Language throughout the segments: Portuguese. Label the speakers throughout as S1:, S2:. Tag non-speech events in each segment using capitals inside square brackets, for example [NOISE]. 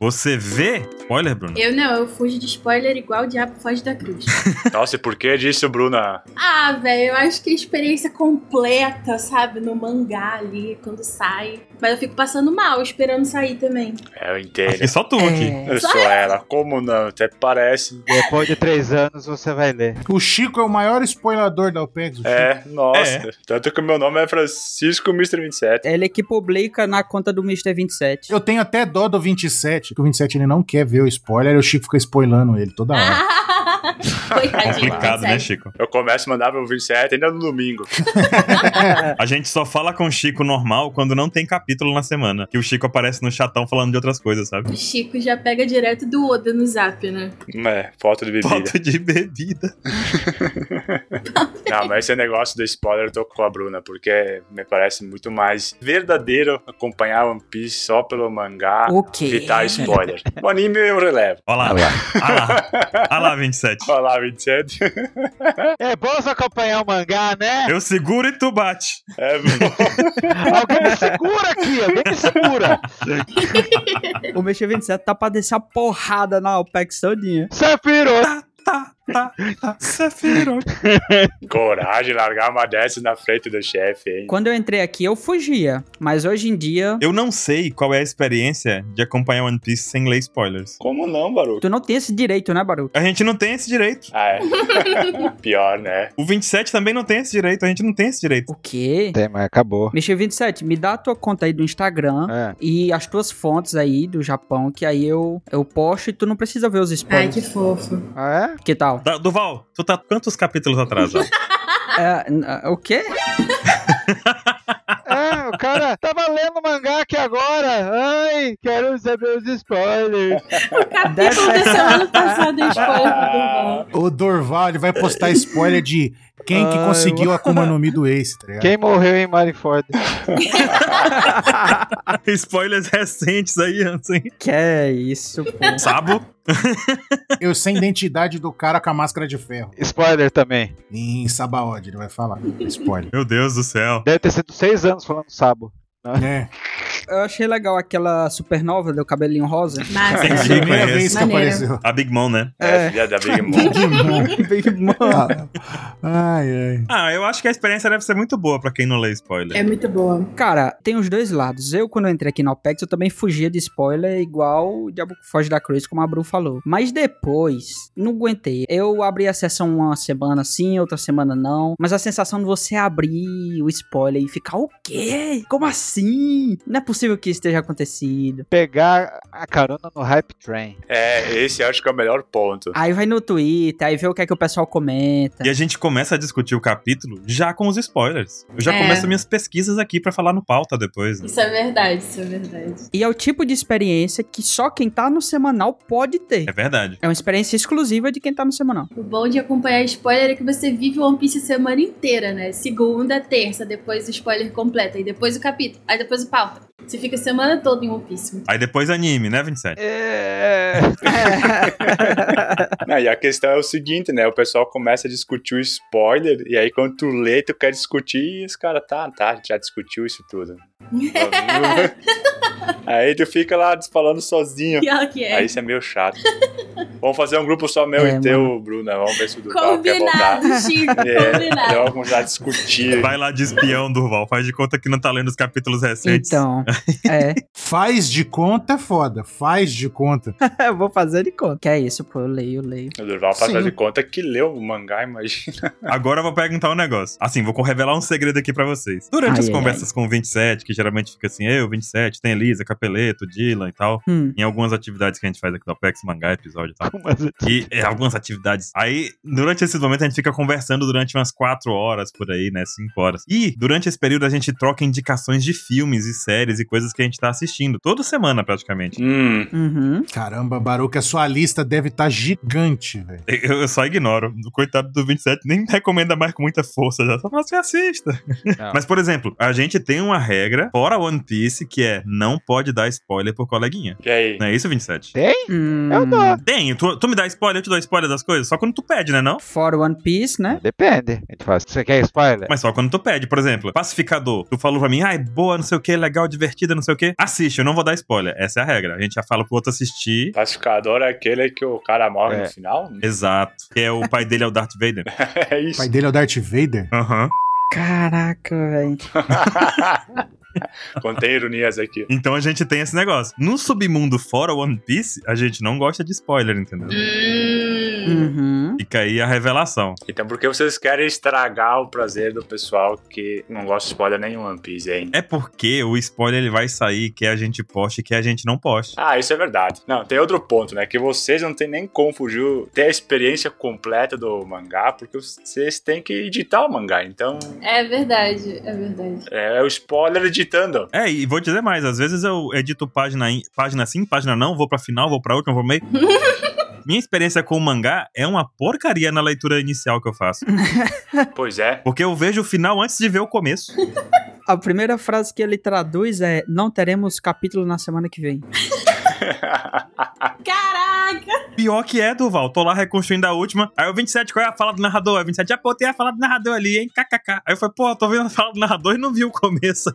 S1: Você vê? Spoiler, Bruno?
S2: Eu não, eu fujo de spoiler igual o diabo foge da cruz.
S3: Nossa, e por que disso, Bruna?
S2: ah, velho, eu acho que a experiência completa, sabe? No mangá ali, quando sai. Mas eu fico passando mal esperando sair também.
S3: É, Eu
S1: Acho
S3: entendo.
S1: que só tu aqui.
S3: Eu sou ela. Como não? Até parece.
S4: Depois de três anos você vai ler.
S5: O Chico é o maior spoilador da OPEX. o Chico.
S3: É, nossa. Tanto que o meu nome é Francisco Mr. 27.
S6: Ele que publica É, na conta do Mr. 27.
S5: Eu tenho até dó do 27, que o 27 ele não quer ver o spoiler, e o Chico fica spoilando ele toda
S2: Ah.
S5: hora.
S1: [LAUGHS]
S2: Coitadinho.
S1: Tá. Complicado, né,
S2: sério.
S1: Chico?
S3: Eu começo a mandar pro 27 ainda no domingo.
S1: A gente só fala com o Chico normal quando não tem capítulo na semana. Que o Chico aparece no chatão falando de outras coisas, sabe?
S2: O Chico já pega direto do Oda no zap, né?
S3: É, foto de bebida.
S1: Foto de bebida.
S3: Não, mas esse negócio do spoiler eu tô com a Bruna, porque me parece muito mais verdadeiro acompanhar One Piece só pelo mangá.
S6: O quê?
S3: Evitar spoiler. O anime eu relevo.
S1: Olha lá. Olha lá. Olha lá, 27.
S3: Olha lá, 27.
S4: É bom você acompanhar o mangá, né?
S1: Eu seguro e tu bate.
S3: [LAUGHS] É bom.
S4: Alguém me segura aqui, alguém me segura.
S6: O Mr. 27 tá pra descer a porrada na OPEX todinha.
S4: Safiro,
S1: Tá, tá, tá. Sefiro.
S3: Coragem, largar uma dessas na frente do chefe, hein?
S6: Quando eu entrei aqui, eu fugia. Mas hoje em dia,
S1: Eu não sei qual é a experiência de acompanhar One Piece sem ler spoilers.
S3: Como não, Baruco?
S6: tu não tem esse direito, né, Baruco?
S1: A gente não tem esse direito.
S3: Ah, é. Pior, né?
S1: O 27 também não tem esse direito. A gente não tem esse direito.
S6: O quê?
S4: Tem, mas acabou.
S6: Mr. 27, me dá a tua conta aí do Instagram.
S4: É.
S6: E as tuas fontes aí do Japão, que aí eu, eu posto e tu não precisa ver os
S2: [LAUGHS] Ai,
S6: spoilers.
S2: que fofo.
S4: Ah,
S6: que... tal?
S1: Da- Duval, tu tá quantos capítulos atrasado?
S6: É, n- o quê?
S4: é? É, o cara tava lendo mangá aqui agora. Ai, quero saber os spoilers.
S2: O capítulo da
S1: [LAUGHS]
S2: semana passada é spoiler do
S5: O Dorval ele vai postar spoiler de quem que
S4: Ai,
S5: conseguiu a Akuma no Mi do Ace, tá ligado?
S4: Quem morreu em Marineford?
S1: [LAUGHS] Spoilers recentes aí, Hansen.
S6: Que é isso, [LAUGHS] pô.
S1: Sabo?
S5: Eu sei a identidade do cara com a máscara de ferro.
S4: Spoiler também.
S5: Em Sabaody, ele vai falar. Spoiler.
S1: Meu Deus do céu.
S4: Deve ter sido seis anos falando sabo.
S5: É,
S6: Eu achei legal aquela supernova do cabelinho rosa. [LAUGHS]
S1: Tem
S5: É a
S2: Mas,
S1: gente-
S5: primeira
S1: conheço.
S5: vez que
S2: Maneiro.
S5: apareceu.
S1: A Big Mom, né?
S3: É, filha da Big Mom.
S5: Digimon.
S6: Big Mom.
S5: Ah, ai, ai.
S1: Ah, eu acho que a experiência deve ser muito boa pra quem não lê spoiler.
S2: [LAUGHS] é muito boa.
S6: Cara, tem os dois lados. Eu, quando eu entrei aqui na OPEX, eu também fugia de spoiler, igual o Diabo Foge da Cruz, como a Bru falou. Mas depois, não aguentei. Eu abri a sessão uma semana sim, outra semana não. Mas a sensação de você abrir o spoiler e ficar, o quê? Como assim? Não é possível que isso tenha acontecido.
S4: Pegar a carona no hype train.
S3: É, esse eu acho que é o melhor ponto.
S6: Aí vai no Twitter, aí vê o que é que o pessoal comenta.
S1: E a gente começa a discutir o capítulo já com os spoilers. Eu já
S2: É.
S1: começo minhas pesquisas aqui pra falar no pauta depois. né?
S2: Isso é verdade, isso é verdade.
S6: E é o tipo de experiência que só quem tá no semanal pode ter.
S1: É verdade.
S6: É uma experiência exclusiva de quem tá no semanal.
S2: O bom de acompanhar spoiler é que você vive o One Piece a semana inteira, né? Segunda, terça, depois o spoiler completo, aí depois o capítulo, aí depois o pauta. Você fica a semana toda em One Piece. [LAUGHS] muito
S1: Aí depois anime, né, 27?
S4: É.
S3: Não, e a questão é o seguinte, né? O pessoal começa a discutir o spoiler, e aí quando tu lê, tu quer discutir, e os caras, tá, tá, a gente já discutiu isso tudo. aí tu fica lá falando sozinho.
S2: Pior que é.
S3: Aí isso é meio chato. Vamos fazer um grupo só meu
S6: É,
S3: e teu, Bruna. Vamos ver se o Duval tá, quer voltar.
S2: Combinado, Chico,
S3: [LAUGHS] É,
S2: combinado.
S3: vamos começar a discutir.
S1: Vai lá de espião, Durval. Faz de conta que não tá lendo os capítulos recentes.
S6: Então, é.
S5: Faz de conta é foda. Faz de conta.
S6: [LAUGHS] Eu vou fazer de conta. Que é isso, pô, eu leio, eu leio.
S3: O Durval faz
S5: Sim.
S3: de conta que leu o mangá, imagina.
S1: Agora eu vou perguntar um negócio. Assim, vou revelar um segredo aqui pra vocês. Durante
S6: Ai,
S1: as
S6: ai,
S1: conversas com o 27, que geralmente fica assim, eu, 27, tem Elisa, Capeleto, Dylan e tal.
S6: Hum.
S1: Em algumas atividades que a gente faz aqui do Apex, mangá, episódio e tal.
S4: [LAUGHS] Como assim?
S1: E é, algumas atividades. Aí, durante esses momentos, a gente fica conversando durante umas quatro horas por aí, né? Cinco horas. E, durante esse período, a gente troca indicações de filmes e séries e coisas que a gente tá assistindo. Toda semana, praticamente.
S3: Hum,
S6: Uhum.
S5: Caramba, Baruca, a sua lista deve estar gigante, velho.
S1: Eu, eu só ignoro. O coitado do 27 nem recomenda mais com muita força. Já só fala assim, assista.
S4: Não.
S1: Mas, por exemplo, a gente tem uma regra, fora One Piece, que é não pode dar spoiler pro coleguinha.
S3: e aí?
S1: Não é isso, 27?
S4: Tem?
S6: Hum.
S4: Eu dou.
S1: Tem, tu, tu me dá spoiler, eu te dou spoiler das coisas? Só quando tu pede, né não?
S6: Fora One Piece, né?
S4: Depende. A
S1: É.
S4: gente faz. Você quer spoiler?
S1: Mas só quando tu pede, por exemplo, pacificador. Tu falou pra mim, ai, boa, não sei o que, legal, divertida, não sei o quê. Assiste, eu não vou dar spoiler. Essa é a regra. A gente já fala pro outro assistir.
S3: Pacificador é aquele que o cara morre
S4: É.
S3: no final?
S1: Exato. Que é o pai dele é o Darth Vader. Uhum.
S3: [LAUGHS] É
S5: O
S3: isso.
S5: pai dele é o Darth Vader?
S1: Aham.
S6: Caraca, velho.
S3: Contei ironias aqui.
S1: Então a gente tem esse negócio. No submundo fora One Piece, a gente não gosta de spoiler, entendeu?
S2: Hum.
S6: Uhum.
S1: Fica aí a revelação.
S3: Então, por que vocês querem estragar o prazer do pessoal que não gosta de spoiler nenhum One Piece, hein?
S1: É porque o spoiler ele vai sair que a gente poste e que a gente não poste.
S3: Ah, isso é verdade. Não, tem outro ponto, né? Que vocês não tem nem como fugir, ter a experiência completa do mangá, porque vocês têm que editar o mangá. Então,
S2: É verdade, é verdade.
S3: é o spoiler editando.
S1: É, e vou dizer mais, às vezes eu edito página, em- página sim, página não, vou pra final, vou pra última, vou meio. Minha experiência com o mangá é uma porcaria na leitura inicial que eu faço.
S3: Pois é.
S1: Porque eu vejo o final antes de ver o começo.
S6: A primeira frase que ele traduz é: Não teremos capítulo na semana que vem.
S2: Caraca!
S1: Pior que é, Duval. Tô lá reconstruindo a última. Aí o 27, qual é a fala do narrador? Aí o 27, ah, pô, tem a fala do narrador ali, hein? KKK. Aí eu falei, pô, tô vendo a fala do narrador e não vi o começo.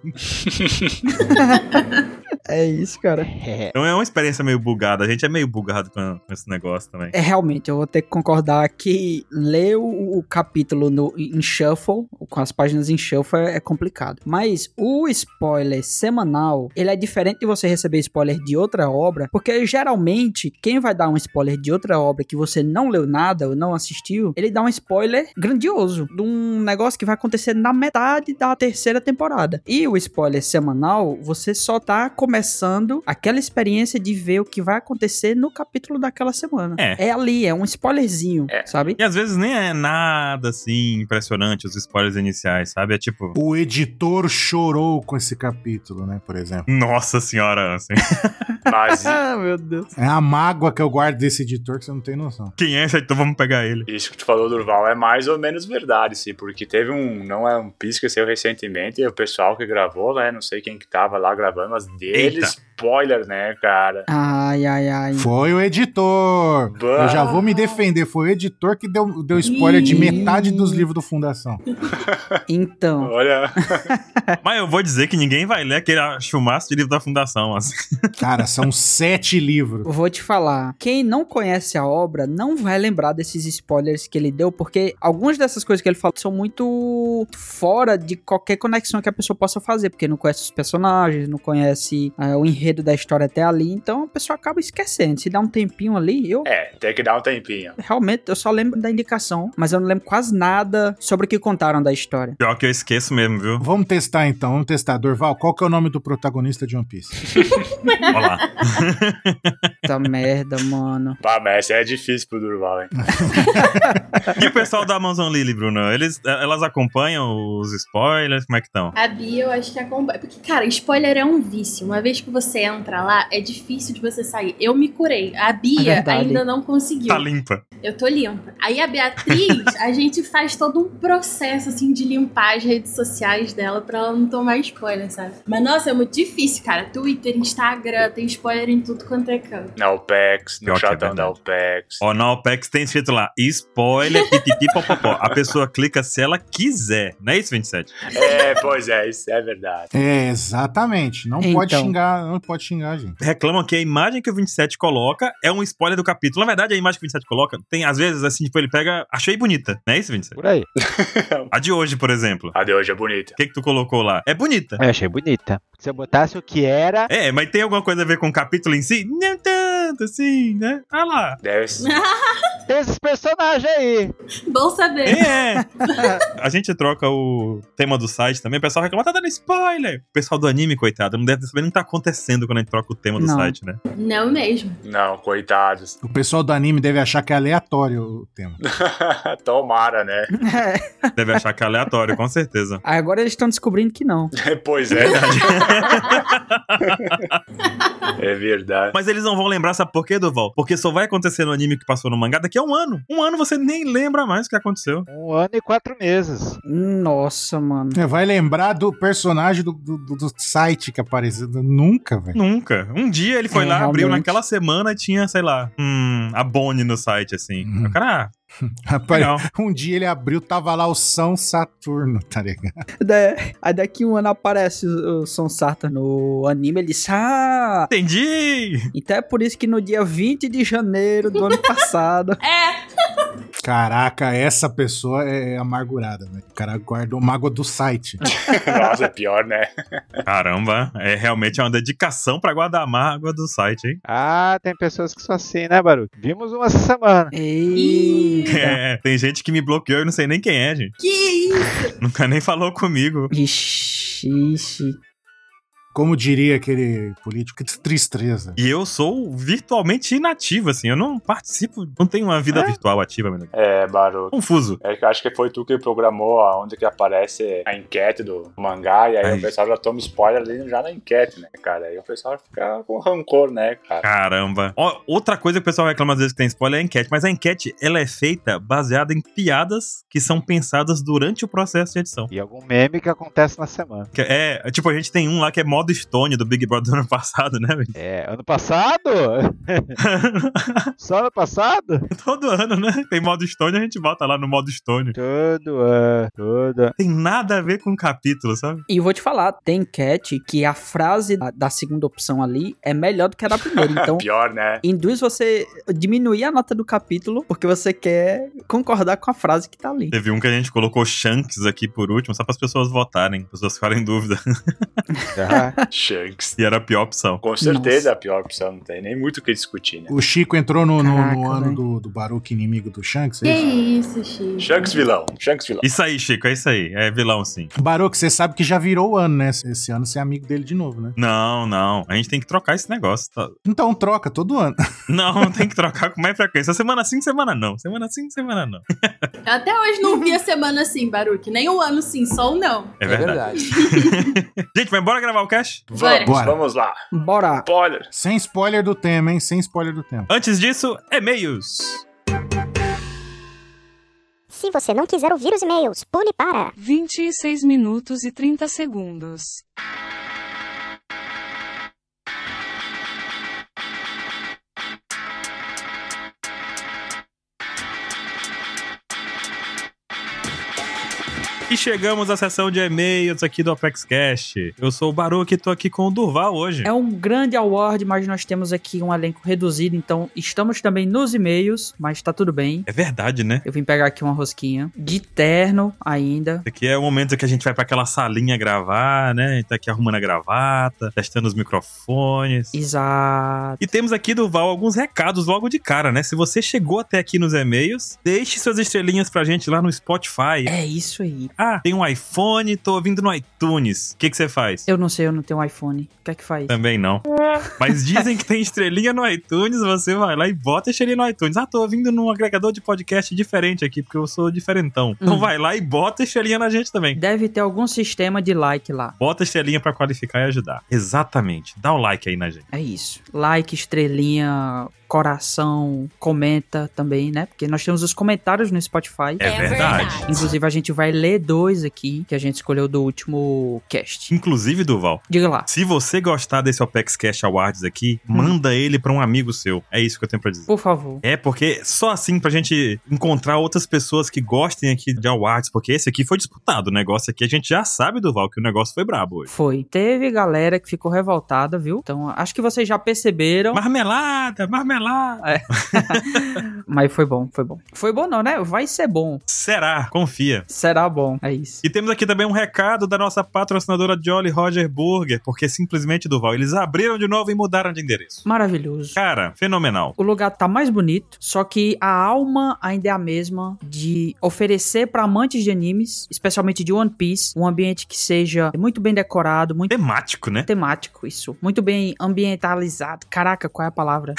S6: É isso, cara.
S1: Então é uma experiência meio bugada. A gente é meio bugado com, com esse negócio também.
S6: É, realmente, eu vou ter que concordar que ler o, o capítulo no, em shuffle, com as páginas em shuffle, é, é complicado. Mas o spoiler semanal, ele é diferente de você receber spoiler de outra obra, porque geralmente, quem vai dar um spoiler de outra obra que você não leu nada ou não assistiu, ele dá um spoiler grandioso de um negócio que vai acontecer na metade da terceira temporada. E o spoiler semanal, você só tá começando aquela experiência de ver o que vai acontecer no capítulo daquela semana.
S1: É.
S6: É ali, é um spoilerzinho,
S3: É.
S6: sabe?
S1: E às vezes nem é nada assim impressionante os spoilers iniciais, sabe? É tipo,
S5: O editor chorou com esse capítulo, né, por exemplo.
S1: nossa senhora, assim. [LAUGHS]
S3: Mas
S6: Ah, meu Deus.
S5: É a mágoa que eu guardo desse editor que você não tem noção.
S1: Quem é esse? Então vamos pegar
S3: [LAUGHS]
S1: ele.
S3: Isso que tu falou, Durval, é mais ou menos verdade, sim, porque teve um, não é um piso que saiu recentemente, e o pessoal que gravou, né, não sei quem que tava lá gravando, mas dele
S1: Eita.
S3: spoiler, né, cara?
S6: Ai, ai, ai.
S5: Foi o editor!
S3: Bah.
S5: Eu já vou me defender, foi o editor que deu, deu spoiler de
S6: Ih.
S5: metade dos livros do Fundação.
S6: Então,
S3: Olha, [LAUGHS]
S1: Mas eu vou dizer que ninguém vai ler aquele chumaço de livro da fundação, assim.
S5: Cara, são sete livros.
S6: vou te falar. Quem não conhece a obra não vai lembrar desses spoilers que ele deu, porque algumas dessas coisas que ele falou são muito fora de qualquer conexão que a pessoa possa fazer, porque não conhece os personagens, não conhece ah, o enredo da história até ali, então a pessoa acaba esquecendo. Se dá um tempinho ali, eu
S3: é, tem que dar um tempinho.
S6: realmente eu só lembro da indicação, mas eu não lembro quase nada sobre o que contaram da história.
S1: Pior que eu esqueço mesmo, viu?
S5: Vamos testar então, vamos testar. Dorval, qual que é o nome do protagonista de One Piece?
S1: Olha lá.
S6: Puta [LAUGHS] merda, mano. [LAUGHS]
S3: Pá, mas essa é difícil pro Durval, hein?
S1: E o pessoal da Amazon Lily, Bruno? Eles, eh, elas acompanham os spoilers? Como é que estão?
S2: A Bia, eu acho que acompanha. Porque, cara, spoiler é um vício. Uma vez que você entra lá, é difícil de você sair. Eu me curei. A
S6: É
S2: Bia
S6: verdade.
S2: ainda não conseguiu.
S1: Tá limpa.
S2: Eu tô limpa. Aí a Beatriz, a gente faz todo um processo, assim, de limpar as redes sociais dela pra ela não tomar spoiler, sabe? Mas, nossa, é muito difícil, cara. Twitter, Instagram, tem spoiler em tudo quanto é canto.
S3: Na OPEX,
S1: Pior
S3: no
S1: que é
S3: chatão da
S1: verdade.
S3: OPEX.
S1: Ó, na OPEX tem escrito lá, spoiler, pipipi, popopó. A pessoa clica se ela quiser. Não é isso, 27?
S3: É, pois é, isso é verdade.
S5: É, exatamente. Não pode
S6: Então.
S5: xingar, não pode xingar, gente.
S1: Reclamam que a imagem que o 27 coloca é um spoiler do capítulo. Na verdade, a imagem que o 27 coloca tem, às vezes, assim, tipo, ele pega, achei bonita. Não é isso, 27?
S4: Por aí.
S1: A de hoje, por exemplo.
S3: A de hoje é bonita.
S1: O que que tu colocou lá? É bonita.
S4: Eu achei bonita. Se eu botasse o que era.
S1: É, mas tem alguma coisa a ver com o capítulo em si? Não tanto, assim, né? Ah lá.
S3: Deve
S5: [LAUGHS]
S3: ser.
S4: Tem esses personagens aí.
S2: Bom saber.
S1: É. a gente troca o tema do site também. O pessoal reclama, tá dando spoiler. O pessoal do anime, coitado, não deve saber nem o que tá acontecendo quando a gente troca o tema do
S6: Não.
S1: site, né?
S2: Não mesmo.
S3: Não, coitados. [LAUGHS]
S5: O pessoal do anime deve achar que é aleatório o tema.
S3: Tomara, né? [LAUGHS]
S1: Deve achar que é aleatório, com certeza.
S6: Agora eles estão descobrindo que não.
S3: Pois é. [LAUGHS] é verdade.
S1: Mas eles não vão lembrar, sabe por quê, Duval? Porque só vai acontecer no anime que passou no mangá daqui a um ano. Um ano você nem lembra mais o que aconteceu.
S4: Um ano e quatro meses.
S6: Nossa, mano.
S5: É, Vai lembrar do personagem do, do, do- do site que apareceu. Nunca, velho.
S1: Nunca. Um dia ele foi
S6: É,
S1: lá, abriu
S6: realmente.
S1: naquela semana e tinha, sei lá, hum, a Bonnie no site, assim.
S5: Uhum.
S1: O cara, ah,
S5: Rapaz,
S1: Legal.
S5: um dia ele abriu, tava lá o São Saturno, tá ligado?
S6: Da- Aí daqui um ano aparece o o Son Sarta no anime, ele disse, ah,
S1: Entendi!
S6: então é por isso que no dia 20 de janeiro do ano
S2: [LAUGHS]
S6: passado,
S2: É,
S5: Caraca, essa pessoa é amargurada, velho. O cara guardou mágoa do site.
S3: [LAUGHS] Nossa, é pior, né?
S1: Caramba, é realmente uma dedicação pra guardar a mágoa do site, hein?
S4: Ah, tem pessoas que são assim, né, Baru? Vimos uma essa semana.
S6: eita,
S1: É, tem gente que me bloqueou e eu não sei nem quem é, gente.
S2: que isso?
S1: Nunca nem falou comigo.
S6: ixi, ixi.
S5: Como diria aquele político, que tristeza.
S1: E eu sou virtualmente inativo, assim. Eu não participo, não tenho uma vida virtual ativa, menino.
S3: É, Baru.
S1: Confuso.
S3: É que eu acho que foi tu que programou aonde que aparece a enquete do mangá, e aí
S1: Aí.
S3: o pessoal já toma spoiler ali já na enquete, né, cara? Aí o pessoal fica com rancor, né, cara?
S1: Caramba. Ó, outra coisa que o pessoal reclama às vezes que tem spoiler é a enquete, mas a enquete ela é feita baseada em piadas que são pensadas durante o processo de edição.
S4: E algum meme que acontece na semana.
S1: Que É, tipo, a gente tem um lá que é modo Stone do Big Brother do ano passado, né, velho? [LAUGHS]
S4: É, ano passado? Só ano passado?
S1: Todo ano, né? Tem modo Stone, a gente bota lá no modo Stone.
S4: Todo ano, todo ano.
S1: Tem nada a ver com o capítulo, sabe?
S6: E eu vou te falar, tem enquete que a frase da, da segunda opção ali é melhor do que a da primeira.
S2: [LAUGHS]
S6: Então,
S3: Pior, né?
S6: induz você a diminuir a nota do capítulo porque você quer concordar com a frase que tá ali.
S1: Teve um que a gente colocou Shanks aqui por último, só para as pessoas votarem, as pessoas ficarem em dúvida.
S4: [LAUGHS]
S1: [LAUGHS]
S4: Ah,
S3: Shanks.
S1: E era a pior opção.
S3: Com certeza é a pior opção, não tem nem muito o que discutir, né?
S5: O Chico entrou no, no- no
S6: Caraca,
S5: ano
S6: velho.
S5: do, do Baruque inimigo do Shanks.
S2: Que
S5: é isso?
S2: isso, Chico.
S3: Shanks vilão, Shanks vilão.
S1: Isso aí, Chico, é isso aí. É vilão, sim.
S5: Baruque, você sabe que já virou o ano, né? Esse ano você é amigo dele de novo, né?
S1: Não, não. A gente tem que trocar esse negócio. tá?
S5: Então troca todo ano. [LAUGHS]
S1: Não, [LAUGHS] tem que trocar com mais frequência. Semana sim, semana não. Semana sim, semana não.
S2: Eu Até hoje não vi a semana assim, Baruque. Nem um ano sim, só um não.
S1: É verdade. [LAUGHS] Gente, vai embora gravar o cast?
S2: Bora.
S3: Vamos,
S5: Bora.
S3: vamos lá.
S6: Bora!
S3: Spoiler.
S5: Sem spoiler do tema, hein? Sem spoiler do tema.
S1: Antes disso, e-mails.
S7: Se você não quiser ouvir os e-mails, pule para.
S8: 26 minutos e 30 segundos.
S1: E chegamos à sessão de e-mails aqui do Apex Cash. Eu sou o Baruch e tô aqui com o Durval hoje.
S6: É um grande award, mas nós temos aqui um elenco reduzido, então estamos também nos e-mails, mas tá tudo bem.
S1: É verdade, né?
S6: Eu vim pegar aqui uma rosquinha de terno ainda.
S1: Esse aqui é o momento que a gente vai pra aquela salinha gravar, né? A gente tá aqui arrumando a gravata, testando os microfones.
S6: Exato.
S1: E temos aqui, Durval, alguns recados logo de cara, né? Se você chegou até aqui nos e-mails, deixe suas estrelinhas pra gente lá no Spotify.
S6: É isso aí.
S1: Ah, tem um iPhone, tô ouvindo no iTunes. O que que você faz?
S6: Eu não sei, eu não tenho iPhone. O que é que faz?
S1: Também [LAUGHS] não. Mas dizem que tem estrelinha no iTunes, você vai lá e bota a estrelinha no iTunes. Ah, tô ouvindo num agregador de podcast diferente aqui, porque eu sou diferentão. Então
S6: Hum.
S1: vai lá e bota a estrelinha na gente também.
S6: Deve ter algum sistema de like lá.
S1: Bota a estrelinha pra qualificar e ajudar. Exatamente. Dá o like aí na gente.
S6: É isso. Like, estrelinha, coração, comenta também, né? Porque nós temos os comentários no Spotify.
S1: É,
S2: É
S1: verdade.
S2: verdade.
S6: Inclusive, a gente vai ler dois aqui que a gente escolheu do último cast.
S1: Inclusive, Duval,
S6: Diga lá.
S1: se você gostar desse Opex Cash Awards aqui, manda ele pra um amigo seu. É isso que eu tenho pra dizer.
S6: Por favor.
S1: É, porque só assim pra gente encontrar outras pessoas que gostem aqui de awards, porque esse aqui foi disputado. O negócio aqui a gente já sabe, Duval, que o negócio foi brabo hoje.
S6: Foi. Teve galera que ficou revoltada, viu? Então, acho que vocês já perceberam.
S1: Marmelada, marmelada.
S6: Mas foi bom, foi bom. Foi bom não, né? Vai ser bom.
S1: Será? Confia.
S6: Será bom. É isso.
S1: E temos aqui também um recado da nossa patrocinadora Jolly Roger Burger, porque simplesmente, Duval, eles abriram de novo e mudaram de endereço.
S6: Maravilhoso.
S1: Cara, fenomenal.
S6: O lugar tá mais bonito, só que a alma ainda é a mesma de oferecer pra amantes de animes, especialmente de One Piece, um ambiente que seja muito bem decorado, muito
S1: Temático, né?
S6: temático isso, muito bem ambientalizado. Caraca, qual é a palavra?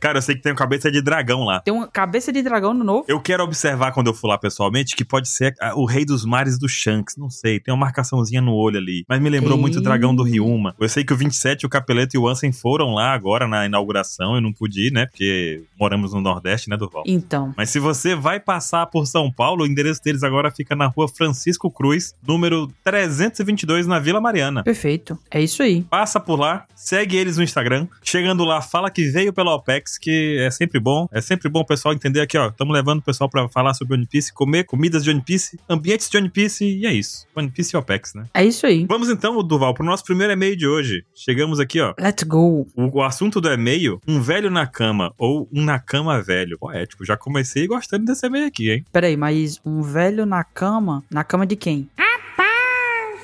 S1: Cara, eu sei que tem uma cabeça de dragão lá.
S6: Tem uma cabeça de dragão no novo.
S1: Eu quero observar quando eu for lá pessoalmente que pode ser ah, o rei dos mares do Shanks, não sei, tem uma marcaçãozinha no olho ali, mas me lembrou muito o dragão do Ryuma. Eu sei que o 27, o Capeleto e o Ansem foram lá agora na inauguração, eu não pude ir, né, porque moramos no Nordeste, né, Durval?
S6: Então,
S1: Mas se você vai passar por São Paulo, o endereço deles agora fica na rua Francisco Cruz, número 322, na Vila Mariana.
S6: perfeito. É isso aí.
S1: Passa por lá, segue eles no Instagram. Chegando lá, fala que veio pela Apex, que é sempre bom. É sempre bom o pessoal entender aqui, ó. Estamos levando o pessoal pra falar sobre One Piece, comer comidas de One Piece, ambientes de One Piece, e é isso. One Piece e Apex, né?
S6: É isso aí.
S1: Vamos então, Duval, pro nosso primeiro e-mail de hoje. Chegamos aqui, ó.
S6: Let's go.
S1: O, o assunto do e-mail, um velho na cama ou um na cama velho. Poético, já comecei gostando desse e-mail aqui, hein?
S6: Peraí, mas um velho na cama? Na cama de quem?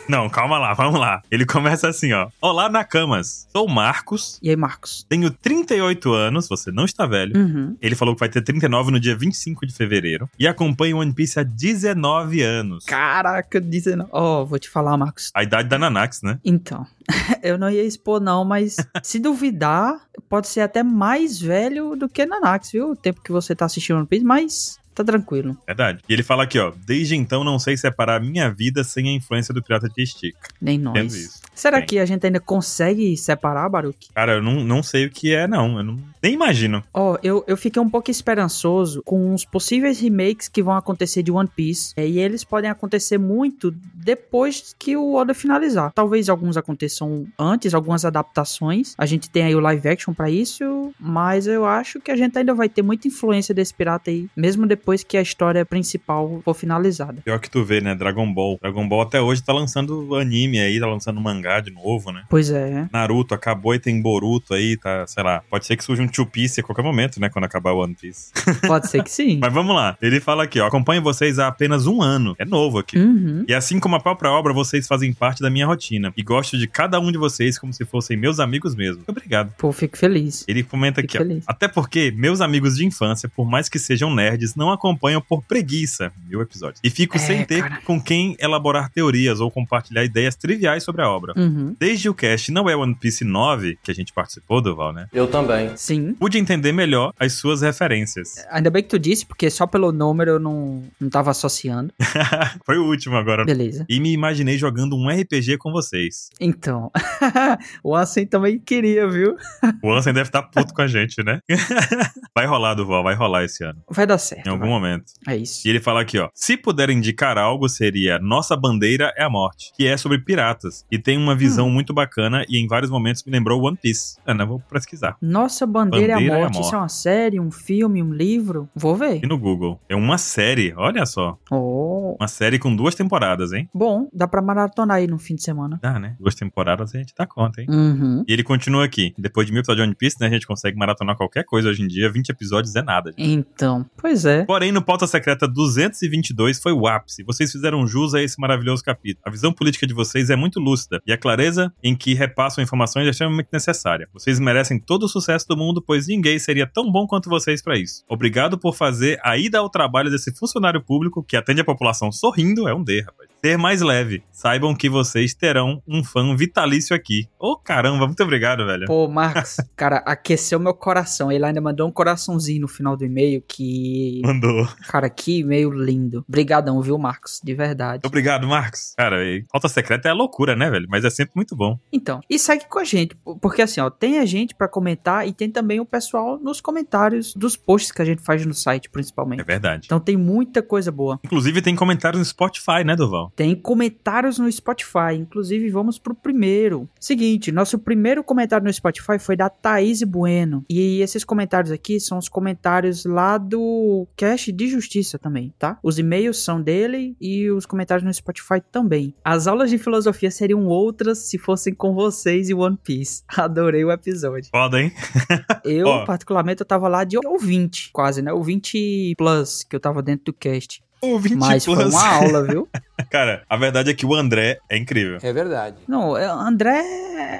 S1: Não, calma lá, vamos lá. Ele começa assim, ó. Olá, Nakamas. Sou o Marcos,
S6: E aí, Marcos?
S1: tenho 38 anos, você não está velho.
S6: Uhum.
S1: Ele falou que vai ter 39 no dia 25 de fevereiro e acompanha One Piece há 19 anos.
S6: Caraca, 19. Ó, vou te falar, Marcos.
S1: A idade da Nanax, né?
S6: Então, [LAUGHS] eu não ia expor, não, mas se duvidar, pode ser até mais velho do que Nanax, viu? O tempo que você tá assistindo One Piece, mas tá tranquilo.
S1: Verdade. E ele fala aqui, ó. Desde então não sei separar minha vida sem a influência do Pirata de Stick.
S6: Nem
S1: Temos
S6: nós.
S1: isso.
S6: Será
S1: Bem.
S6: que a gente ainda consegue separar, Baruque?
S1: Cara, eu não, não sei o que é, não. Eu não, nem imagino.
S6: Ó, eu, eu fiquei um pouco esperançoso com os possíveis remakes que vão acontecer de One Piece. é, E eles podem acontecer muito depois que o Oda finalizar. Talvez alguns aconteçam antes, algumas adaptações. A gente tem aí o live action pra isso, mas eu acho que a gente ainda vai ter muita influência desse pirata aí, mesmo depois que a história principal for finalizada.
S1: Pior que tu vê, né? Dragon Ball. Dragon Ball até hoje tá lançando anime aí, tá lançando mangá de novo, né?
S6: Pois é.
S1: Naruto acabou e tem Boruto aí, tá, sei lá. Pode ser que surja um Two Piece a qualquer momento, né? Quando acabar o One Piece.
S6: Pode ser que
S1: [LAUGHS]
S6: sim.
S1: Mas vamos lá. Ele fala aqui, ó. Acompanho vocês há apenas um ano. É novo aqui.
S6: Uhum.
S1: E assim como a própria obra, vocês fazem parte da minha rotina. E gosto de cada um de vocês como se fossem meus amigos mesmo. Muito Obrigado.
S6: Pô, fico feliz.
S1: Ele comenta Tá aqui,
S6: Fico
S1: ó.
S6: feliz.
S1: Até porque meus amigos de infância, por mais que sejam nerds, não acompanham por preguiça meu episódio. E fico
S6: É,
S1: sem ter
S6: cara.
S1: com quem elaborar teorias ou compartilhar ideias triviais sobre a obra.
S6: Uhum.
S1: Desde o cast Não É One Piece 9, que a gente participou, Duval, né?
S9: Eu também.
S6: Sim.
S1: Pude entender melhor as suas referências.
S6: Ainda bem que tu disse, porque só pelo número eu não, não tava associando.
S1: Foi o último agora.
S6: Beleza.
S1: E me imaginei jogando um RPG com vocês.
S6: Então, [LAUGHS] o Ansem também queria, viu?
S1: O Ansem deve estar puto com a gente, né? vai rolar, Duval, vai rolar esse ano.
S6: Vai dar certo.
S1: Em algum
S6: vai.
S1: momento.
S6: É isso.
S1: E ele fala aqui, ó. Se puder indicar algo, seria Nossa Bandeira é a Morte, que é sobre piratas. E tem uma visão muito bacana e em vários momentos me lembrou One Piece. Ana, eu vou pesquisar.
S6: Nossa, Bandeira,
S1: Bandeira é
S6: é a
S1: a
S6: morte. Isso é uma série, um filme, um livro? Vou ver.
S1: E no Google. É uma série, olha só.
S6: Oh.
S1: Uma série com duas temporadas, hein?
S6: Bom, dá pra maratonar aí no fim de semana.
S1: Dá, né? Duas temporadas a gente dá conta, hein?
S6: Uhum.
S1: E ele continua aqui. Depois de mil episódios de One Piece, né? A gente consegue maratonar qualquer coisa hoje em dia. 20 episódios é nada, gente.
S6: Então, pois é.
S1: Porém, no Pauta Secreta 222 foi o ápice. Vocês fizeram jus a esse maravilhoso capítulo. A visão política de vocês é muito lúcida e a clareza em que repassam informações é extremamente necessária. Vocês merecem todo o sucesso do mundo, pois ninguém seria tão bom quanto vocês para isso. Obrigado por fazer a ida ao trabalho desse funcionário público que atende a população sorrindo é um D, rapaz. Ser mais leve. Saibam que vocês terão um fã vitalício aqui. Ô caramba, muito obrigado, velho.
S6: Pô, Marcos, [LAUGHS] cara, aqueceu meu coração. Ele ainda mandou um coraçãozinho no final do e-mail que.
S1: Mandou.
S6: Cara, que e-mail lindo. Obrigadão, viu, Marcos? De verdade.
S1: Obrigado, Marcos. Cara, e pauta secreta é a loucura, né, velho? Mas é sempre muito bom.
S6: Então, e segue com a gente, po- porque assim, ó, tem a gente pra comentar e tem também o pessoal nos comentários dos posts que a gente faz no site,
S1: É
S6: principalmente.
S1: verdade.
S6: Então tem muita coisa boa.
S1: Inclusive tem comentários no Spotify, né, Duval?
S6: Tem comentários no Spotify, inclusive vamos pro primeiro. Seguinte, nosso primeiro comentário no Spotify foi da Thaís Bueno. E esses comentários aqui são os comentários lá do Cash de Justiça também, tá? Os e-mails são dele e os comentários no Spotify também. As aulas de filosofia seriam outras se fossem com vocês e One Piece. [LAUGHS] Adorei o episódio.
S1: Foda, hein?
S6: Eu,
S1: Ó.
S6: particularmente, eu tava lá de ouvinte, quase, né? Ouvinte plus, que eu tava dentro do cast.
S1: Ouvinte
S6: Mas foi um uma aula, viu?
S1: Cara, a verdade é que o André é incrível.
S9: É verdade.
S6: Não, é- André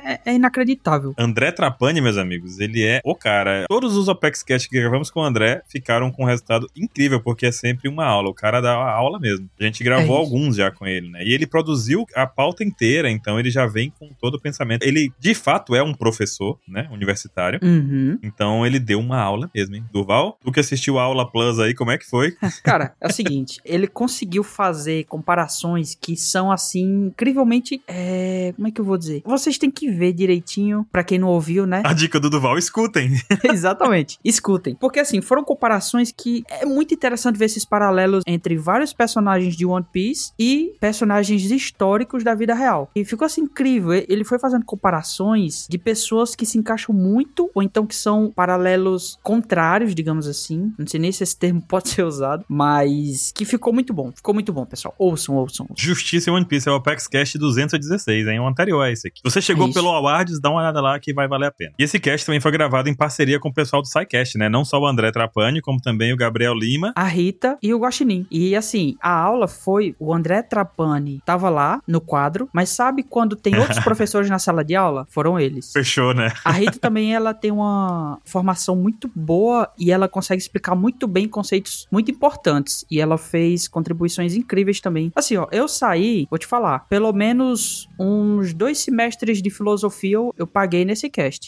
S6: é- é inacreditável.
S1: André Trapani, meus amigos, ele é o cara. Todos os Opex Cash que gravamos com o André ficaram com um resultado incrível, porque é sempre uma aula. O cara dá a aula mesmo. A gente gravou
S6: É isso.
S1: alguns já com ele, né? E ele produziu a pauta inteira, então ele já vem com todo o pensamento. Ele, de fato, é um professor, né? Universitário.
S6: Uhum.
S1: Então ele deu uma aula mesmo, hein? Durval, tu que assistiu a aula Plus aí, como é que foi?
S6: Cara, é o seguinte, [LAUGHS] ele conseguiu fazer comparações que são assim incrivelmente, é, como é que eu vou dizer? Vocês têm que que ver direitinho, pra quem não ouviu, né?
S1: A dica do Duval, escutem.
S6: [LAUGHS] Exatamente. Escutem. Porque assim, foram comparações que é muito interessante ver esses paralelos entre vários personagens de One Piece e personagens históricos da vida real. E ficou assim incrível. E- Ele foi fazendo comparações de pessoas que se encaixam muito, ou então que são paralelos contrários, digamos assim. Não sei nem se esse termo [LAUGHS] pode ser usado, mas que ficou muito bom. Ficou muito bom, pessoal. Ouçam, ouçam. ouçam.
S1: Justiça em One Piece é o Apex Cast 216, hein? O anterior é esse aqui. Você chegou
S6: Isso.
S1: pelo Awards, dá uma olhada lá que vai valer a pena. E esse cast também foi gravado em parceria com o pessoal do SciCast, né? Não só o André Trapani, como também o Gabriel Lima.
S6: a Rita e o Guaxinim. E assim, a aula foi o André Trapani tava lá no quadro, mas sabe quando tem [LAUGHS] outros professores na sala de aula? Foram eles.
S1: Fechou, né?
S6: A Rita também ela tem uma formação muito boa e ela consegue explicar muito bem conceitos muito importantes e ela fez contribuições incríveis também. Assim, ó, eu saí, vou te falar, pelo menos uns dois semestres de filosofia eu, eu paguei nesse [LAUGHS] cast,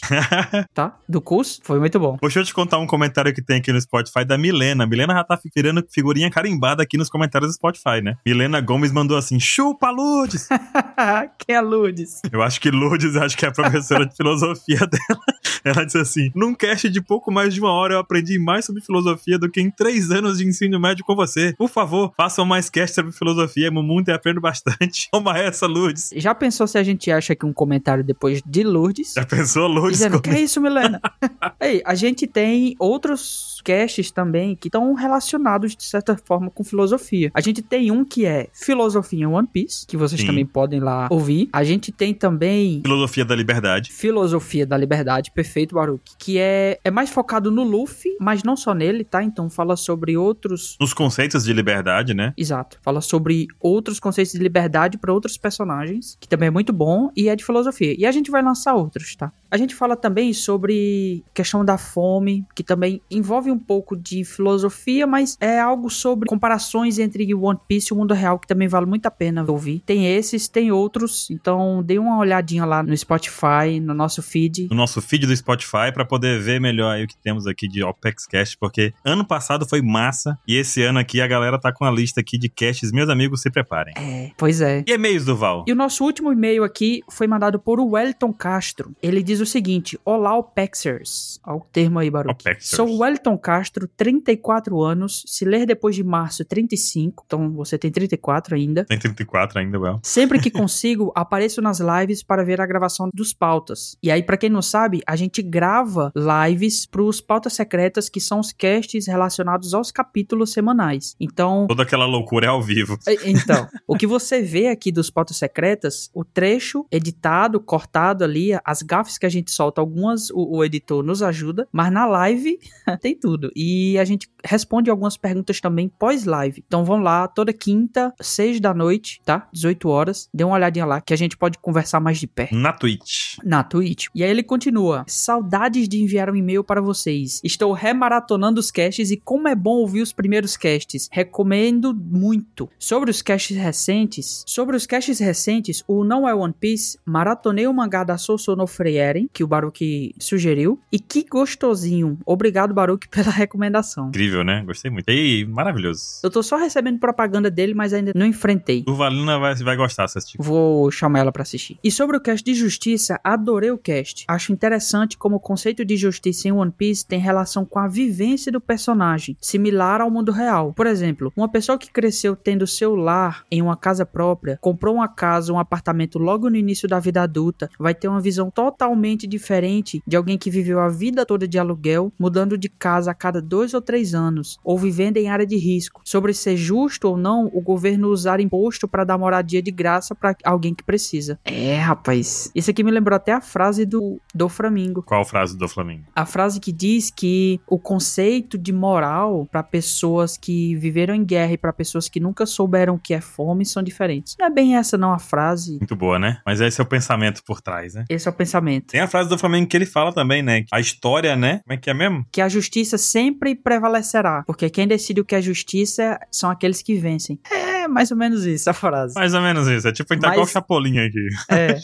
S6: tá? Do curso, foi muito bom.
S1: Deixa eu te contar um comentário que tem aqui no Spotify da Milena. A Milena já tá virando figurinha carimbada aqui nos comentários do Spotify, né? Milena Gomes mandou assim: chupa, Lourdes!
S6: [LAUGHS] que é Ludes.
S1: Eu acho que Lourdes, eu acho que é a professora de filosofia dela. Ela disse assim: num cast de pouco mais de uma hora eu aprendi mais sobre filosofia do que em três anos de ensino médio com você. Por favor, façam mais cast sobre filosofia, amo muito e aprendo bastante. [LAUGHS] Toma essa, Lourdes!
S6: Já pensou se a gente acha aqui um comentário depois de Lourdes?
S1: Já pensou, Lourdes?
S6: Dizendo, que
S1: como-
S6: é isso, Milena? [LAUGHS] Ei, a gente tem outros casts também que estão relacionados, de certa forma, com filosofia. A gente tem um que é Filosofia em One Piece, que vocês
S1: Sim.
S6: também podem lá ouvir. A gente tem também
S1: Filosofia da liberdade.
S6: Filosofia da Liberdade, perfeito, Baruch, que é, é mais focado no Luffy, mas não só nele, tá? Então fala sobre outros
S1: Nos conceitos de liberdade, né?
S6: Exato. Fala sobre outros conceitos de liberdade para outros personagens, que também é muito bom e é de filosofia. E a gente vai lançar outros, tá? A gente fala também sobre questão da fome, que também envolve um pouco de filosofia, mas é algo sobre comparações entre One Piece e o mundo real, que também vale muito a pena ouvir. Tem esses, tem outros, então dê uma olhadinha lá no Spotify, no nosso feed.
S1: no nosso feed do Spotify pra poder ver melhor aí o que temos aqui de Opex Cash, porque ano passado foi massa e esse ano aqui a galera tá com a lista aqui de caches. Meus amigos, se preparem.
S6: É, pois é.
S1: E e-mails, Duval?
S6: E o nosso último e-mail aqui foi mandado por o Wellington Castro. Ele diz o seguinte: Olá, Opexers. Olha o termo aí, Baruch.
S1: Opexers.
S6: Sou o Wellington Castro, 34 anos. Se ler depois de março, 35. Então você tem 34 ainda.
S1: Tem 34 ainda, Duval.
S6: Sempre que consigo, apareço nas lives para ver a gravação dos pautas. E aí, pra quem não sabe, a gente grava lives pros pautas secretas, que são os casts relacionados aos capítulos semanais. Então,
S1: Toda aquela loucura é ao vivo. [LAUGHS]
S6: e- Então, o que você vê aqui dos pautas secretas, o trecho editado, cortado ali, as gafes que a gente solta, algumas o, o editor nos ajuda, mas na live [LAUGHS] tem tudo. E a gente responde algumas perguntas também pós-live. Então vão lá, toda quinta, seis da noite, tá? 18 horas. Dê uma olhadinha lá, que a gente pode conversar mais de perto
S1: Na Twitch.
S6: na Twitch. E aí ele continua: Saudades de enviar um e-mail para vocês. Estou remaratonando os casts e como é bom ouvir os primeiros casts. Recomendo muito. Sobre os casts recentes, sobre os casts recentes, o Não é One Piece, maratonei o mangá da Sousou no Freieren, que o Baruque sugeriu, e que gostosinho. Obrigado, Baruque, [LAUGHS] pela recomendação.
S1: Incrível, né? Gostei muito. E maravilhoso.
S6: Eu tô só recebendo propaganda dele, mas ainda não enfrentei.
S1: Duvalina vai, vai gostar se assistir.
S6: Vou chamar ela pra assistir. E sobre o cast de justiça, adorei o cast. Acho interessante como o conceito de justiça em One Piece tem relação com a vivência do personagem, similar ao mundo real. Por exemplo, uma pessoa que cresceu tendo seu lar em uma casa própria, comprou uma casa, um apartamento logo no início da vida adulta, vai ter uma visão totalmente diferente de alguém que viveu a vida toda de aluguel, mudando de casa a cada dois ou três anos, ou vivendo em área de risco. Sobre ser justo ou não o governo usar imposto para dar moradia de graça para alguém que precisa. É, rapaz. Isso aqui me lembrou até a frase do do Flamingo.
S1: Qual a frase do Flamengo?
S6: A frase que diz que o conceito de moral para pessoas que viveram em guerra e para pessoas que nunca souberam o que é fome são diferentes. Não é bem essa não a frase.
S1: Muito boa, né? Mas esse é o pensamento por trás, né?
S6: Esse é o pensamento.
S1: Tem a frase do Flamengo que ele fala também, né? A história, né? Como é que é mesmo?
S6: que a justiça sempre prevalecerá, porque quem decide o que é justiça são aqueles que vencem. É mais ou menos isso a frase.
S1: Mais ou menos isso. É tipo entrar
S6: Mas-
S1: igual o Chapolin aqui.
S6: É.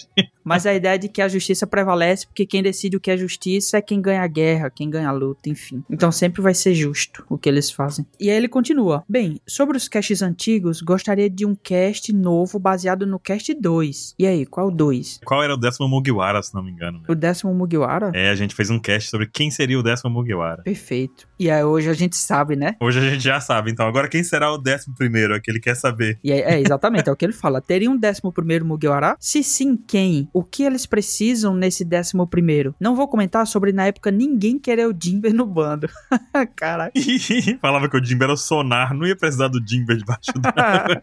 S6: Mas a ideia de que a justiça prevalece, porque quem decide o que é justiça é quem ganha a guerra, quem ganha a luta, enfim. Então sempre vai ser justo o que eles fazem. E aí ele continua. Bem, sobre os casts antigos, gostaria de um cast novo baseado no cast 2. E aí, qual 2?
S1: Qual era o décimo Mugiwara, se não me engano? né?
S6: O décimo Mugiwara?
S1: É, a gente fez um cast sobre quem seria o décimo Mugiwara.
S6: Perfeito. E aí hoje a gente sabe, né?
S1: Hoje a gente já sabe, então. Agora quem será o décimo primeiro? É que ele quer saber. [LAUGHS]
S6: E é, é, exatamente, é o que ele fala. Teria um décimo primeiro Mugiwara? Se sim, quem? O que eles precisam nesse décimo primeiro? Não vou comentar sobre, na época, ninguém querer o Jimber no bando. [LAUGHS]
S1: [LAUGHS]
S6: Caralho.
S1: Falava que o Jimber era o sonar, não ia precisar do Jimber debaixo da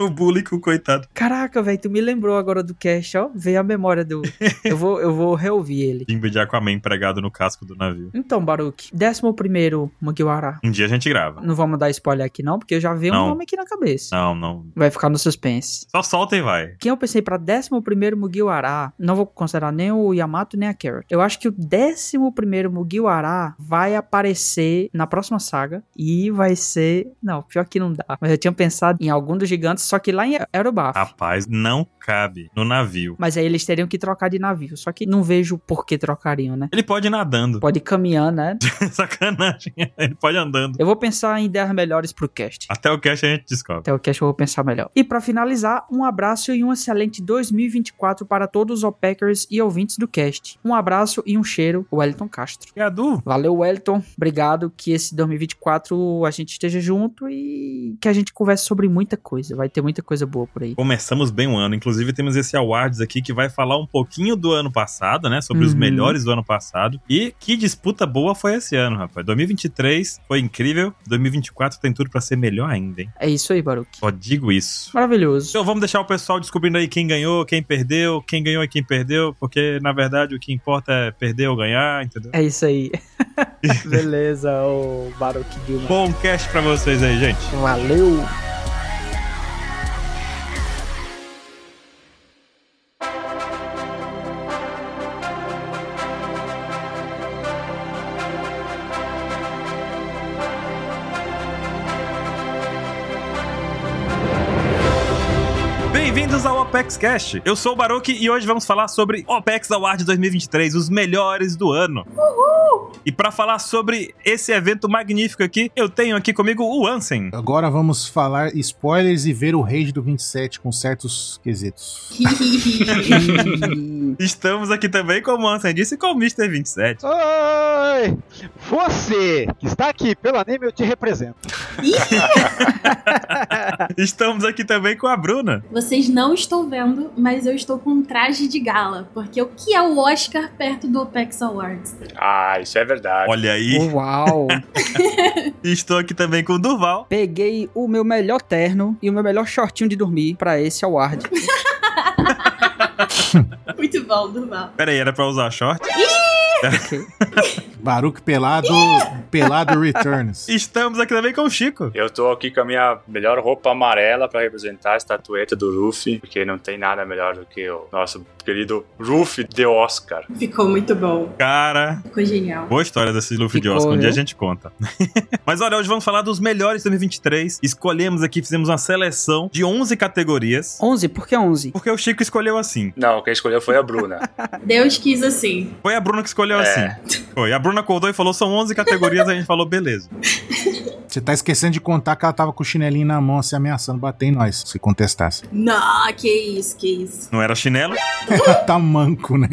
S1: O bullying com o coitado.
S6: Caraca, velho, tu me lembrou agora do cast, ó. Veio a memória do... Eu vou, eu vou reouvir ele.
S1: Jimber de Aquaman pregado no casco do navio.
S6: Então, Baruque, décimo primeiro Mugiwara.
S1: Um dia a gente grava.
S6: Não vamos dar spoiler aqui não, porque eu já vi um
S1: Não.
S6: nome aqui na cabeça.
S1: Não, não.
S6: Vai ficar no suspense.
S1: Só solta e vai.
S6: Quem eu pensei pra 11 Mugiwara, não vou considerar nem o Yamato nem a Carrot. Eu acho que o 11 Mugiwara vai aparecer na próxima saga e vai ser. Não, pior que não dá. Mas eu tinha pensado em algum dos gigantes, só que lá em Aerobaf.
S1: Rapaz, não cabe no navio.
S6: Mas aí eles teriam que trocar de navio. Só que não vejo por que trocariam, né?
S1: Ele pode ir nadando.
S6: Pode ir caminhando, né?
S1: [LAUGHS] Sacanagem. Ele pode ir andando.
S6: Eu vou pensar em ideias melhores pro cast.
S1: Até o cast a gente descobre.
S6: Até o cast eu vou pensar melhor. E pra finalizar, um abraço e um excelente 2024 para todos os OPECers e ouvintes do cast. Um abraço e um cheiro, Wellington Castro.
S1: E a Du?
S6: Valeu, Wellington. Obrigado que esse 2024 a gente esteja junto e que a gente converse sobre muita coisa. Vai ter muita coisa boa por aí.
S1: Começamos bem o ano. Inclusive, temos esse Awards aqui que vai falar um pouquinho do ano passado, né? Sobre os
S6: Uhum.
S1: melhores do ano passado. E que disputa boa foi esse ano, rapaz. 2023 foi incrível. 2024 tem tudo pra ser melhor ainda, hein?
S6: É isso aí, Baruque.
S1: Só digo isso.
S6: Maravilhoso.
S1: Então vamos deixar o pessoal descobrindo aí quem ganhou, quem perdeu, quem ganhou e quem perdeu, porque na verdade o que importa é perder ou ganhar, entendeu?
S6: É isso [LAUGHS] aí. Beleza, ô Baruque Gilman.
S1: Bom cast pra vocês aí, gente.
S6: Valeu!
S1: Bem-vindos ao OPEX Cast. Eu sou o Baruque e hoje vamos falar sobre OPEX Award 2023, os melhores do ano. Uhul! E pra falar sobre esse evento magnífico aqui, eu tenho aqui comigo o Ansem.
S5: Agora vamos falar spoilers e ver o Rage do 27 com certos quesitos.
S6: Ih,
S1: Estamos aqui também, como o Ansem disse, com o Mr. 27.
S4: Oi! Você que está aqui pelo anime, eu te represento.
S1: Estamos aqui também com a Bruna.
S2: Vocês não estão vendo, mas eu estou com um traje de gala. Porque o que é o Oscar perto do Apex Awards?
S3: Ah, isso é verdade.
S1: Olha aí.
S6: Uhum. Uau!
S1: E Estou aqui também com o Duval.
S6: Peguei o meu melhor terno e o meu melhor shortinho de dormir pra esse award.
S2: Muito bom, Durval.
S1: Pera aí, era pra usar short?
S5: Baruque Pelado, Pelado [LAUGHS] Returns.
S1: Estamos aqui também com o Chico.
S3: Eu tô aqui com a minha melhor roupa amarela pra representar a estatueta do Ruffy, porque não tem nada melhor do que o nosso querido Ruffy de Oscar.
S2: Ficou muito bom.
S1: Cara,
S2: Ficou genial.
S1: boa história desse Luffy de
S6: Ficou,
S1: Oscar. Um dia a
S6: viu?
S1: gente conta. [LAUGHS] Mas olha, hoje vamos falar dos melhores 2023. Escolhemos aqui, fizemos uma seleção de 11 categorias.
S6: 11? Por que 11?
S1: Porque o Chico escolheu assim.
S3: Não, quem escolheu foi a Bruna.
S1: [LAUGHS]
S2: Deus quis assim.
S1: Foi a Bruna que escolheu
S3: É.
S1: assim. Foi. A Bruna acordou e falou: são 11 categorias. a gente falou: beleza.
S5: Você tá esquecendo de contar que ela tava com o chinelinho na mão, se ameaçando bater em nós, se contestasse. [LAUGHS]
S2: Não, ah, que isso, que isso.
S1: Não era chinelo?
S5: tá manco, né?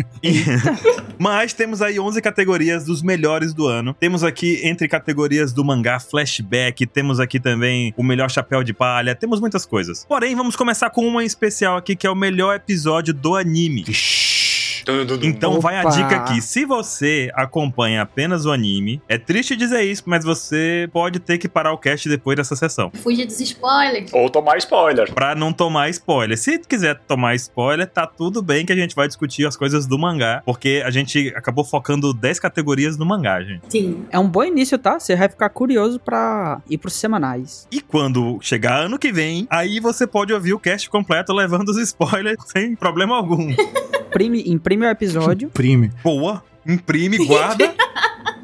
S1: Mas temos aí 11 categorias dos melhores do ano. Temos aqui entre categorias do mangá flashback, temos aqui também o melhor chapéu de palha, temos muitas coisas. Porém, vamos começar com uma em especial aqui que é o melhor episódio do anime.
S5: Vixi.
S3: Dum, dum, dum.
S1: Então
S6: Opa!
S1: vai a dica aqui. Se você acompanha apenas o anime, é triste dizer isso, mas você pode ter que parar o cast depois dessa sessão.
S2: Fuja dos spoilers.
S3: Ou tomar spoiler.
S1: Pra não tomar spoiler. Se quiser tomar spoiler, tá tudo bem que a gente vai discutir as coisas do mangá, porque a gente acabou focando 10 categorias no mangá, gente.
S2: Sim.
S6: É um bom início, tá? Você vai ficar curioso pra ir pros semanais.
S1: E quando chegar ano que vem, aí você pode ouvir o cast completo levando os spoilers [LAUGHS] sem problema algum. [LAUGHS]
S6: Imprime, imprime o episódio.
S5: Prime.
S1: Boa, imprime, guarda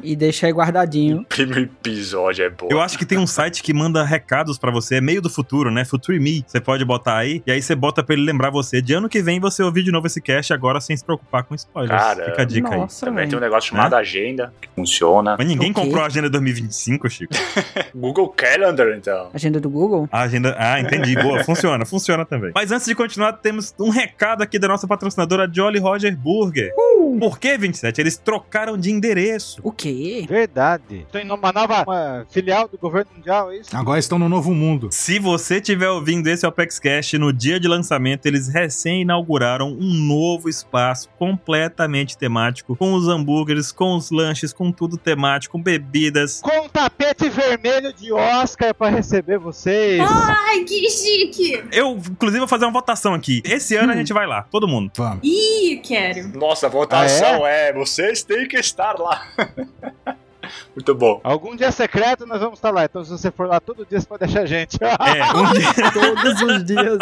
S6: e deixa aí guardadinho.
S3: Primo episódio é
S1: [LAUGHS]
S3: bom.
S1: Eu acho que tem um site que manda recados pra você, é meio do futuro, né? Future Me. Você pode botar aí, e aí você bota pra ele lembrar você. De ano que vem você ouvir de novo esse cast agora sem se preocupar com spoilers.
S3: Cara,
S1: Fica a dica aí.
S6: Nossa,
S3: Também tem um
S6: velho.
S3: negócio chamado
S1: Né?
S3: agenda, que funciona.
S1: Mas ninguém
S6: O quê?
S1: comprou a agenda 2025, Chico.
S3: Google Calendar, então.
S6: Agenda do Google?
S1: A agenda. Ah, entendi. [LAUGHS] Boa, funciona, funciona também. Mas antes de continuar, temos um recado aqui da nossa patrocinadora Jolly Roger Burger. Por que 27? Eles trocaram de endereço.
S6: O quê? [LAUGHS]
S4: Verdade. Tem uma nova uma filial do governo mundial, é isso?
S5: Agora estão no novo mundo.
S1: Se você estiver ouvindo esse Apex Cash no dia de lançamento, eles recém inauguraram um novo espaço completamente temático, com os hambúrgueres, com os lanches, com tudo temático, com bebidas.
S4: Com um tapete vermelho de Oscar pra receber vocês.
S2: Ai, que chique!
S1: Eu, inclusive, vou fazer uma votação aqui. Esse ano a gente vai lá, todo mundo.
S5: Vamos.
S2: Ih, quero.
S3: Nossa, a
S1: Ah,
S3: votação é? vocês têm que estar lá. [LAUGHS] Muito bom.
S4: Algum dia secreto nós vamos estar lá. Então se você for lá todo dia, você pode deixar a gente. [LAUGHS]
S1: É, um
S6: [LAUGHS]
S1: dia.
S6: Todos os dias.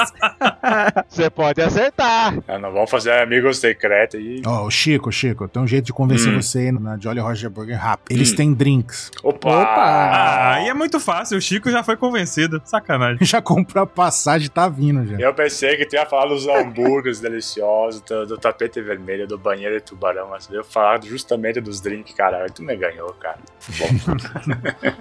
S4: você pode acertar.
S3: Ah, não vamos fazer amigo secreto aí.
S5: Ó, o Chico, Chico, tem um jeito de convencer
S3: Hum.
S5: você aí na Jolly Roger Burger rápido. Eles
S3: Hum.
S5: têm drinks. [LAUGHS]
S3: Opa!
S6: Opa!
S1: Ah, e é muito fácil. O Chico já foi convencido. Sacanagem.
S5: Já comprou a passagem, tá vindo já.
S3: Ah, Eu pensei que tu ia falar dos hambúrgueres [LAUGHS] deliciosos, do, do tapete vermelho, do banheiro de tubarão, mas eu ia falar justamente dos drinks, cara. Tu me ganhou, cara. Bom,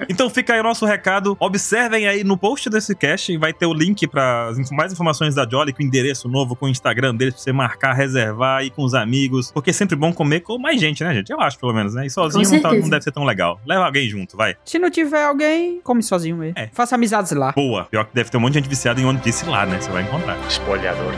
S1: Então fica aí o nosso recado. Observem aí no post desse cast, vai ter o link para mais informações da Jolly, com o endereço novo, com o Instagram deles, pra você marcar, reservar, ir com os amigos. Porque é sempre bom comer com mais gente, né, gente? Eu acho, pelo menos, né? E sozinho
S2: Com
S1: não, tá-
S2: certeza.
S1: não deve ser tão legal. Leva alguém junto, vai.
S6: Se não tiver alguém, come sozinho mesmo.
S1: É.
S6: Faça amizades lá.
S1: Boa. Pior que deve ter um monte de gente viciada em One Piece lá, né? Você vai encontrar.
S3: espolhador.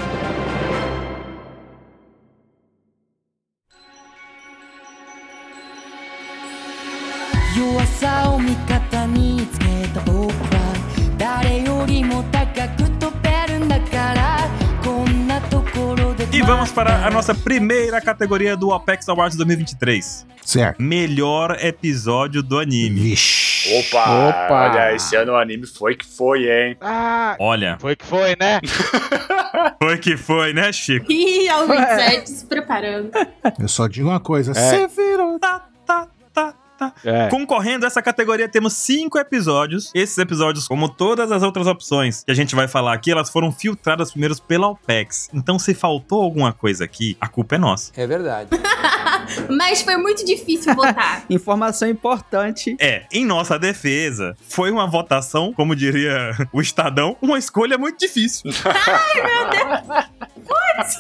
S1: E vamos para a nossa primeira categoria do Apex Awards 2023.
S5: Certo.
S1: Melhor episódio do anime.
S5: Vixe.
S3: Opa,
S6: Opa!
S3: Olha, esse ano o anime foi que foi, hein? [LAUGHS]
S4: Ah,
S1: Olha,
S4: foi que foi, né?
S1: foi que foi, né, Chico?
S2: Ih, ao 27 se preparando.
S5: Eu só digo uma coisa.
S4: É.
S5: Você virou.
S1: Tá, tá, tá, tá.
S4: É.
S1: Concorrendo a essa categoria, temos cinco episódios. Esses episódios, como todas as outras opções que a gente vai falar aqui, elas foram filtradas primeiro pela OPEX. Então, se faltou alguma coisa aqui, a culpa é nossa.
S9: É verdade.
S2: Mas foi muito difícil votar.
S6: Informação importante.
S1: É, em nossa defesa, foi uma votação, como diria [LAUGHS] o Estadão, uma escolha muito difícil.
S4: [LAUGHS]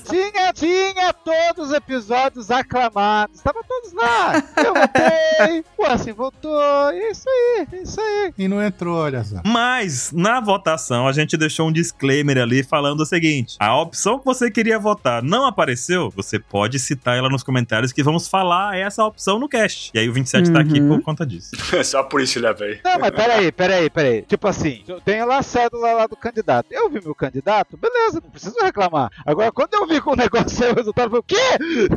S4: Tinha, tinha todos os episódios aclamados. Tava todos lá. Eu votei. O assim voltou. E é isso aí, é isso aí.
S5: E não entrou, olha só.
S1: Mas, na votação, a gente deixou um disclaimer ali falando o seguinte: a opção que você queria votar não apareceu, você pode citar ela nos comentários que vamos falar essa opção no cast. E aí o 27 tá aqui
S6: Uhum.
S1: por conta disso.
S3: Só por isso né, levei.
S4: Não, mas peraí, peraí, peraí. Tipo assim, eu tenho lá a cédula lá do candidato. Eu vi meu candidato, beleza, não preciso reclamar. Agora, quando eu vi com o [LAUGHS] negócio saiu o resultado, eu falei, o quê?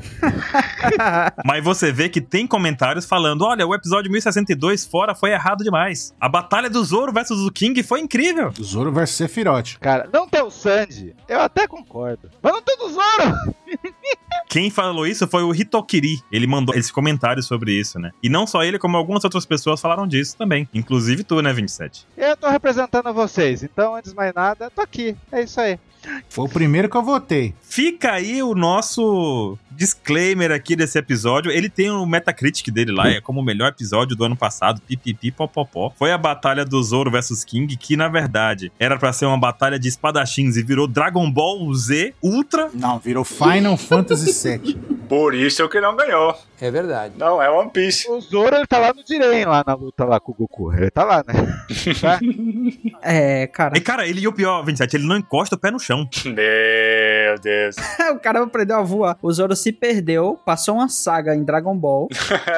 S1: Mas você vê que tem comentários falando: olha, o episódio 1062 fora foi errado demais. A batalha do Zoro versus o King foi incrível.
S5: Zoro versus Sephiroth.
S4: Cara, não ter o Sandy, eu até concordo. Mas não ter o Zoro!
S1: Quem falou isso foi o Hitokiri. Ele mandou esse comentário sobre isso, né? E não só ele, como algumas outras pessoas falaram disso também. Inclusive tu, né, 27?
S4: [LAUGHS] Eu tô representando vocês, então, antes de mais nada, tô aqui. É isso aí.
S5: Foi o primeiro que eu votei.
S1: Fica aí o nosso disclaimer aqui desse episódio. Ele tem o Metacritic dele lá, é como o melhor episódio do ano passado, pipipi popopó. Foi a batalha do Zoro versus King, que na verdade era pra ser uma batalha de espadachins e virou Dragon Ball Z Ultra
S5: Não, virou Final Fantasy VII.
S3: Por isso que não ganhou.
S9: É verdade.
S3: Não, é One Piece. [LAUGHS]
S4: O Zoro, ele tá lá no Direin, lá na luta lá com o Goku. Ele tá lá, né? Tá?
S6: É, cara. [LAUGHS]
S1: E cara, ele e o pior, 27, ele não encosta o pé no chão.
S3: Meu Deus. [LAUGHS]
S6: o cara aprendeu a voar. O Zoro se perdeu, passou uma saga em
S1: [LAUGHS]
S6: Dragon Ball.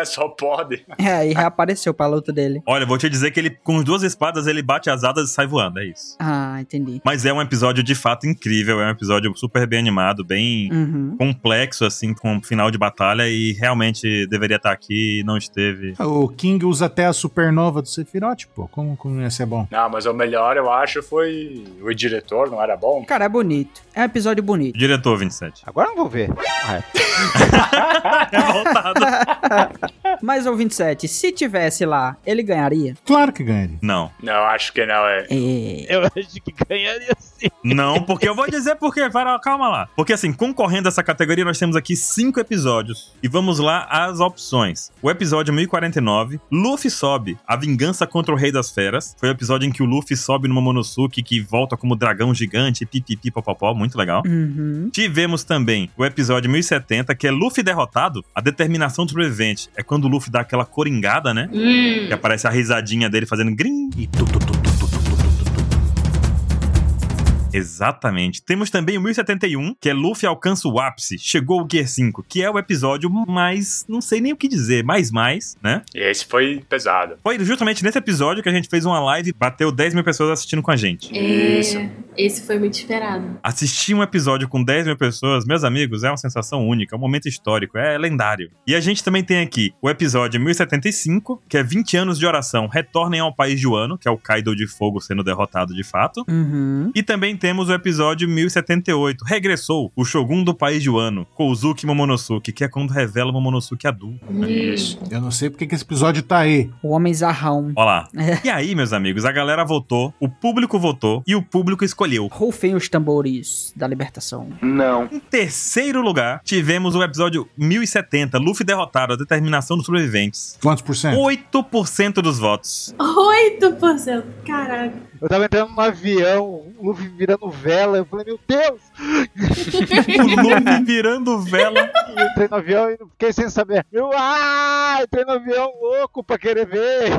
S3: Só pode.
S6: é, e reapareceu pra luta dele.
S1: Olha, vou te dizer que ele, com as duas espadas, ele bate as asas e sai voando, é isso.
S6: Ah, entendi.
S1: Mas é um episódio de fato incrível, é um episódio super bem animado, bem
S6: Uhum.
S1: complexo, assim, com um final de batalha e realmente deveria estar aqui e não esteve.
S5: Ah, o King usa até a supernova do Sephiroth, pô. Como, como ia ser bom?
S3: Não, mas o melhor eu acho foi o diretor, não era bom?
S6: Cara, é bonito. É um episódio bonito.
S4: [LAUGHS]
S1: Diretor, 27.
S4: Agora eu não vou ver. Ah,
S1: É voltado.
S6: Mas o 27, se tivesse lá, ele ganharia?
S5: Claro que ganharia.
S1: Não.
S3: Não, acho que não, é.
S6: É.
S4: Eu acho que ganharia sim.
S1: Não, porque eu vou dizer por quê. Vai, calma lá. Porque assim, concorrendo a essa categoria, nós temos aqui cinco episódios. E vamos lá às opções. O episódio 1049, Luffy sobe, a vingança contra o Rei das Feras. Foi o episódio em que o Luffy sobe no Momonosuke, que volta como dragão gigante, pipipi, popopó, muito legal.
S6: Uhum.
S1: Tivemos também o episódio 1070, que é Luffy derrotado, a determinação do sobrevivente. É quando o Luffy dá aquela coringada, né?
S2: Hum.
S1: Que aparece a risadinha dele fazendo grim e tu, tu, tu, tu, tu, tu, tu. Exatamente. Temos também o 1071, que é Luffy alcança o ápice, chegou o Gear 5, que é o episódio mais, não sei nem o que dizer, mais mais, né?
S3: E esse foi pesado.
S1: Foi justamente nesse episódio que a gente fez uma live e bateu 10 mil pessoas assistindo com a gente.
S2: [LAUGHS] É,
S3: Isso.
S2: esse foi muito esperado.
S1: Assistir um episódio com 10 mil pessoas, meus amigos, é uma sensação única, é um momento histórico, é lendário. E a gente também tem aqui o episódio 1075, que é 20 anos de oração, retornem ao país de Wano, que é o Kaido de Fogo sendo derrotado de fato.
S6: Uhum.
S1: E também temos o episódio 1078, Regressou, o Shogun do país de Wano, Kouzuki Momonosuke, que é quando revela o Momonosuke adulto.
S2: Hum.
S3: Isso.
S5: Eu não sei porque que esse episódio tá aí.
S6: O homem zarrão.
S1: Olha lá.
S6: É.
S1: E aí, meus amigos, a galera votou, o público votou e o público escolheu.
S6: Rufem os tambores da libertação.
S1: Em terceiro lugar, tivemos o episódio 1070, Luffy derrotado, a determinação dos sobreviventes.
S5: Quantos por cento?
S1: 8% dos votos.
S2: 8%. Caralho.
S4: Eu tava entrando num avião, o Luffy virando vela. Eu falei, meu Deus!
S1: O Luffy virando vela.
S4: E eu entrei no avião e não fiquei sem saber. Eu, ah, entrei no avião louco pra querer ver.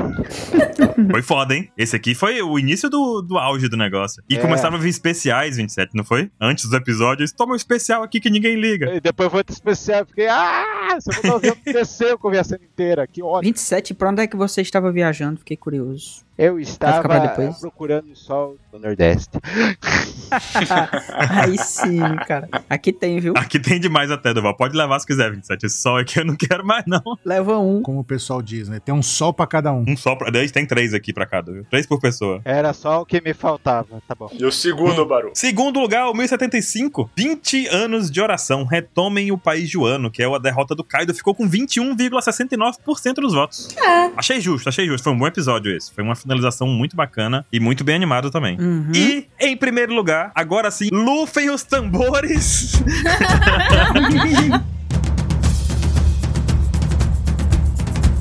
S4: [LAUGHS]
S1: Foi foda, hein? Esse aqui foi o início do, do auge do negócio. E
S4: É.
S1: começaram a vir especiais, 27, não foi? Antes dos episódios. Toma um especial aqui que ninguém liga.
S4: E depois foi outro especial. eu Fiquei, ah, você mandou o avião [LAUGHS] desceu com a cena inteira. Que ótimo.
S6: 27, pra onde é que você estava viajando? Fiquei [LAUGHS] curioso.
S4: Eu estava
S6: pra depois?
S4: procurando o sol do Nordeste.
S6: Aí sim, cara. Aqui tem, viu?
S1: Aqui tem demais até, Duval. Pode levar se quiser, 27. Esse sol aqui eu não quero mais, não.
S6: Leva um.
S5: Como o pessoal diz, né? Tem um sol pra cada um.
S1: Um sol pra. Daí tem três aqui pra cada, viu? Três por pessoa.
S4: Era só o que me faltava, tá bom.
S3: E o segundo, Baru?
S1: Segundo lugar, o 1075. 20 anos de oração. Retomem o país Joano, que é a derrota do Kaido. Ficou com 21,69% dos votos.
S2: É.
S1: Achei justo, achei justo. Foi um bom episódio esse. Foi uma finalização muito bacana e muito bem animado também.
S6: Uhum.
S1: E, em primeiro lugar, agora sim, lufem os
S6: [LAUGHS]
S1: tambores.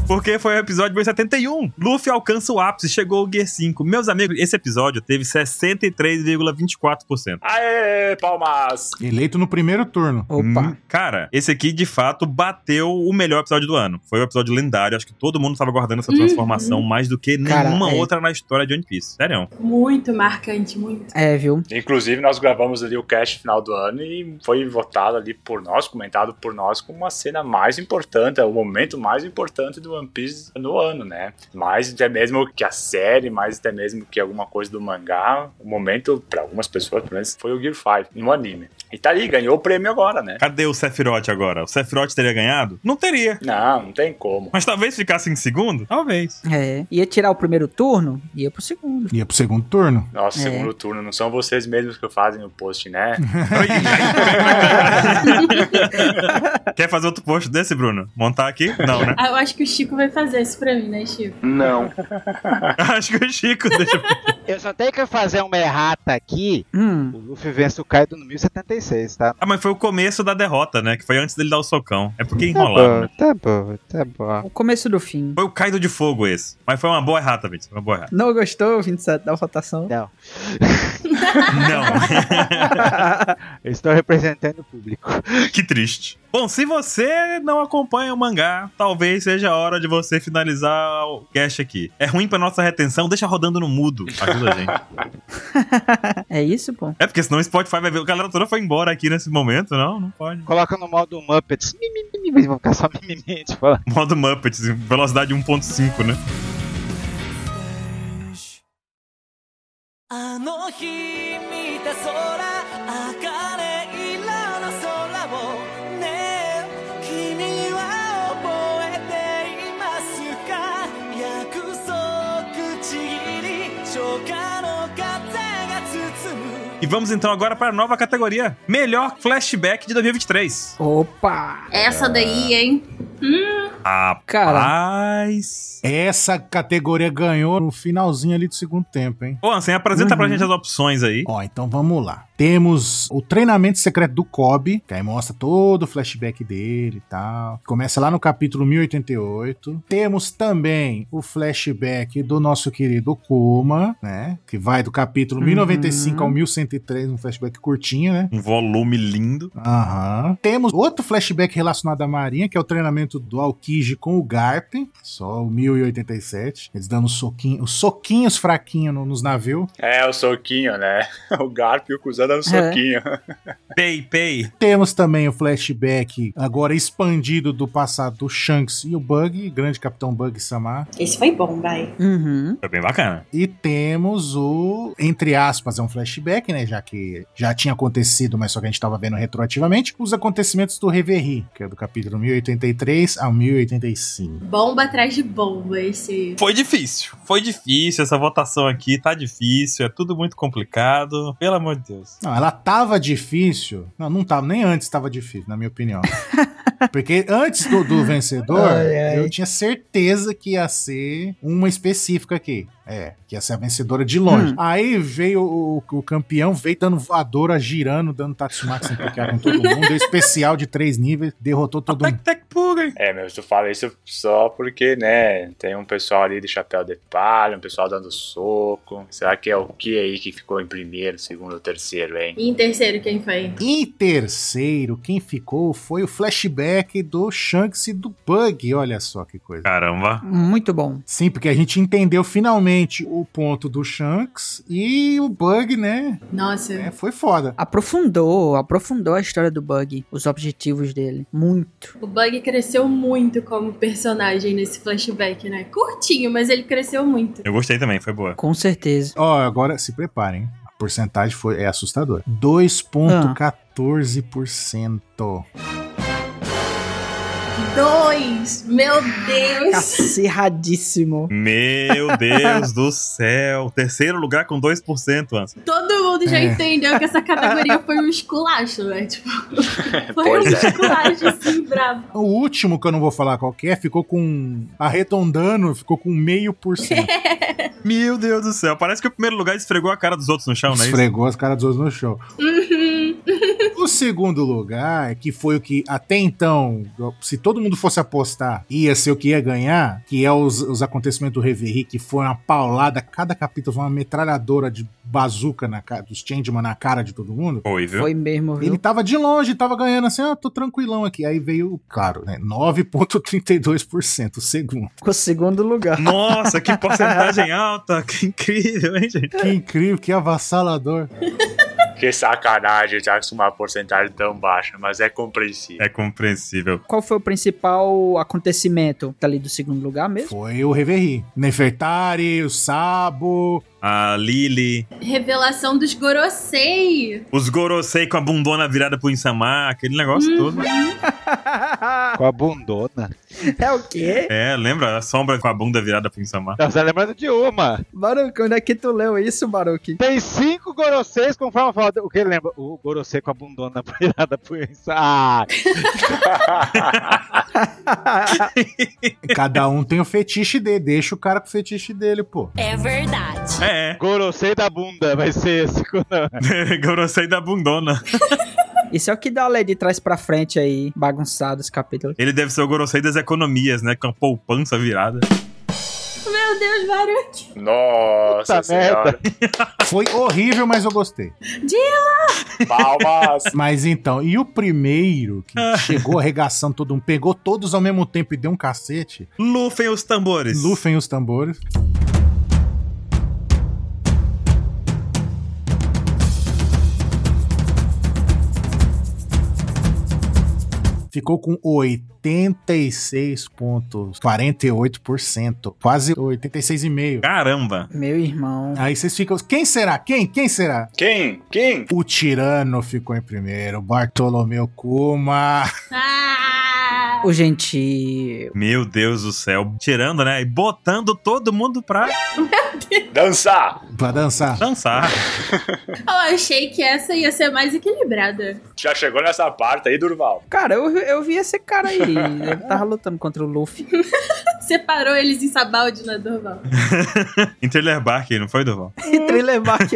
S1: Porque foi o episódio 1071. Luffy alcança o ápice, chegou o Gear 5. Meus amigos, esse episódio teve 63,24%.
S3: Aê, palmas!
S5: Eleito no primeiro turno.
S1: Hum,
S6: Opa.
S1: Cara, esse aqui de fato bateu o melhor episódio do ano. Foi o episódio lendário. Acho que todo mundo tava guardando essa transformação mais do que
S6: Uhum. Cara,
S1: nenhuma
S6: é.
S1: outra na história de One Piece. Sério.
S2: Muito marcante, muito.
S6: É, viu?
S3: Inclusive, nós gravamos ali o cast final do ano e foi votado ali por nós, comentado por nós, como a cena mais importante, é o momento mais importante do One Piece no ano, né? Mais até mesmo que a série, mais até mesmo que alguma coisa do mangá, o momento, pra algumas pessoas, pelo menos, foi o Gear 5, no anime. E tá ali, ganhou o prêmio agora, né?
S1: Cadê o Sephiroth agora? O Sephiroth teria ganhado? Não teria.
S3: Não, não tem como.
S1: Mas talvez ficasse em segundo? Talvez.
S6: É. Ia tirar o primeiro turno, ia pro segundo.
S5: Ia pro segundo turno.
S3: Nossa,
S6: É.
S3: segundo turno, não são vocês mesmos que fazem o post, né?
S1: [LAUGHS] Quer fazer outro post desse, Bruno? Montar aqui? Não, né? [LAUGHS]
S2: Ah, eu acho que o Chico vai fazer isso pra mim, né, Chico?
S1: Acho que o Chico deixa.
S4: Eu só tenho que fazer uma errata aqui.
S6: Hum.
S4: O Luffy vence o Kaido no 1076, tá?
S1: Ah, mas foi o começo da derrota, né? Que foi antes dele dar o socão. É porque
S4: Tá
S1: enrolaram, né?
S4: bom, tá bom, tá bom.
S6: O começo do fim.
S1: Foi o Kaido de fogo esse. Mas foi uma boa errata, Vitor. Uma boa errata.
S6: Não gostou, 27, da votação?
S4: Não,
S1: Não. [LAUGHS]
S4: eu estou representando o público.
S1: Que triste. Bom, se você não acompanha o mangá, talvez seja a hora de você finalizar o cast aqui. É ruim pra nossa retenção, deixa rodando no mudo. Ajuda a gente.
S6: é isso, pô?
S1: É porque senão o Spotify vai ver. A galera toda foi embora aqui nesse momento. Não, não pode.
S4: Coloca no modo Muppets. Mimimi, eles vão ficar só mimimi, tipo, lá.
S1: Modo Muppets, velocidade 1.5, né? E vamos então agora para a nova categoria: Melhor Flashback de 2023.
S6: Opa!
S3: Ah.
S2: Essa daí, hein?
S6: Cara.
S1: Rapaz.
S5: Essa categoria ganhou no finalzinho ali do segundo tempo, hein?
S1: Ô, Ansem, apresenta pra gente as opções aí.
S5: Ó, então vamos lá. Temos o treinamento secreto do Kobe, que aí mostra todo o flashback dele e tal. Começa lá no capítulo 1088. Temos também o flashback do nosso querido Kuma, né? Que vai do capítulo 1095 ao 1103, um flashback curtinho, né?
S1: Um volume lindo.
S5: Aham. Temos outro flashback relacionado à Marinha, que é o treinamento do Alkiji com o Garp, só o 1087. Eles dando um soquinho, os soquinhos fraquinhos no- nos navios.
S3: É, o soquinho, né? [LAUGHS] O Garp e o Kuzan dando soquinho.
S1: Pei, pei.
S5: Temos também o flashback agora expandido do passado do Shanks e o Bug, grande Capitão Bug Samar.
S2: Esse foi bom, vai.
S6: Uhum.
S1: Foi É bem bacana.
S5: E temos o, entre aspas, é um flashback, né? Já que já tinha acontecido, mas só que a gente tava vendo retroativamente, os acontecimentos do Reverie, que é do capítulo 1083 ao 1085.
S2: Bomba atrás de bomba, esse.
S1: Foi difícil. Foi difícil essa votação aqui. Tá difícil. É tudo muito complicado. Pelo amor de Deus.
S5: Não, ela tava difícil. Não, não tava. Nem antes tava difícil, na
S6: [LAUGHS]
S5: minha opinião. Porque antes do, do vencedor,
S6: Ai, ai.
S5: eu tinha certeza que ia ser uma específica aqui. É, que ia ser a vencedora de longe.
S6: Hum.
S5: Aí veio o, o campeão, veio dando voadora, girando, dando tatsumaki sem tocar com todo mundo. Deu especial de três níveis, derrotou todo mundo.
S1: Tec, tec, pura.
S3: É, meu, tu fala isso só porque, né, tem um pessoal ali de chapéu de palha, um pessoal dando soco. Será que é o que aí que ficou em primeiro, segundo, terceiro, hein?
S2: E em terceiro, quem foi?
S5: Em terceiro, quem ficou foi o flashback do Shanks e do Bug. Olha só que coisa.
S1: Caramba.
S6: Muito bom.
S5: Sim, porque a gente entendeu finalmente o ponto do Shanks e o Bug, né?
S2: Nossa.
S5: É, foi foda.
S6: Aprofundou, aprofundou a história do Bug, os objetivos dele. Muito.
S2: O Bug cresceu muito como personagem nesse flashback, né? Curtinho, mas ele cresceu muito.
S1: Eu gostei também. Foi boa.
S6: Com certeza.
S5: Ó, agora se preparem. A porcentagem foi, é assustadora. 2,14%.
S2: Dois! Meu Deus!
S6: Acirradíssimo.
S1: [LAUGHS] Meu Deus do céu. Terceiro lugar com 2%, Anson.
S2: Todo mundo já
S5: É.
S2: entendeu que essa categoria foi um esculacho, né?
S3: [LAUGHS]
S2: Tipo, foi um
S3: Pois é.
S2: esculacho assim, brabo.
S5: O último, que eu não vou falar qual que é, ficou com. Arredondando, ficou com meio por cento.
S1: Meu Deus do céu. Parece que o primeiro lugar esfregou a cara dos outros no
S5: é
S1: chão, né?
S5: Esfregou as caras dos outros no show.
S2: Uhum.
S5: O segundo lugar, que foi o que até então, se todo mundo fosse apostar, ia ser o que ia ganhar, que é os, os acontecimentos do Reverie, que foi uma paulada, cada capítulo foi uma metralhadora de bazuca na cara, dos Changeman na cara de todo mundo.
S1: Foi, viu?
S6: Foi mesmo, viu?
S5: Ele tava de longe, tava ganhando assim, ah, tô tranquilão aqui. Aí veio, claro, né, 9,32% o segundo.
S6: Ficou segundo lugar.
S1: [LAUGHS] Nossa, que porcentagem alta. Que incrível, hein, gente?
S5: [LAUGHS] Que incrível, que avassalador.
S3: Que sacanagem, já com uma porcentagem tão baixa, mas é compreensível.
S1: É compreensível.
S6: Qual foi o principal acontecimento ali do segundo lugar mesmo?
S5: Foi o Reverie. Nefertari, o Sabo,
S1: A Lily,
S2: Revelação dos Gorosei.
S1: os Gorosei com a bundona virada pro Insamar, aquele negócio todo.
S4: Com a bundona.
S6: [LAUGHS] É o quê?
S1: É, lembra? A sombra com a bunda virada pro Insamar.
S4: Não, você tá lembrando de uma.
S6: Baruque, onde é que tu leu isso, Baruque?
S4: Tem cinco Goroseis conforme a foto. O que ele lembra? O Gorosei com a bundona [LAUGHS] virada por isso. Ah,
S5: cada um tem o fetiche dele, deixa o cara com o fetiche dele, pô.
S9: É verdade.
S1: É, [LAUGHS]
S4: Gorosei da bunda vai ser esse. quando-
S1: Gorosei da bundona.
S6: [LAUGHS] Isso é o que dá a lei de trás pra frente aí, bagunçado os capítulos.
S1: Ele deve ser o Gorosei das economias, né? Com a poupança virada.
S2: Meu Deus, barulho.
S3: Nossa
S4: Puta
S3: senhora.
S5: Foi horrível, mas eu gostei.
S3: Palmas!
S5: Mas então, e o primeiro que chegou arregaçando todo mundo, pegou todos ao mesmo tempo e deu um cacete?
S1: Lufem os tambores.
S5: Lufem os tambores. Ficou com 86,48%. Quase 86,5%.
S1: Caramba.
S6: Meu irmão.
S5: Aí vocês ficam. Quem será? Quem? Quem será?
S3: Quem? Quem?
S5: O Tirano ficou em primeiro, Bartolomeu Kuma.
S2: Ah!
S6: o Gentio.
S1: Meu Deus do céu. Tirando, né? E botando todo mundo pra
S3: Dançar!
S5: Pra dançar.
S1: dançar.
S2: Eu achei que essa ia ser mais equilibrada.
S3: Já chegou nessa parte aí, Durval.
S6: Cara, eu, eu vi esse cara [LAUGHS] aí. Ele tava lutando contra o Luffy. [LAUGHS]
S2: Separou eles em Sabaldi na Durval.
S1: em Thriller Bark, não foi, Durval? [LAUGHS]
S6: E Thriller Bark.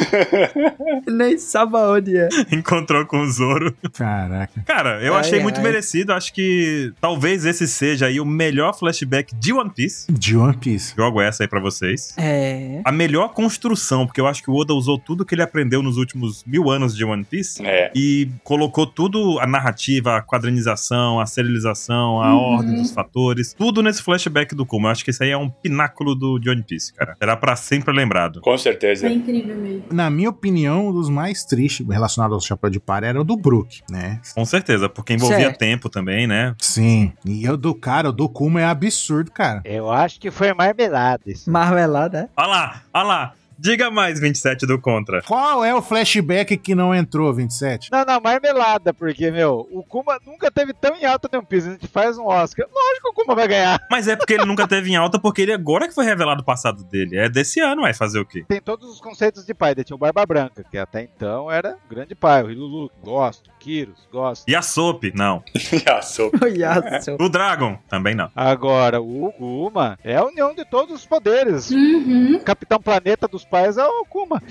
S6: [LAUGHS] Nem sabe aonde é.
S1: Encontrou com o Zoro.
S5: Caraca.
S1: Cara, eu
S6: Ai,
S1: achei muito
S6: ai.
S1: merecido. Acho que talvez esse seja aí o melhor flashback de One Piece.
S5: De One Piece.
S1: Jogo essa aí pra vocês.
S6: É.
S1: A melhor construção, porque eu acho que o Oda usou tudo que ele aprendeu nos últimos mil anos de One Piece.
S3: É.
S1: e colocou tudo, a narrativa, a quadrinização, a serialização, a
S2: Uhum.
S1: ordem dos fatores, tudo nesse flashback do Kuma. Eu acho que isso aí é um pináculo do de One Piece, cara. Será pra sempre lembrado.
S3: Com
S2: Foi
S3: [LAUGHS] certeza.
S2: é incrível mesmo.
S5: Na minha opinião, um dos mais tristes relacionados ao Chapéu de Palha era o do Brook, né?
S1: Com certeza, porque envolvia
S6: Certo.
S1: tempo também, né?
S5: Sim. E o do cara, o do Kuma é absurdo, cara.
S4: Eu acho que foi marmelada isso.
S6: Marvelada,
S1: Olha lá, olha lá. Diga mais 27 do Contra.
S5: Qual é o flashback que não entrou, 27?
S4: Não, não, marmelada, porque, meu, o Kuma nunca teve tão em alta de um piso. A gente faz um Oscar. Lógico que o Kuma vai ganhar. [LAUGHS]
S1: Mas é porque ele nunca teve em alta, porque ele agora que foi revelado o passado dele. É desse ano, vai fazer o quê?
S4: Tem todos os conceitos de pai. Daí Tinha o Barba Branca, que até então era um grande pai. O Hilulu, gosto. Kiros, gosto.
S1: E a Soap? Não.
S3: Já sou.
S6: né? O Yasuo.
S1: O Dragon? Também não.
S4: Agora, o Kuma é a união de todos os poderes.
S2: Uhum.
S4: Capitão Planeta dos pais é o Kuma.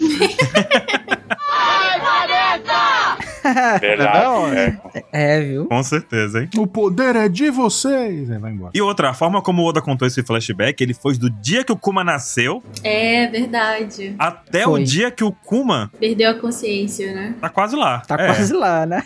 S3: Verdade.
S4: Não,
S3: é.
S6: É, viu?
S1: Com certeza, hein?
S5: O poder é de vocês. Aí vai embora.
S1: E outra, a forma como o Oda contou esse flashback, ele foi do dia que o Kuma nasceu
S2: É verdade.
S1: Até
S6: Foi.
S1: o dia que o Kuma
S2: Perdeu a consciência, né?
S1: tá quase lá.
S6: Tá
S1: É.
S6: quase lá, né?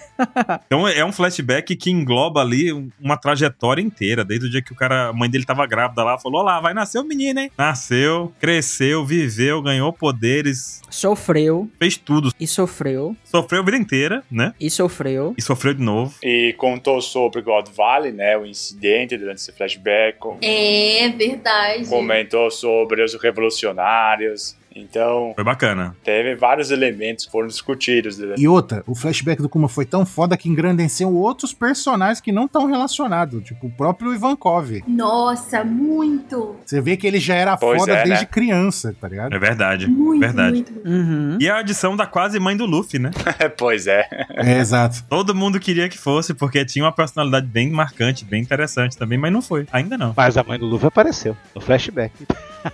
S1: Então é um flashback que engloba ali um- uma trajetória inteira, desde o dia que o cara, a mãe dele tava grávida lá, falou: "Olá, vai nascer o menino, hein?". Nasceu, cresceu, viveu, ganhou poderes,
S6: Sofreu,
S1: fez tudo,
S6: e sofreu,
S1: sofreu a vida inteira, né?
S6: e sofreu.
S1: E sofreu de novo.
S3: E contou sobre God Valley, né? O incidente durante esse flashback. com-
S2: É verdade.
S3: Comentou sobre os revolucionários. Então,
S1: Foi bacana.
S3: teve vários elementos que foram discutidos. né? durante-
S5: E outra, o flashback do Kuma foi tão foda que engrandeceu outros personagens que não estão relacionados, tipo o próprio Ivankov.
S2: Nossa, muito.
S5: Você vê que ele já era
S3: Pois
S5: foda
S3: é,
S5: desde
S3: né?
S5: criança, tá ligado?
S1: É verdade.
S2: Muito,
S1: Verdade.
S2: muito. muito.
S6: Uhum.
S1: E é a adição da quase mãe do Luffy, né?
S3: pois é.
S5: É, exato.
S1: Todo mundo queria que fosse, porque tinha uma personalidade bem marcante, bem interessante também, mas não foi. Ainda não.
S4: Mas a mãe do Luffy apareceu no flashback.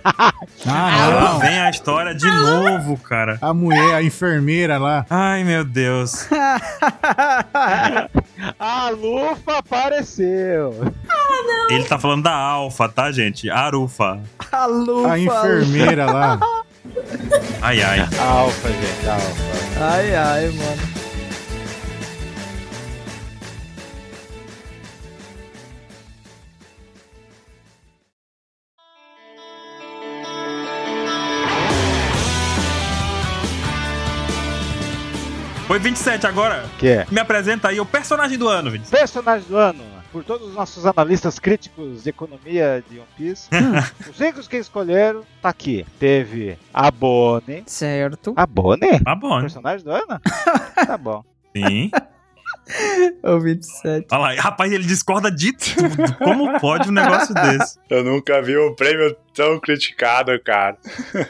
S1: Lá
S5: Ah,
S1: vem a história de novo, cara.
S5: não. A mulher, a enfermeira lá.
S1: Ai, meu Deus.
S4: A Luffy apareceu.
S1: Ele tá falando da Alfa, tá, gente? Arufa.
S6: a Lufa.
S5: A enfermeira lá.
S1: Ai, ai.
S4: Alfa, gente, alfa.
S6: Ai, ai, mano.
S1: Foi 27 agora.
S4: Que é?
S1: Me apresenta aí o personagem do ano, 27.
S4: Personagem do ano, por todos os nossos analistas críticos de economia de One Piece. os ricos que escolheram, tá aqui. Teve a Bonnie.
S6: Certo.
S4: A Bonnie?
S1: Tá bom.
S4: Personagem do ano? tá bom.
S1: Sim.
S6: O 27.
S1: Olha lá. Rapaz, ele discorda de tudo. Como pode um negócio desse?
S3: Eu nunca vi um prêmio tão criticado, cara.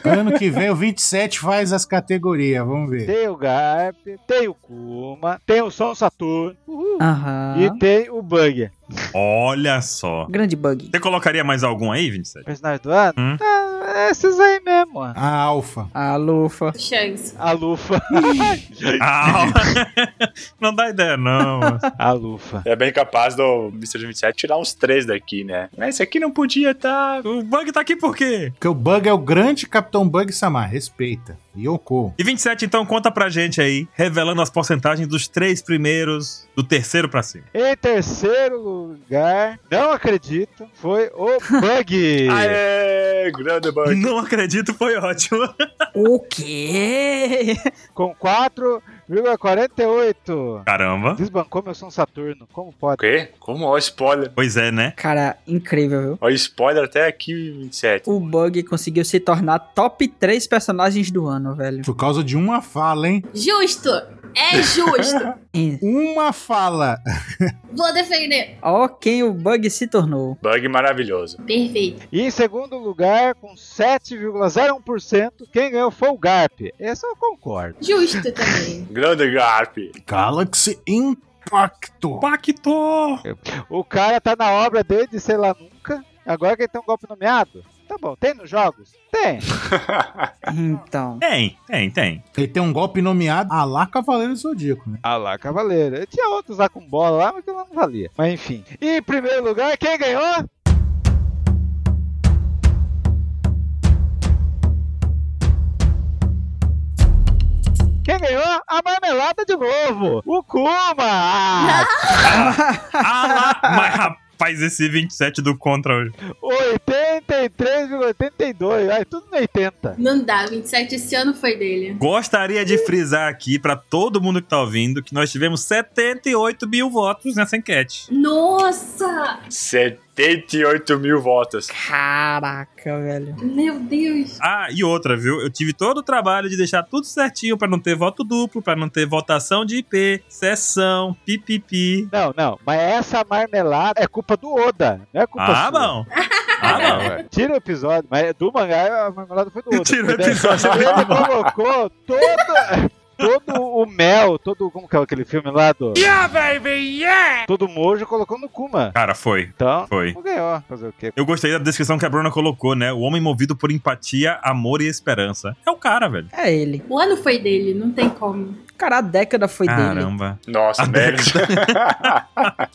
S5: Ano que vem, o 27 faz as categorias, vamos ver.
S4: Tem o Garp, tem o Kuma, tem o Son Saturno
S6: Aham.
S4: e tem o Bug.
S1: Olha só.
S6: Grande bug.
S1: Você colocaria mais algum aí,
S4: [LAUGHS]
S1: 27?
S4: Personagem do ano?
S1: Hum.
S4: Ah, esses aí mesmo. ó.
S5: A Alfa.
S6: A Lufa.
S2: Shanks.
S4: A Lufa.
S1: Ah, [LAUGHS] não dá ideia, não.
S4: a Lufa.
S3: É bem capaz do Mr. 27 tirar uns três daqui, né? Mas esse aqui não podia estar.
S1: O Bug tá aqui por quê?
S5: Porque o Bug é o grande Capitão Bug Samar. Respeita. Yoko.
S1: E 27, então, conta pra gente aí, revelando as porcentagens dos três primeiros, do terceiro pra cima.
S4: Em terceiro lugar, não acredito, foi o Bug.
S3: Aê, grande banco.
S1: Não acredito, foi ótimo.
S6: O quê?
S4: com 4,4%. 1,48.
S1: Caramba.
S4: Desbancou meu São Saturno. Como
S3: O
S4: pode?
S3: quê? Como? Ó, spoiler.
S1: Pois é, né?
S6: Cara, incrível, viu?
S3: Ó, spoiler até aqui, 27.
S6: O Bug conseguiu se tornar top 3 personagens do ano, velho.
S5: Por causa de uma fala, hein?
S2: Justo! É justo!
S6: E-
S5: Uma fala.
S2: Vou defender.
S6: Ó quem o Bug se tornou.
S3: Bug maravilhoso.
S2: Perfeito.
S4: E em segundo lugar, com 7,01%, quem ganhou foi o Garp. Esse eu concordo.
S2: Justo também.
S3: Grande Garp.
S5: Galaxy Impacto.
S1: Pacto!
S4: O cara tá na obra desde sei lá nunca. Agora que ele tem um golpe nomeado. Tá bom, tem nos jogos? Tem.
S6: Então,
S1: Tem, tem, tem.
S5: Ele tem um golpe nomeado a lá Cavaleiro do Zodíaco, né?
S4: Ah lá, Cavaleiro. Eu tinha outros lá com bola lá, mas que lá não valia. Mas enfim. E em primeiro lugar, quem ganhou? Quem ganhou? A marmelada de novo! O Kuma! Ah,
S1: Ah lá! Mas rapaz, esse 27 do Contra.
S4: 83,82. Ai, tudo no 80.
S2: Não dá, 27 esse ano foi dele.
S1: Gostaria de frisar aqui pra todo mundo que tá ouvindo que nós tivemos 78 mil votos nessa enquete.
S2: Nossa!
S3: 78 mil votos.
S6: caraca, velho.
S2: Meu Deus!
S1: Ah, e outra, viu? Eu tive todo o trabalho de deixar tudo certinho pra não ter voto duplo, pra não ter votação de IP, sessão, pipipi.
S4: Não, não, mas essa marmelada é culpa do Oda, não é culpa
S1: Ah,
S4: sua. é.
S1: bom. Ah, bom.
S4: Tira o episódio, mas do mangá a
S1: [LAUGHS]
S4: marmelada foi do Oda.
S1: Tira o
S4: Porque
S1: episódio.
S4: Ele colocou todo, todo o mel, todo. Como que é aquele filme lá do. Yeah, baby, yeah! Todo o mojo colocou no Kuma.
S1: Cara, foi.
S4: Então,
S1: Foi.
S4: não ganhou. Fazer o quê?
S1: Eu gostei da descrição que a Bruna colocou, né? O homem movido por empatia, amor e esperança. É o cara, velho.
S6: É ele.
S2: O ano foi dele, não tem como.
S6: Cara, a década foi dele.
S1: Caramba. Ah,
S3: Nossa,
S1: A
S3: velho.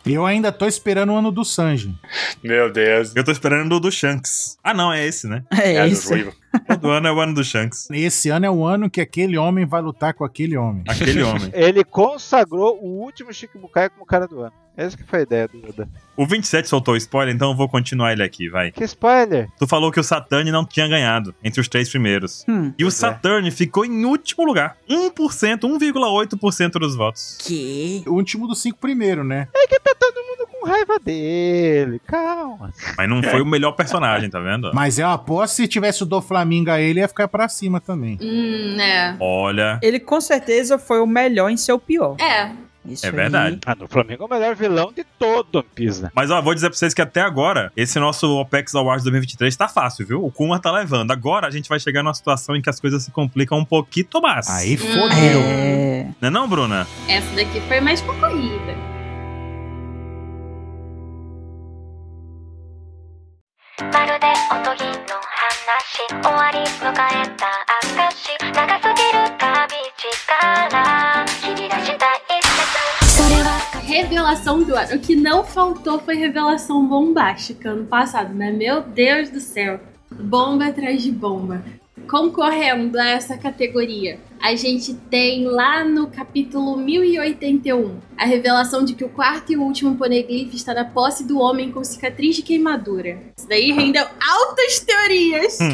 S5: Eu ainda tô esperando o ano do Sanji.
S3: [LAUGHS] Meu Deus.
S1: Eu tô esperando o do Shanks. Ah, não, é esse, né?
S6: É,
S3: do
S6: isso.
S3: Ruivo.
S1: Todo ano é o ano do Shanks.
S5: Esse ano é o ano que aquele homem vai lutar com aquele homem.
S1: Aquele homem.
S4: Ele consagrou o último Shikibukai como cara do ano. Essa que foi a ideia do Oda.
S1: O 27 soltou o spoiler, então eu vou continuar ele aqui, vai.
S4: Que spoiler!
S1: Tu falou que o Saturn não tinha ganhado entre os três primeiros.
S6: Hum.
S1: E o
S4: Pois é.
S1: Saturn ficou em último lugar. 1%, 1,8% dos votos.
S6: Que?
S5: O último dos cinco primeiro, né?
S4: Tá todo mundo com raiva dele, calma.
S1: Mas não
S4: É.
S1: foi o melhor personagem, tá vendo?
S5: Mas eu aposto que se tivesse o do Flamingo a ele, ia ficar pra cima também.
S2: Hum, é.
S1: Olha.
S6: Ele com certeza foi o melhor em seu pior.
S2: É,
S6: Isso
S1: É
S6: aí.
S1: verdade.
S4: Ah, no Flamengo é o melhor vilão de todo One Piece, né?
S1: Mas ó, vou dizer pra vocês que até agora, esse nosso OPEX Awards 2023 tá fácil, viu? O Kuma tá levando. Agora a gente vai chegar numa situação em que as coisas se complicam um pouquinho mais.
S6: [LAUGHS]
S5: Aí fodeu. [LAUGHS]
S6: É.
S1: Não é não, Bruna?
S2: essa daqui foi mais concorrida. Revelação do ano. O que não faltou foi revelação bombástica ano passado, né? Meu Deus do céu. Bomba atrás de bomba. Concorrendo a um essa categoria, a gente tem lá no capítulo 1081 a revelação de que o quarto e último poneglyph está na posse do homem com cicatriz de queimadura. Isso daí rendeu altas teorias.
S5: Hum.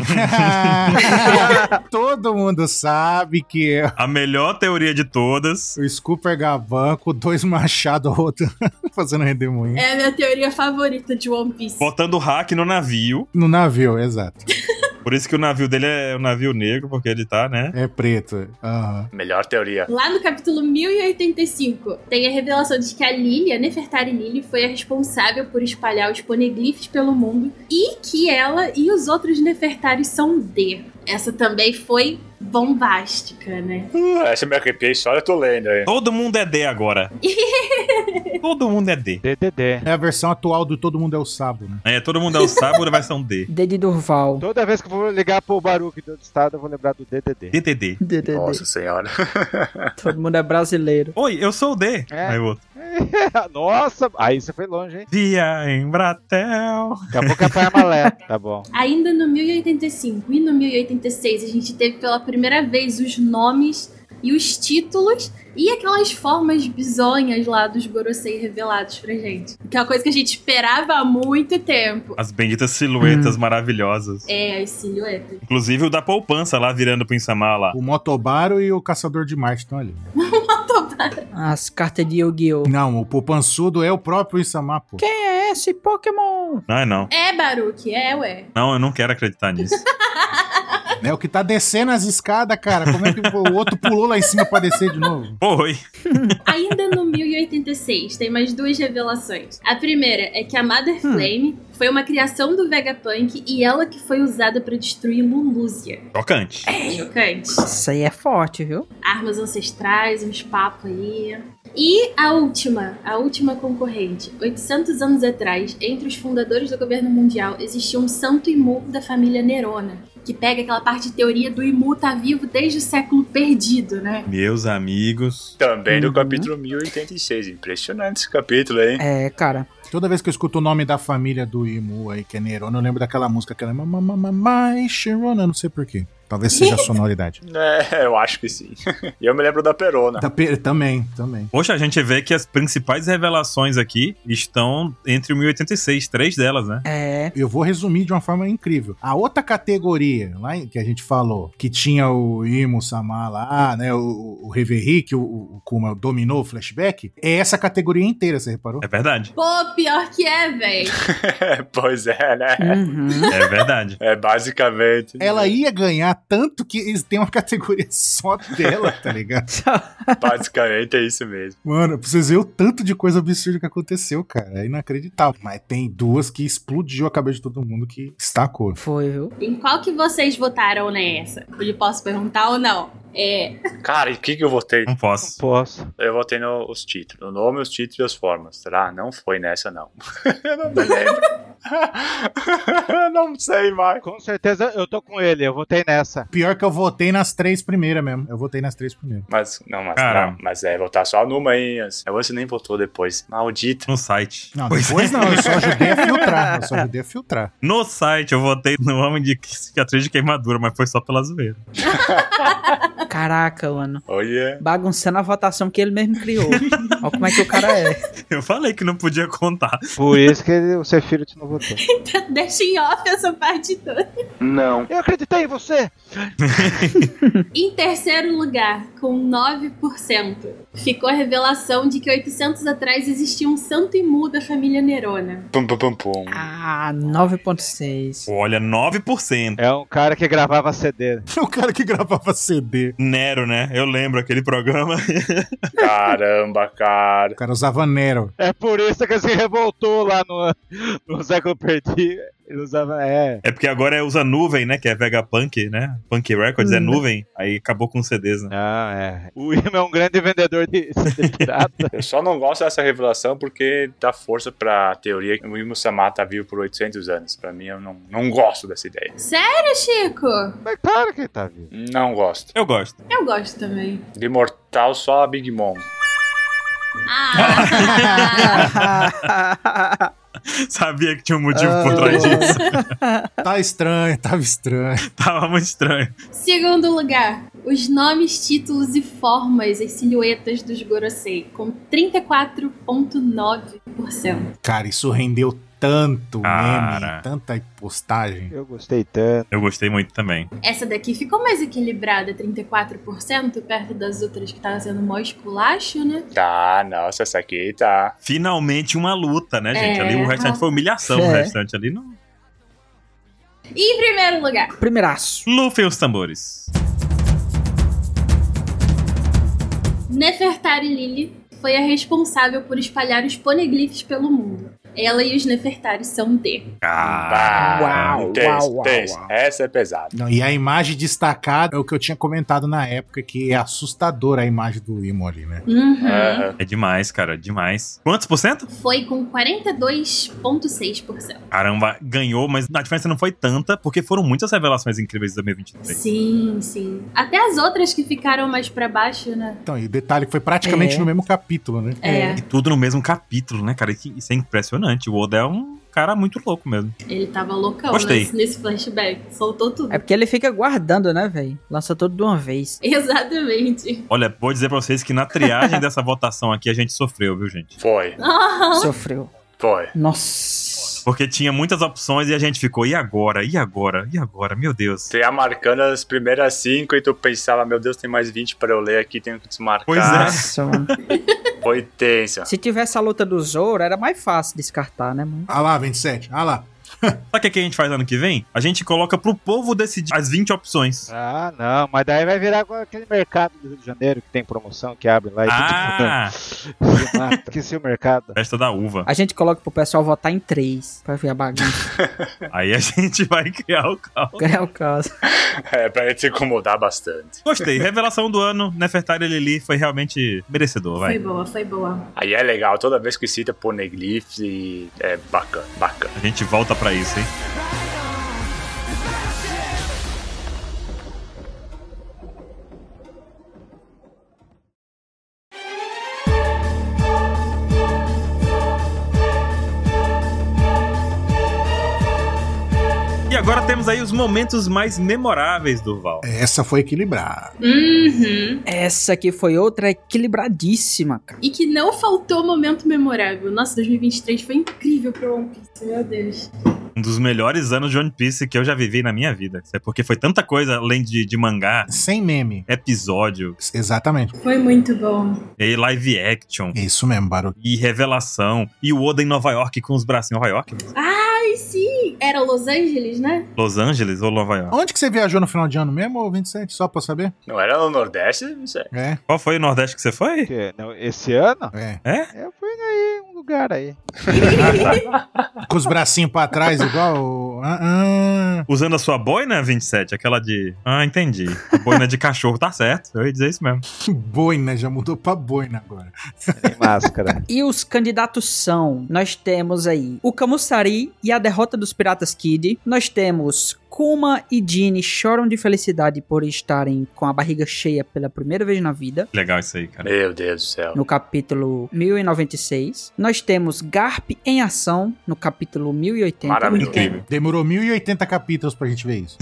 S5: Todo mundo sabe que é
S1: A melhor teoria de todas.
S5: o Scooper Gavan com dois machado roto [LAUGHS] fazendo redemoinho.
S2: É a minha teoria favorita de One Piece.
S1: Botando o hack no navio.
S5: No navio, exato.
S1: Por isso que o navio dele é o navio negro, porque ele tá, né?
S5: É preto. Aham.
S3: Melhor teoria.
S2: Lá no capítulo 1085, tem a revelação de que a Lily, a Nefertari Lily, foi a responsável por espalhar os poneglyphs pelo mundo e que ela e os outros Nefertaris são D. Essa também foi bombástica, né?
S3: Essa eu É, me arrepiei só, eu tô lendo aí.
S1: Todo mundo é D
S5: [LAUGHS]
S1: agora. Todo mundo é D.
S4: DDD.
S5: É a versão atual do Todo Mundo é o Sabo, né?
S1: É, todo mundo é o Sábado, vai ser um D.
S6: Dede Durval.
S4: Toda vez que eu vou ligar pro Baruque do outro estado, eu vou lembrar do DDD.
S1: DDD.
S6: DDD.
S3: Nossa senhora. [LAUGHS]
S6: Todo mundo é brasileiro.
S1: Oi, eu sou o D.
S4: É.
S1: Aí o outro.
S4: [LAUGHS] Nossa, aí você foi longe, hein?
S1: Via em Bratel.
S4: Daqui a pouco apanha malé. Tá bom.
S2: Ainda no 1085 e no 1086, a gente teve pela primeira vez os nomes e os títulos e aquelas formas bizonhas lá dos Gorosei revelados pra gente. Que é uma coisa que a gente esperava há muito tempo.
S1: As benditas
S5: Hum.
S1: silhuetas maravilhosas.
S2: É, as silhuetas.
S1: Inclusive o da poupança lá virando pro Insamar lá.
S5: O Motobaro e o Caçador de Marte estão ali.
S6: As cartas de Yu-Gi-Oh!
S5: Não, o Popançudo é o próprio Isamar, pô.
S6: Quem é esse Pokémon?
S1: Não é não.
S2: É, Baruque, é, ué.
S1: Não, eu não quero acreditar
S5: [LAUGHS]
S1: nisso.
S5: É o que tá descendo as escadas, cara. Como é que o outro pulou lá em cima pra descer de novo?
S1: Foi.
S2: Ainda no 1086, tem mais duas revelações. A primeira é que a Mother Flame foi uma criação do Vegapunk e ela que foi usada pra destruir Lulúzia.
S1: Chocante.
S2: É chocante.
S6: Isso aí é forte, viu?
S2: Armas ancestrais, uns papos aí. E a última, a última concorrente. 800 anos atrás, entre os fundadores do governo mundial, existia um santo imu da família Nerona, que pega aquela parte de teoria do imu tá vivo desde o século perdido, né?
S1: Meus amigos.
S3: Também do
S6: Uhum.
S3: capítulo 1086. Impressionante esse capítulo, hein? [LAUGHS]
S6: É, cara.
S5: Toda vez que eu escuto o nome da família do Imu aí, que é Nerona, eu lembro daquela música, é aquela Mamamamai Sherona, não sei porquê. Talvez seja a sonoridade.
S3: É, eu acho que sim. [LAUGHS] E eu me lembro da Perona. [LAUGHS]
S5: [LAUGHS] Da pe- Também, também.
S1: Poxa, a gente vê que as principais revelações aqui estão entre o 1086, três delas, né?
S6: É.
S5: Eu vou resumir de uma forma incrível. A outra categoria lá em- que a gente falou, que tinha o Imo Samar lá, né? O, o Reverie, que o, o Kuma dominou o flashback, é essa categoria inteira, você reparou?
S1: É verdade.
S2: Pô, pior que é, véi.
S3: pois é, né?
S6: [LAUGHS] Uhum.
S1: É verdade.
S3: É basicamente.
S5: Ela ia ganhar tanto que eles têm uma [LAUGHS] categoria só dela, tá ligado?
S3: [LAUGHS] Basicamente é isso mesmo.
S5: Mano, pra vocês verem o tanto de coisa absurda que aconteceu, cara. É inacreditável. Mas tem duas que explodiu a cabeça de todo mundo que destacou.
S6: Foi, viu?
S2: Em qual que vocês votaram nessa? Eu posso perguntar ou não? É. [LAUGHS]
S3: Cara, e o que, que eu votei?
S1: Não posso.
S4: Posso.
S3: Eu votei no- os títulos. O nome, os títulos e as formas. Será? Não foi nessa, não. [LAUGHS] eu não me lembro. [LAUGHS] não sei mais.
S4: Com certeza eu tô com ele, eu votei nessa.
S5: Pior que eu votei nas três primeiras mesmo. Eu votei nas três primeiras.
S3: Mas, não, mas,
S1: Cara.
S3: não, mas é, votar só numa, hein? A você nem votou depois. Maldito.
S1: No site.
S5: Não,
S1: Pois
S5: depois
S1: é.
S5: não, eu só
S1: [LAUGHS]
S5: ajudei a filtrar. Eu só ajudei a filtrar.
S1: No site eu votei no homem de cicatriz de queimadura, mas foi só pela zoeira. [LAUGHS]
S6: Caraca, mano.
S3: Olha.
S6: Bagunçando a votação que ele mesmo [LAUGHS] criou. Olha como é que o cara é.
S1: Eu falei que não podia contar.
S4: Por isso que ele- o Sefirot não votou.
S2: Deixa em off essa parte toda.
S4: Eu acreditei em você!
S2: Em terceiro lugar, com 9%, ficou a revelação de que 800 atrás existia um santo imu da família Nerona.
S3: Pum, pum, pum, pum.
S6: Ah, [LAUGHS] 9.6.
S1: Olha, 9%.
S4: É um cara que gravava CD.
S5: O cara que gravava CD.
S1: Nero, né? Eu lembro aquele programa. [LAUGHS]
S3: Caramba, cara.
S6: [LAUGHS]
S5: O cara usava Nero.
S4: É por isso que ele se revoltou lá no, no século perdido. Ele usava. É.
S1: É porque agora usa nuvem, né? Que é Vegapunk, né? Punk Records é
S6: Hum.
S1: nuvem. Aí acabou com CDs, né?
S4: Não, é. O Ima é um grande vendedor de [LAUGHS] CD pirata.
S3: Eu só não gosto dessa revelação porque dá força pra teoria que o Imo Samar tá vivo por 800 anos. Pra mim, eu não, não gosto dessa ideia.
S2: Sério, Chico?
S4: Mas claro que ele tá vivo.
S3: Não gosto.
S1: Eu gosto. [LAUGHS]
S2: Eu gosto também.
S3: De mortal, só a Big Mom.
S2: Ah!
S1: Sabia que tinha um motivo
S6: Ah.
S1: por trás disso. [LAUGHS]
S5: Tá estranho, tava estranho.
S1: Tava muito estranho.
S2: Segundo lugar, os nomes, títulos e formas, as silhuetas dos Gorosei, com 34,9%.
S5: Cara, isso rendeu tanto
S1: Cara.
S5: meme, tanta postagem.
S4: Eu gostei tanto.
S1: Eu gostei muito também.
S2: Essa daqui ficou mais equilibrada, 34%, perto das outras que estavam sendo mó esculacho, né?
S3: Tá, nossa, essa aqui tá.
S1: Finalmente uma luta, né, gente?
S2: É.
S1: Ali o restante foi humilhação. O
S6: É.
S1: restante ali não.
S2: E em primeiro lugar,
S6: Primeiraço.
S1: Luffy e os tambores.
S2: Nefertari Lili foi a responsável por espalhar os poneglyphs pelo mundo. Ela e os Nefertari são D.
S1: Cara.
S3: Bah,
S6: Ah, uau,
S3: tenso,
S6: uau,
S3: tenso.
S6: uau.
S3: Essa é pesada.
S5: Não, e a imagem destacada é o que eu tinha comentado na época, que é assustadora a imagem do Imo ali, né?
S2: Uhum.
S3: Aham.
S1: É demais, cara, demais. Quantos por cento?
S2: Foi com 42,6%.
S1: Caramba, ganhou, mas a diferença não foi tanta, porque foram muitas revelações incríveis de 2023.
S2: Sim, sim. Até as outras que ficaram mais pra baixo, né?
S5: Então, e o detalhe que foi praticamente
S6: É.
S5: no mesmo capítulo, né?
S2: É.
S1: E tudo no mesmo capítulo, né, cara? E que- Isso é impressionante. O Oda é um cara muito louco mesmo.
S2: Ele tava loucão
S1: Gostei.
S2: nesse, nesse flashback. Soltou tudo.
S6: É porque ele fica guardando, né, velho? Lança tudo de uma vez.
S2: [LAUGHS] Exatamente.
S1: Olha, vou dizer pra vocês que na triagem dessa votação aqui a gente sofreu, viu, gente?
S3: Foi,
S2: Aham.
S6: Sofreu.
S3: foi.
S6: Nossa.
S1: Porque tinha muitas opções e a gente ficou, e agora? E agora? E agora? Meu Deus.
S3: Tu ia marcando as primeiras cinco e tu pensava, meu Deus, tem mais 20 pra eu ler aqui, tenho que desmarcar.
S1: Pois é.
S6: Nossa, mano.
S3: Foi tensa. [LAUGHS]
S6: Se tivesse a luta do Zoro, era mais fácil descartar, né, mano?
S5: Ah lá, 27. Ah lá.
S1: Sabe o que que a gente faz ano que vem? A gente coloca pro povo decidir as 20 opções.
S4: Ah, não, mas daí vai virar igual aquele mercado do Rio de Janeiro que tem promoção, que abre lá e [LAUGHS]
S1: Ah,
S4: todo mundo se mata. Esqueci o mercado.
S1: festa da uva.
S6: A gente coloca pro pessoal votar em três, pra ver a bagunça.
S1: Aí a [LAUGHS] gente vai criar o caos.
S6: Qual é o caso?
S3: É, pra gente se incomodar bastante.
S1: Gostei. Revelação do ano, Nefertari Lili foi realmente merecedor, vai.
S2: Foi boa, foi boa.
S3: Aí é legal, toda vez que cita Poneglyphs e é bacana, bacana.
S1: A gente volta pra isso, hein? E agora temos aí os momentos mais memoráveis do Val.
S5: É, Essa foi equilibrada.
S2: Uhum.
S6: Essa aqui foi outra equilibradíssima, cara.
S2: E que não faltou momento memorável. Nossa, 2023 foi incrível pro One Piece, meu Deus.
S1: Um dos melhores anos de One Piece que eu já vivi na minha vida. É porque foi tanta coisa além de, de mangá,
S5: Sem meme.
S1: episódio,
S5: Exatamente.
S2: Foi muito bom.
S1: e live action.
S5: Isso mesmo, Baru.
S1: E revelação. E o Oda em Nova York com os braços. em Nova York?
S2: Ai, sim! Era Los Angeles, né?
S1: Los Angeles ou Nova York?
S5: Onde que você viajou no final de ano mesmo, ô 27? Só pra eu saber?
S3: Não era no Nordeste? Não sei.
S5: É.
S1: Qual foi o Nordeste que você foi?
S4: Que, não, esse ano?
S5: É.
S1: É?
S4: Eu fui aí, um lugar aí.
S5: Com os bracinhos pra trás, igual. o- Ah, ah.
S1: Usando a sua né, boina, 27? Aquela de. Ah, entendi. Boina de cachorro, tá certo. Eu ia dizer isso mesmo.
S5: Que boina, já mudou pra boina agora.
S4: Sem máscara.
S6: E os candidatos são: nós temos aí o Kamusari e a derrota dos Piratas Kid. Nós temos Kuma e Jeanne choram de felicidade por estarem com a barriga cheia pela primeira vez na vida.
S1: Legal isso aí, cara.
S3: Meu Deus do céu.
S6: No capítulo 1096. Nós temos Garp em ação. No capítulo 1080.
S3: Maravilhoso.
S1: Incrível.
S5: Demorou 1080 capítulos pra gente ver isso.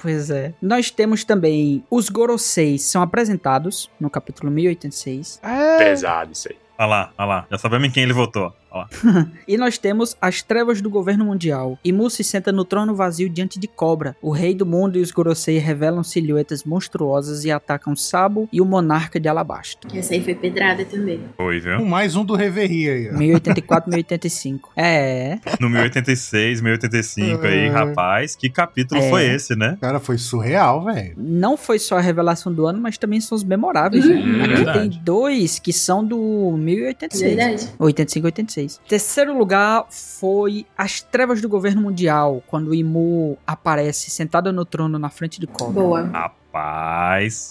S6: Pois é. Nós temos também os Goroseis são apresentados. No capítulo 1086.
S4: [LAUGHS] É,
S3: Pesado isso aí.
S1: Olha lá, olha lá. Já sabemos em quem ele votou. Olha lá.
S6: E nós temos as trevas do governo mundial. Imu se senta no trono vazio diante de Cobra. O rei do mundo e os Gorosei revelam silhuetas monstruosas e atacam Sabo e o monarca de Alabasta.
S2: Essa aí foi pedrada também.
S1: Foi, viu?
S5: Um mais um do Reverie aí, ó.
S6: 1084, 1085. É,
S1: No 1086, 1085 aí,
S5: É.
S1: rapaz. Que capítulo
S6: É.
S1: foi esse, né?
S5: Cara, foi surreal, velho.
S6: não foi só a revelação do ano, mas também são os memoráveis. né?
S2: Uhum.
S6: Aqui tem
S1: Verdade.
S6: dois que são do 1086.
S2: É Verdade?
S6: 85 86. Terceiro lugar foi As Trevas do Governo Mundial, quando Imu aparece sentado no trono na frente de Cobra.
S2: Boa.
S1: Rapaz.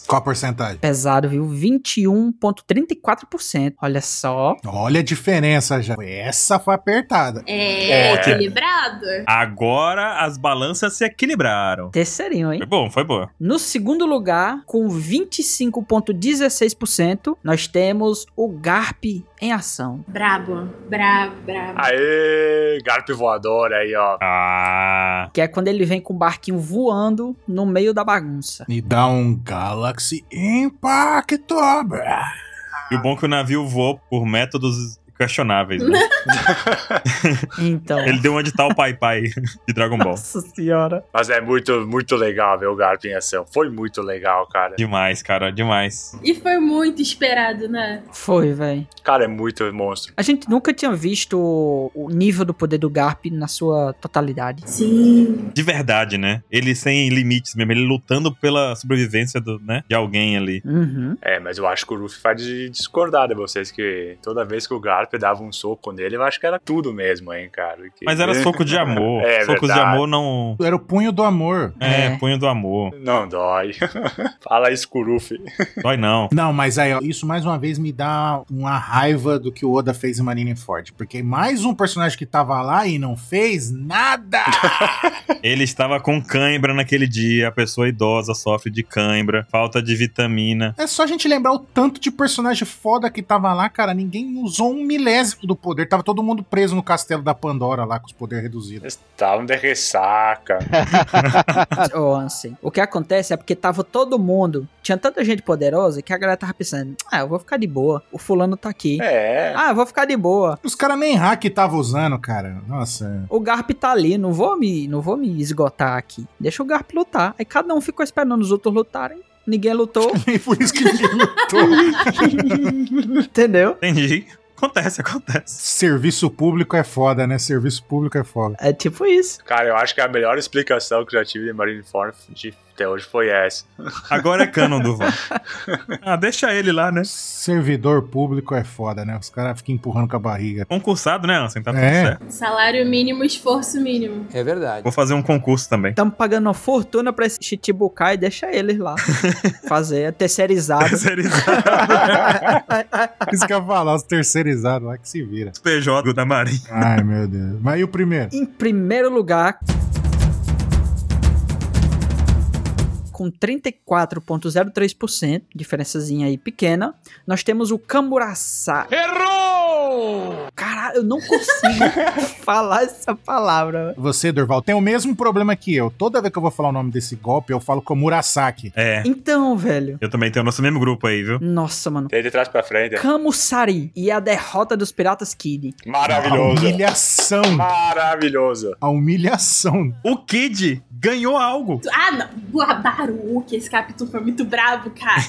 S5: Qual a porcentagem?
S6: Pesado, viu? 21,34%. Olha só.
S5: Olha a diferença já. Essa foi apertada.
S2: É,
S3: É.
S2: equilibrado.
S1: Agora as balanças se equilibraram.
S6: Terceirinho, hein?
S1: Foi bom, foi bom.
S6: No segundo lugar, com 25,16%, nós temos o Garp em ação.
S2: Brabo, brabo, brabo.
S3: Aê, Garp voador aí, ó.
S1: Ah.
S6: Que é quando ele vem com o barquinho voando no meio da bagunça.
S5: E dá um Galaxy Impact. brá.
S1: E o bom é que o navio voou por métodos questionáveis, né?
S6: Então.
S1: Ele é deu uma de tal Pai Pai [LAUGHS] de Dragon Ball.
S6: [LAUGHS] Nossa senhora.
S3: Mas é muito, muito legal ver o Garp em ação. Foi muito legal, cara.
S1: Demais, cara, demais.
S2: E foi muito esperado, né?
S6: Foi, velho.
S3: Cara, é muito monstro.
S6: A gente nunca tinha visto o- o nível do poder do Garp na sua totalidade.
S2: Sim.
S1: De verdade, né? Ele sem limites mesmo, ele lutando pela sobrevivência do, né, de alguém ali.
S6: Uhum.
S3: É, mas eu acho que o Luffy faz de discordar de vocês, que toda vez que o Garp dava um soco nele, eu acho que era tudo mesmo, hein, cara. Que-
S1: Mas era soco de amor.
S3: [LAUGHS] É
S1: Socos de
S3: verdade.
S1: amor não.
S5: Era o punho do amor.
S1: É,
S6: É.
S1: punho do amor.
S3: Não dói. [LAUGHS] Fala isso com o Luffy.
S1: Dói não.
S5: Não, mas aí, ó, isso mais uma vez me dá uma raiva do que o Oda fez em Marineford. Porque mais um personagem que tava lá e não fez nada.
S1: Ele estava com cãibra naquele dia. A pessoa idosa sofre de cãibra, falta de vitamina.
S5: É só a gente lembrar o tanto de personagem foda que tava lá, cara. Ninguém usou um milésimo do poder. Tava todo mundo preso no castelo da Pandora lá com os poderes reduzidos.
S3: Eles estavam de ressaca.
S6: Ô, Ansem, assim, o que acontece é porque tava todo mundo. Tinha tanta gente poderosa que a galera tava pensando: ah, eu vou ficar de boa. O fulano tá aqui, aqui.
S3: É.
S6: Ah, vou ficar de boa.
S5: Os caras nem hack estavam usando, cara. Nossa. [LAUGHS]
S6: O Garp tá ali, não vou me, não vou me esgotar aqui. Deixa o Garp lutar. Aí cada um ficou esperando os outros lutarem. Ninguém lutou,
S5: E por isso que ninguém lutou.
S6: [LAUGHS] entendeu?
S1: Entendi. Acontece, acontece.
S5: Serviço público é foda, né? Serviço público é foda.
S6: É tipo isso.
S3: Cara, eu acho que a melhor explicação que eu já tive de Marineford de até hoje foi essa.
S1: Agora é canon,
S3: [LAUGHS]
S1: Duval. Ah, deixa ele lá, né?
S5: Servidor público é foda, né? Os caras ficam empurrando com a barriga. [LAUGHS]
S1: Concursado, né, Ansem? Tá tudo
S5: É.
S1: certo.
S2: Salário mínimo, esforço mínimo.
S9: É verdade.
S1: Vou fazer um concurso
S3: [LAUGHS]
S1: também.
S6: Estamos pagando uma fortuna pra esse Chichibukai, deixa eles lá. Fazer, é terceirizado.
S5: Isso que eu ia falar, os terceirizados lá que se vira.
S1: Os PJ da Marinha.
S5: Ai, meu Deus. Mas e o primeiro?
S6: Em primeiro lugar, com 34,03%, diferençazinha aí pequena, nós temos o Camuraçá. Errou! Caralho, eu não consigo falar essa palavra.
S5: Você, Dorval, tem o mesmo problema que eu. Toda vez que eu vou falar o nome desse golpe, eu falo com Murasaki.
S1: É,
S6: Então, velho.
S1: eu também tenho o nosso mesmo grupo aí, viu?
S6: Nossa, mano.
S3: Desde trás pra frente.
S6: Camussari e a derrota dos Piratas Kid.
S5: A
S3: Maravilhoso.
S5: humilhação.
S3: Maravilhoso.
S5: A humilhação.
S1: O Kid ganhou algo.
S2: Ah, não. Boa, Baruque, esse capítulo foi muito brabo, cara.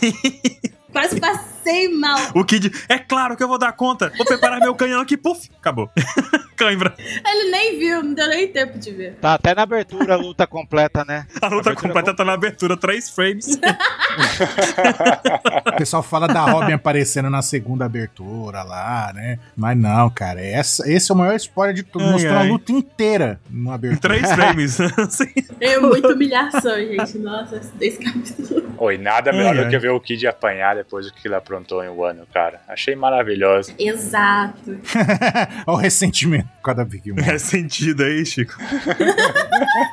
S2: Quase passei mal.
S1: O Kid, é claro que eu vou dar conta. Vou preparar meu canhão aqui, puf, acabou. [LAUGHS] Cãibra.
S2: Ele nem viu, não deu nem tempo de ver.
S4: Tá até na abertura a luta completa, né?
S1: A luta
S4: Abertura
S1: completa tá na abertura, três frames.
S5: O pessoal fala da Robin aparecendo na segunda abertura lá, né? Mas não, cara. Essa, esse é o maior spoiler de tudo.
S1: Ai,
S5: Mostrou
S1: ai.
S5: a luta inteira numa abertura.
S1: [LAUGHS] três frames. Assim.
S2: É muita humilhação, gente. Nossa, esse- esse capítulo.
S3: Oi, nada melhor
S1: Ai,
S3: do que ver o Kid apanhar depois do que ele aprontou em um ano, cara. Achei maravilhoso.
S2: Exato.
S5: [LAUGHS] Olha o ressentimento por causa da Big Mom.
S1: É sentido aí, Chico.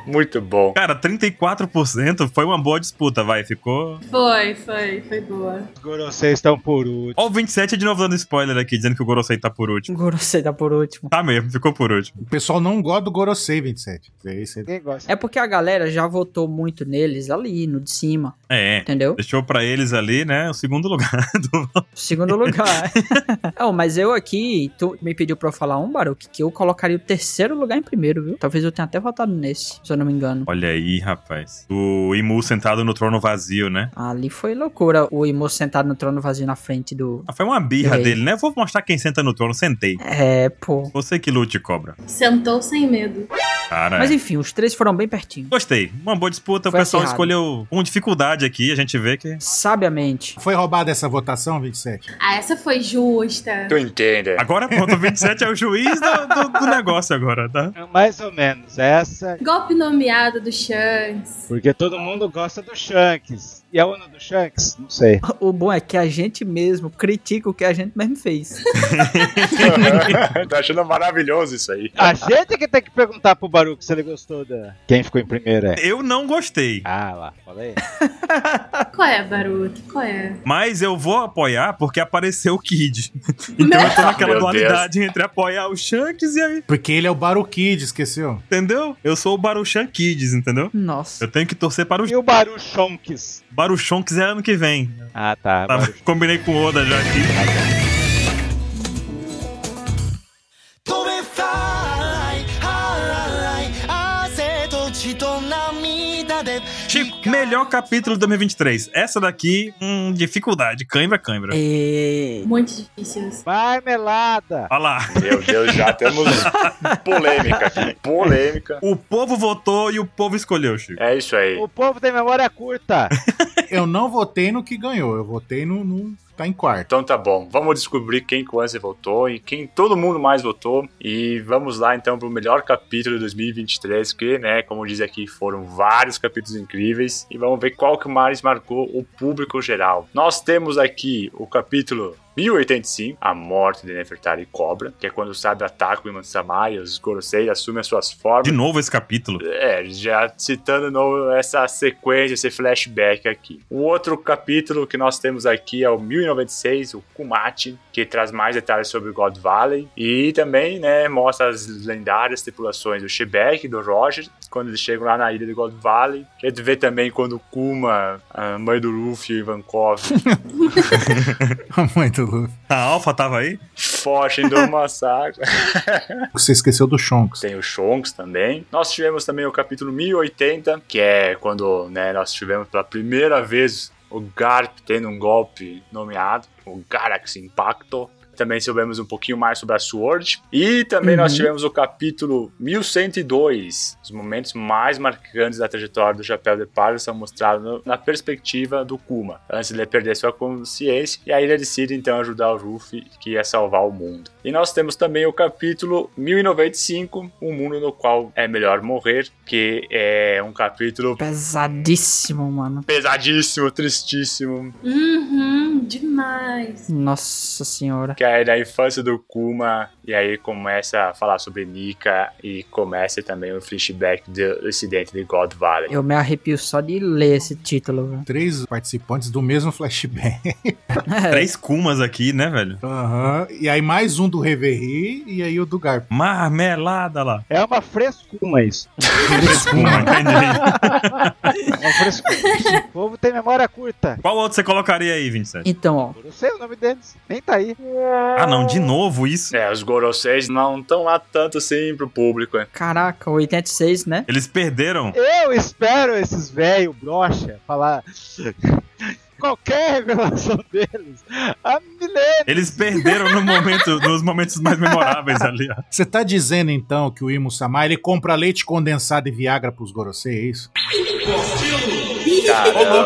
S3: Muito bom.
S1: Cara, 34% foi uma boa disputa, vai. Ficou.
S2: Foi, foi, foi boa.
S4: Os Gorosei estão por último.
S1: Ó, o 27 de novo dando spoiler aqui, dizendo que o Gorosei tá por último.
S6: Gorosei tá por último.
S1: Tá mesmo, ficou por último.
S5: O pessoal não gosta do Gorosei 27. Esse é-
S4: Ninguém gosta.
S6: É porque a galera já votou muito neles ali, no de cima,
S1: É.
S6: entendeu?
S1: Deixou pra eles ali, né, o segundo lugar. [LAUGHS] Do... [LAUGHS]
S6: Segundo lugar. oh, mas eu aqui, tu me pediu pra eu falar um, Baruque, que eu colocaria o terceiro lugar em primeiro, viu? Talvez eu tenha até votado nesse, se eu não me engano.
S1: Olha aí, rapaz. O Imu sentado no trono vazio, né?
S6: Ali foi loucura o Imo sentado no trono vazio na frente do.
S1: Ah, Foi uma birra
S6: Errei.
S1: dele, né? Vou mostrar quem senta no trono. Sentei.
S6: É, pô.
S1: Você que lute, cobra.
S2: Sentou sem medo.
S1: Cara.
S6: Mas enfim, os três foram bem pertinho.
S1: Gostei. Uma boa disputa.
S6: Foi
S1: o pessoal
S6: acirrado.
S1: escolheu com dificuldade aqui. A gente vê que.
S6: Sabiamente.
S5: Foi roubada essa votação, 27?
S2: Ah, essa foi justa.
S3: Tu entende?
S1: Agora pronto, o 27 é o juiz do, do- do negócio agora, tá?
S4: É Mais ou menos essa,
S2: Golpe nomeado do Shanks.
S4: porque todo mundo gosta do Shanks. E a ONU do Shanks? Não sei.
S6: O bom é que a gente mesmo critica o que a gente mesmo fez.
S3: [LAUGHS] Tô Tá achando maravilhoso isso aí.
S4: A gente que tem que perguntar pro Baruco se ele gostou da. Quem ficou em primeiro é.
S1: Eu não gostei.
S4: Ah lá, falei.
S2: Qual é, Baruto? Qual é?
S1: Mas eu vou apoiar porque apareceu o
S6: [LAUGHS]
S1: Kid. Então eu tô naquela
S3: Meu
S1: dualidade entre apoiar o Shanks e aí.
S5: Porque ele é o Barukid, esqueceu?
S1: Entendeu? Eu sou o Baruchan Kids, entendeu?
S6: Nossa.
S1: Eu tenho que torcer para o
S4: E o Baru Shonks?
S1: Baruchonks é ano que vem.
S4: Ah tá.
S1: Tá,
S4: Baru-
S1: combinei com o Oda já aqui. Chico, melhor capítulo de 2023. Essa daqui, hum, dificuldade. Cãibra,
S6: É.
S1: cãibra.
S6: E...
S2: Muito difícil. isso.
S4: Marmelada!
S1: Olha lá.
S3: Meu Deus,
S1: [LAUGHS]
S3: já temos polêmica aqui. Polêmica.
S1: O povo votou e o povo escolheu, Chico.
S3: É isso aí.
S4: O povo tem memória curta.
S5: Eu não votei no que ganhou, eu votei no. no- tá em quarto. [LAUGHS]
S3: Então tá bom, vamos descobrir quem que o Ansem votou e quem todo mundo mais votou. E vamos lá então pro melhor capítulo de 2023, que, né, como diz aqui, foram vários capítulos incríveis. E vamos ver qual que mais marcou o público geral. Nós temos aqui o capítulo 1085, a morte de Nefertari e Cobra, que é quando sabe ataca o Iman-sama e os Gorosei assumem as suas formas.
S1: De novo esse capítulo.
S3: É, já citando de novo essa sequência, esse flashback aqui. O outro capítulo que nós temos aqui é o 1096, o Kumati, que traz mais detalhes sobre o God Valley e também, né, mostra as lendárias tripulações do Shebeck, do Roger quando eles chegam lá na ilha do God Valley. A gente vê também quando o Kuma, a mãe do Luffy e o [LAUGHS] Ivankov
S5: A mãe do Luffy.
S1: A Alpha tava aí?
S3: fogem do massacre.
S5: Você esqueceu do Shonks.
S3: Tem o Shonks também. Nós tivemos também o capítulo 1080, que é quando né, nós tivemos pela primeira vez o Garp tendo um golpe nomeado, o Galaxy Impacto. Também soubemos um pouquinho mais sobre a Sword. E também nós tivemos o capítulo 1102. Os momentos mais marcantes da trajetória do Chapéu de Palha são mostrados no- na perspectiva do Kuma, antes de ele perder sua consciência. E aí ele decide então ajudar o Ruffy, que ia salvar o mundo. E nós temos também o capítulo 1095, Um Mundo no Qual é Melhor Morrer, que é um capítulo
S6: Pesadíssimo, mano.
S3: pesadíssimo, tristíssimo,
S2: Uhum, demais.
S6: Nossa senhora.
S3: Que é da infância do Kuma, e aí começa a falar sobre Nika e começa também o flashback do incidente de God Valley.
S6: Eu me arrepio só de ler esse título, velho.
S5: Três participantes do mesmo flashback. [LAUGHS]
S6: É.
S1: Três Kumas aqui, né, velho?
S5: Aham. E aí mais um do Reverie e aí o do [LAUGHS] Garp.
S1: Marmelada lá.
S4: É uma frescuma isso.
S1: Três
S5: [LAUGHS]
S1: Kuma, entendi.
S4: É uma frescuma. [LAUGHS] o povo tem memória curta.
S1: Qual outro você colocaria aí, 27?
S6: [LAUGHS] Então, ó.
S4: Eu não sei o nome deles. Nem tá aí.
S1: Ah, não, de novo isso?
S3: É, os Goroseis não estão lá tanto assim pro público. né?
S6: Caraca, 86, né?
S1: Eles perderam.
S4: Eu espero esses velho brocha falar qualquer revelação deles há milênios.
S1: Eles perderam no momento, nos momentos mais memoráveis ali, ó.
S5: Você tá dizendo então que o Imo Samar ele compra leite condensado e Viagra pros Gorosei, é isso?
S3: Caramba.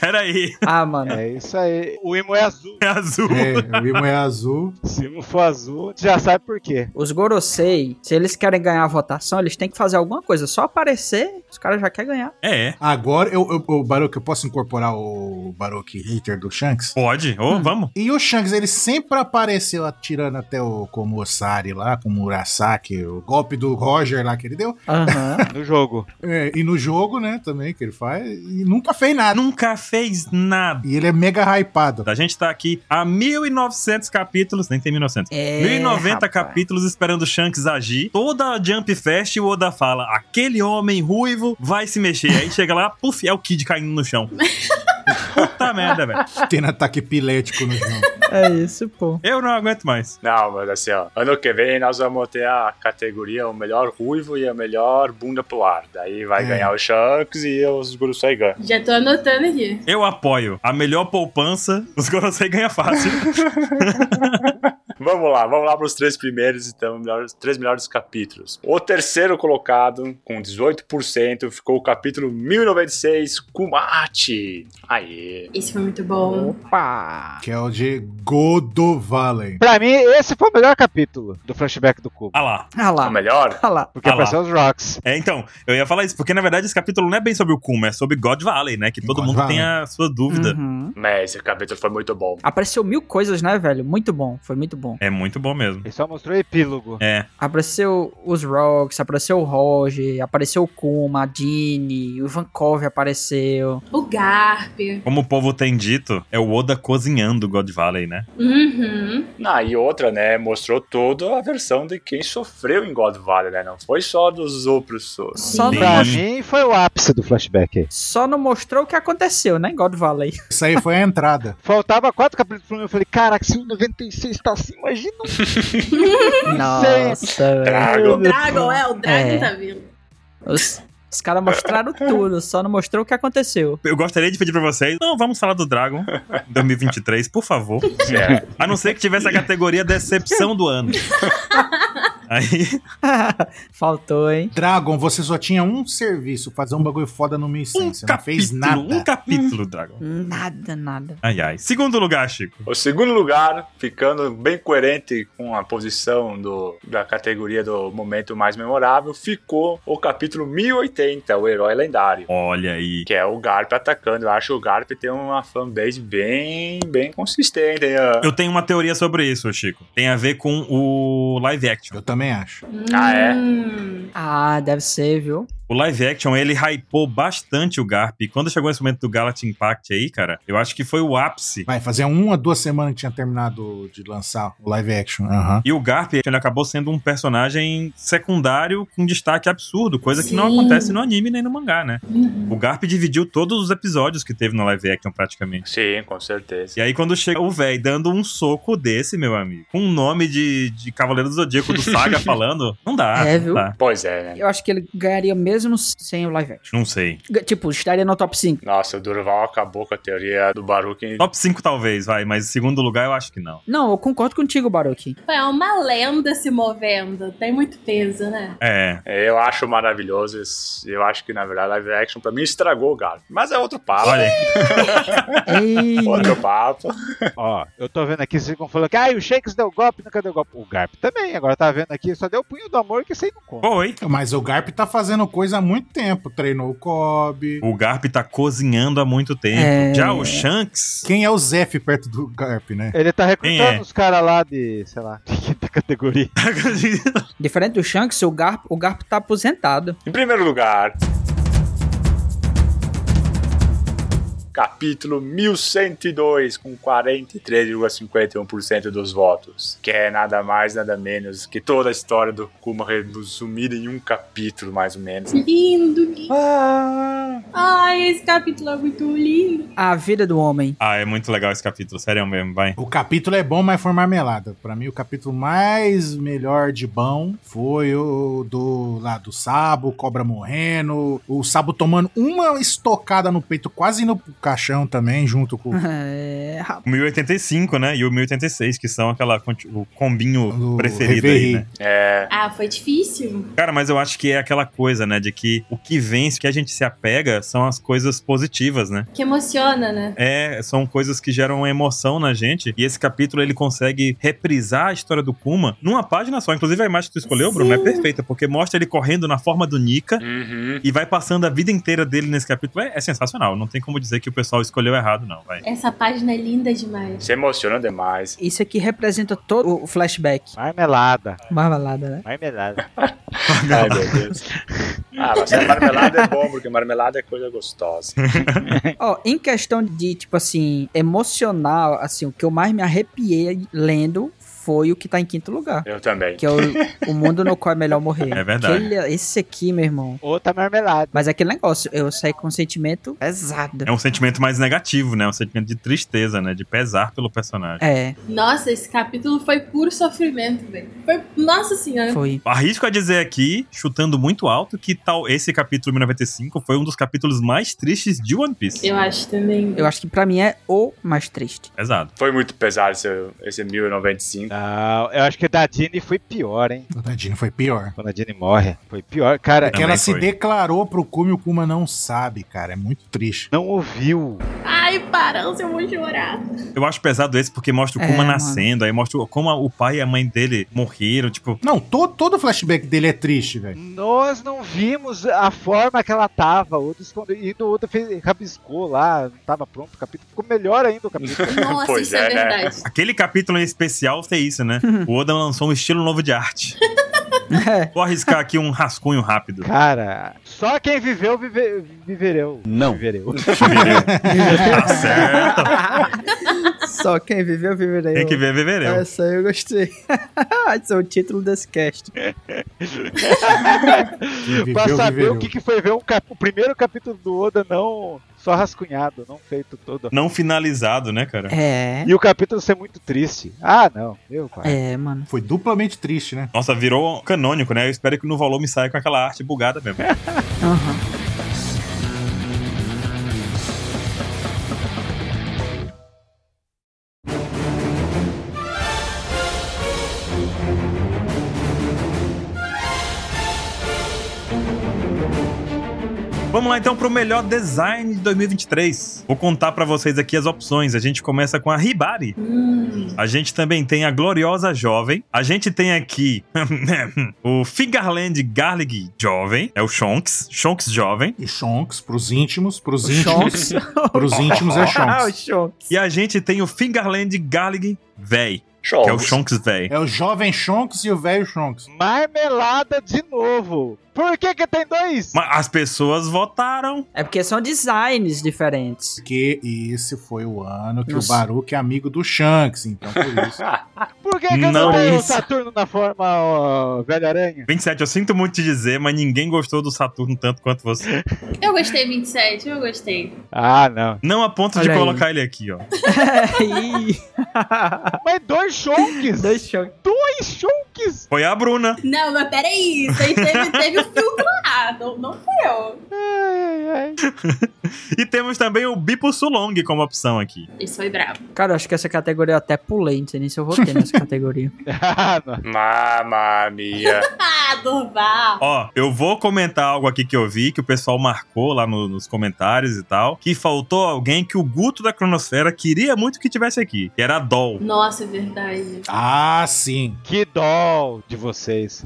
S1: Pera aí,
S6: ah, mano.
S4: É isso aí. O Imo é azul.
S1: [LAUGHS] é azul.
S5: [LAUGHS] É, o Imo é azul.
S4: Se não for azul, já sabe por quê.
S6: Os Gorosei, se eles querem ganhar a votação, eles têm que fazer alguma coisa. Só aparecer, os caras já querem ganhar.
S1: É, é.
S5: Agora, eu, eu, o Baruch, eu posso incorporar o Baruch hater do Shanks?
S1: Pode, ô, vamos.
S5: E o Shanks, ele sempre apareceu atirando até o Komosari lá, com o Murasaki, o golpe do Roger lá que ele deu.
S6: Aham.
S4: No jogo.
S5: É, e no jogo, né, também, que ele faz. E nunca fez nada.
S1: Nunca fez nada.
S5: E ele é mega
S1: [LAUGHS]
S5: hypado.
S1: A gente tá aqui há 1900 capítulos, nem tem 1900.
S6: [LAUGHS] É,
S1: 1090
S6: rapaz.
S1: capítulos esperando o Shanks agir. Toda a Jump Fest, o Oda fala: aquele homem ruivo vai se mexer. Aí chega lá, puf, é o Kid caindo no
S6: [LAUGHS]
S1: chão. Puta merda, velho.
S5: Tendo ataque pilético no jogo.
S6: É isso, pô.
S1: Eu não aguento mais.
S3: Não, mas assim, ó. Ano que vem nós vamos ter a categoria o melhor ruivo e a melhor bunda pro ar. Daí vai
S5: É.
S3: ganhar o Shanks e os Gurusai ganham.
S2: Já tô anotando aqui.
S1: Eu apoio a melhor poupança. Os Gorosei ganha
S6: [LAUGHS]
S1: fácil.
S3: Vamos lá, vamos lá para os três primeiros, então, melhores, três melhores capítulos. O terceiro colocado, com 18%, ficou o capítulo 1096, Kumate. Aê!
S2: Esse foi muito bom.
S6: Opa!
S5: que é o de Godo Valley.
S4: Pra mim, esse foi o melhor capítulo do flashback do Cubo.
S1: ah lá.
S6: Ah
S3: O
S6: lá.
S3: melhor?
S6: Ah lá.
S4: Porque
S1: Ah lá.
S4: apareceu os Rocks.
S1: É, então, eu ia falar isso, porque na verdade esse capítulo não é bem sobre o Kuma, é sobre God Valley, né? Que todo
S5: God
S1: mundo
S5: Valley.
S1: tem a sua dúvida.
S6: Uhum.
S3: Mas esse capítulo foi muito bom.
S6: Apareceu mil coisas, né, velho? Muito bom. Foi muito bom.
S1: É muito bom mesmo.
S4: Ele só mostrou o epílogo.
S1: É,
S6: Apareceu os Rocks, apareceu o Roger, apareceu o Kuma, a Dini, o Ivankov apareceu.
S2: O Garp.
S1: como o povo tem dito, é o Oda cozinhando God Valley, né?
S2: Uhum.
S3: Ah, e outra, né? Mostrou toda a versão de quem sofreu em God Valley, né? Não foi só dos
S2: [LAUGHS]
S3: opressores.
S6: Só
S1: Sim.
S6: no,
S4: Pra mim, foi o ápice do flashback.
S6: só não mostrou o que aconteceu, né? God Valley.
S5: Isso aí foi a entrada.
S4: Faltava quatro capítulos pra mim. Eu falei, caraca, se o 96 tá assim, imagina o
S6: [LAUGHS] Nossa, velho.
S2: O
S3: Dragon.
S2: Dragon, é, o Dragon
S6: É.
S2: tá vindo.
S6: Os, os caras mostraram tudo, só não mostrou o que aconteceu.
S1: Eu gostaria de pedir pra vocês, não, vamos falar do
S5: [LAUGHS]
S1: Dragon 2023, por favor.
S3: Certo.
S1: A não ser que tivesse a categoria decepção do
S5: [LAUGHS]
S1: ano. Aí,
S6: Faltou, hein?
S5: Dragon, você só tinha um serviço, fazer um bagulho foda no 1100.
S1: um
S5: você não
S1: capítulo,
S5: fez nada.
S1: um capítulo, Dragon.
S6: Nada, nada.
S1: Ai, ai. Segundo lugar, Chico.
S3: O segundo lugar, ficando bem coerente com a posição do, da categoria do momento mais memorável, ficou o capítulo 1080, o herói lendário.
S1: Olha aí.
S3: Que é o Garp atacando. Eu acho que o Garp tem uma fanbase bem, bem consistente. hein?
S1: Eu tenho uma teoria sobre isso, Chico. Tem a ver com o live action.
S5: Eu também acho.
S3: Ah, é?
S2: Hum.
S6: Ah, deve ser, viu?
S1: O live action, ele hypou bastante o Garp. E quando chegou esse momento do Galaxy Impact aí, cara, eu acho que foi o ápice.
S5: Vai, fazia uma, duas semanas que tinha terminado de lançar o live action. Aham.
S1: E o Garp, ele acabou sendo um personagem secundário com destaque absurdo, coisa que não
S2: Sim.
S1: acontece no anime nem no mangá, né?
S2: Uhum.
S1: O Garp dividiu todos os episódios que teve no live action, praticamente.
S3: Sim, com certeza.
S1: E aí, quando chega o véi dando um soco desse, meu amigo, com o nome de, de Cavaleiro do Zodíaco do
S6: [LAUGHS]
S1: Saga falando, não dá.
S6: É,
S1: não
S6: viu?
S1: dá.
S3: Pois é, né?
S6: Eu acho que ele ganharia mesmo sem o live action.
S1: Não sei.
S6: G- Tipo, estaria no top 5.
S3: Nossa, o Durval acabou com a teoria do Baruch.
S1: Top 5 talvez, vai, mas segundo lugar eu acho que não.
S6: Não, eu concordo contigo, Baruki.
S2: É uma lenda se movendo. Tem muito peso, né?
S1: É,
S3: Eu acho maravilhoso. esse- Eu acho que, na verdade, live action pra mim estragou o Garp. Mas é outro papo.
S1: olha,
S6: Ei,
S3: Outro papo.
S4: Ó, eu tô vendo aqui, vocês ficam falando que ah, o Shakes deu golpe, nunca deu golpe. O Garp também, agora tá vendo aqui, só deu o punho do amor que isso aí não conta.
S1: foi.
S5: Mas o Garp tá fazendo coisa há muito tempo. Treinou o Cobb.
S1: O Garp tá cozinhando há muito tempo.
S6: É.
S1: Já o Shanks, [LAUGHS]
S5: Quem é o Zef perto do Garp, né?
S4: Ele tá recrutando
S1: Quem é?
S4: os caras lá de, sei lá, [LAUGHS] de quinta categoria.
S6: diferente do Shanks, o Garp, o Garp tá aposentado.
S3: Em primeiro lugar. Capítulo 1102, com 43,51% dos votos. Que é nada mais, nada menos que toda a história do Kuma resumida em um capítulo, mais ou menos.
S2: Lindo, lindo. Ai, esse capítulo é muito lindo.
S6: A vida do homem. [LAUGHS]
S1: ah, é muito legal esse capítulo, sério mesmo, vai.
S5: O capítulo é bom, mas foi marmelada. Pra mim, o capítulo mais melhor de bom foi o do lá do Sabo, Cobra morrendo, o Sabo tomando uma estocada no peito, quase no caixão também, junto com
S6: É, rapaz.
S1: O 1085, né? E o 1086, que são aquela conti- o combinho
S5: o
S1: preferido aí,
S5: Reverie.
S1: né?
S3: É,
S2: Ah, foi difícil.
S1: Cara, mas eu acho que é aquela coisa, né? De que o que vence, o que a gente se apega, são as coisas positivas, né?
S2: Que emociona, né?
S1: É, são coisas que geram emoção na gente. E esse capítulo ele consegue reprisar a história do Kuma numa página só. Inclusive, a imagem que tu escolheu, Bruno, é perfeita, porque mostra ele correndo na forma do Nika.
S3: uhum.
S1: E vai passando a vida inteira dele nesse capítulo. É, é sensacional. Não tem como dizer que o pessoal escolheu errado, não. Vai.
S2: Essa página é linda demais.
S3: Se emociona demais.
S6: Isso aqui representa todo o flashback.
S4: Marmelada,
S6: Marvelada, né?
S4: marmelada.
S3: Ai, meu Deus. Ah, mas a marmelada é bom, porque marmelada é coisa gostosa.
S6: Ó, em questão de, tipo assim, emocional, assim, o que eu mais me arrepiei lendo foi o que tá em quinto lugar.
S3: Eu também.
S6: Que é o, o mundo no qual é melhor morrer.
S1: É verdade.
S6: Aquele- esse aqui, meu irmão.
S4: Outra marmelada.
S6: Mas é aquele negócio, eu saí com um sentimento pesado.
S1: É um sentimento mais negativo, né? Um sentimento de tristeza, né? De pesar pelo personagem.
S6: É,
S2: Nossa, esse capítulo foi puro sofrimento, velho. Foi... Nossa senhora.
S6: foi.
S1: Arrisco a dizer aqui, chutando muito alto, que tal esse capítulo 1095 foi um dos capítulos mais tristes de One Piece.
S2: Eu acho também.
S6: Eu acho que pra mim é o mais triste.
S1: Pesado.
S3: Foi muito pesado esse, esse 1095.
S4: Não, eu acho que da Dini foi pior, hein?
S5: O Tadinho foi pior.
S4: Quando a Dini morre, foi pior. Cara,
S5: Porque
S1: Também
S5: ela se
S1: foi.
S5: declarou pro Kuma e o Kuma não sabe, cara. É muito triste.
S4: não ouviu.
S2: Ai, parando, eu vou chorar.
S1: Eu acho pesado esse porque mostra o
S6: É,
S1: Kuma
S6: mano.
S1: nascendo, aí mostra o- como o pai e a mãe dele morreram, tipo.
S5: Não, to, todo o flashback dele é triste, velho.
S4: Nós não vimos a forma que ela tava. O Oda escondeu, e o Oda fez, rabiscou lá, não tava pronto o capítulo. Ficou melhor ainda o capítulo.
S2: Nossa,
S3: Pois
S2: isso é,
S3: é, né?
S2: verdade.
S1: Aquele capítulo em especial tem isso,
S6: [LAUGHS]
S1: né? o Oda lançou um estilo novo de arte.
S6: É.
S1: Vou arriscar aqui um rascunho rápido.
S4: Cara, só quem viveu, vive, vivereu. Não. [LAUGHS] Vivereu.
S1: tá certo.
S6: Só quem viveu, vivereu.
S1: Tem que ver Vivereu.
S6: Essa né? É, eu gostei. [LAUGHS] Esse é o título desse cast.
S5: Quem viveu,
S4: pra saber
S5: vivereu.
S4: o que, que foi ver um cap- o primeiro capítulo do Oda não só rascunhado, não feito todo.
S1: Não finalizado, né, cara?
S6: É.
S4: E o capítulo ser muito triste. Ah, não. Meu pai.
S6: É, mano.
S5: Foi duplamente triste, né?
S1: Nossa, virou canônico, né? Eu espero que no volume saia com aquela arte bugada mesmo. É,
S6: Aham.
S1: Vamos lá então pro melhor design de 2023. Vou contar pra vocês aqui as opções. A gente começa com a Hibari.
S2: Hum,
S1: A gente também tem a Gloriosa Jovem. A gente tem aqui [LAUGHS] o Fingerland Garlic Jovem. É o Shonks. Shonks Jovem.
S5: E Shonks, pros íntimos, pros
S6: O
S5: íntimos.
S6: Shonks.
S5: [LAUGHS] Pros íntimos é
S6: [LAUGHS] Ah, o
S5: Shonks.
S6: Shonks.
S1: E a gente tem o Fingerland Garlic Véi. Que é o
S3: Jogos.
S1: Chonks, velho.
S5: É o jovem Shonks e o velho Shonks.
S4: Marmelada de novo. Por que que tem dois?
S1: Mas as pessoas votaram.
S6: É porque são designs [LAUGHS] diferentes.
S5: Porque esse foi o ano que
S6: Nossa.
S5: o Baruch é amigo do Shanks, então por isso.
S6: [LAUGHS]
S4: Por que que não,
S1: Não,
S4: tem o
S1: isso.
S4: Saturno na forma ó, Velho Aranha?
S1: 27, eu sinto muito te dizer, mas ninguém gostou do Saturno tanto quanto você.
S2: Eu gostei 27, eu gostei.
S4: Ah, não.
S1: Não a ponto de
S6: Olha aí.
S1: colocar ele aqui, ó.
S6: Ih,
S4: Mas dois Shonks!
S6: Dois shows.
S4: dois Shonks!
S1: Foi a Bruna.
S2: Não, mas peraí, isso aí teve, teve o filtro lá, não, não foi eu.
S4: Ai, ai, [LAUGHS] ai.
S1: E temos também o Bipo Sulong como opção aqui.
S2: Isso foi bravo.
S6: Cara, eu acho que essa categoria eu até pulei, não sei nem se eu votei [LAUGHS] nessa categoria.
S4: Ah, não.
S3: Mamma mia.
S2: Ah, Durval.
S1: Ó, eu vou comentar algo aqui que eu vi, que o pessoal marcou lá no- nos comentários e tal, que faltou alguém que o Guto da Cronosfera queria muito que tivesse aqui, que era a Doll.
S2: Nossa, é verdade.
S5: Ah, sim.
S4: Que dó de vocês.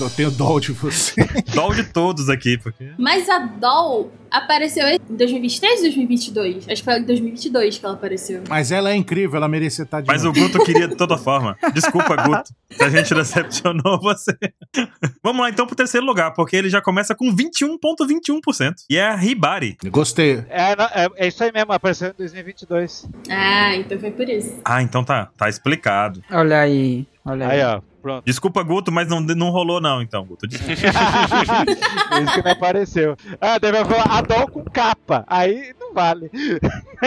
S5: Eu tenho dó de você.
S6: [LAUGHS]
S1: Doll de todos aqui, porque...
S2: Mas a Doll apareceu em 2023 ou 2022? Acho que foi em 2022 que ela apareceu.
S5: Mas ela é incrível, ela merecia estar de
S1: Mas o
S5: novo.
S1: Guto queria de toda forma. Desculpa, Guto, se a gente decepcionou você. Vamos lá então pro terceiro lugar, porque ele já começa com 21,21%. E é a Hibari.
S5: Gostei.
S4: É, não, é, é isso aí mesmo, apareceu em 2022.
S2: Ah, então foi por isso.
S1: Ah, então tá, tá explicado.
S6: Olha aí, olha aí.
S4: Aí, ó, pronto.
S1: Desculpa, Guto, mas não, não rolou não, então, Guto. Desculpa.
S4: Por isso que não apareceu. Ah, deve falar Adol com capa. Aí não vale.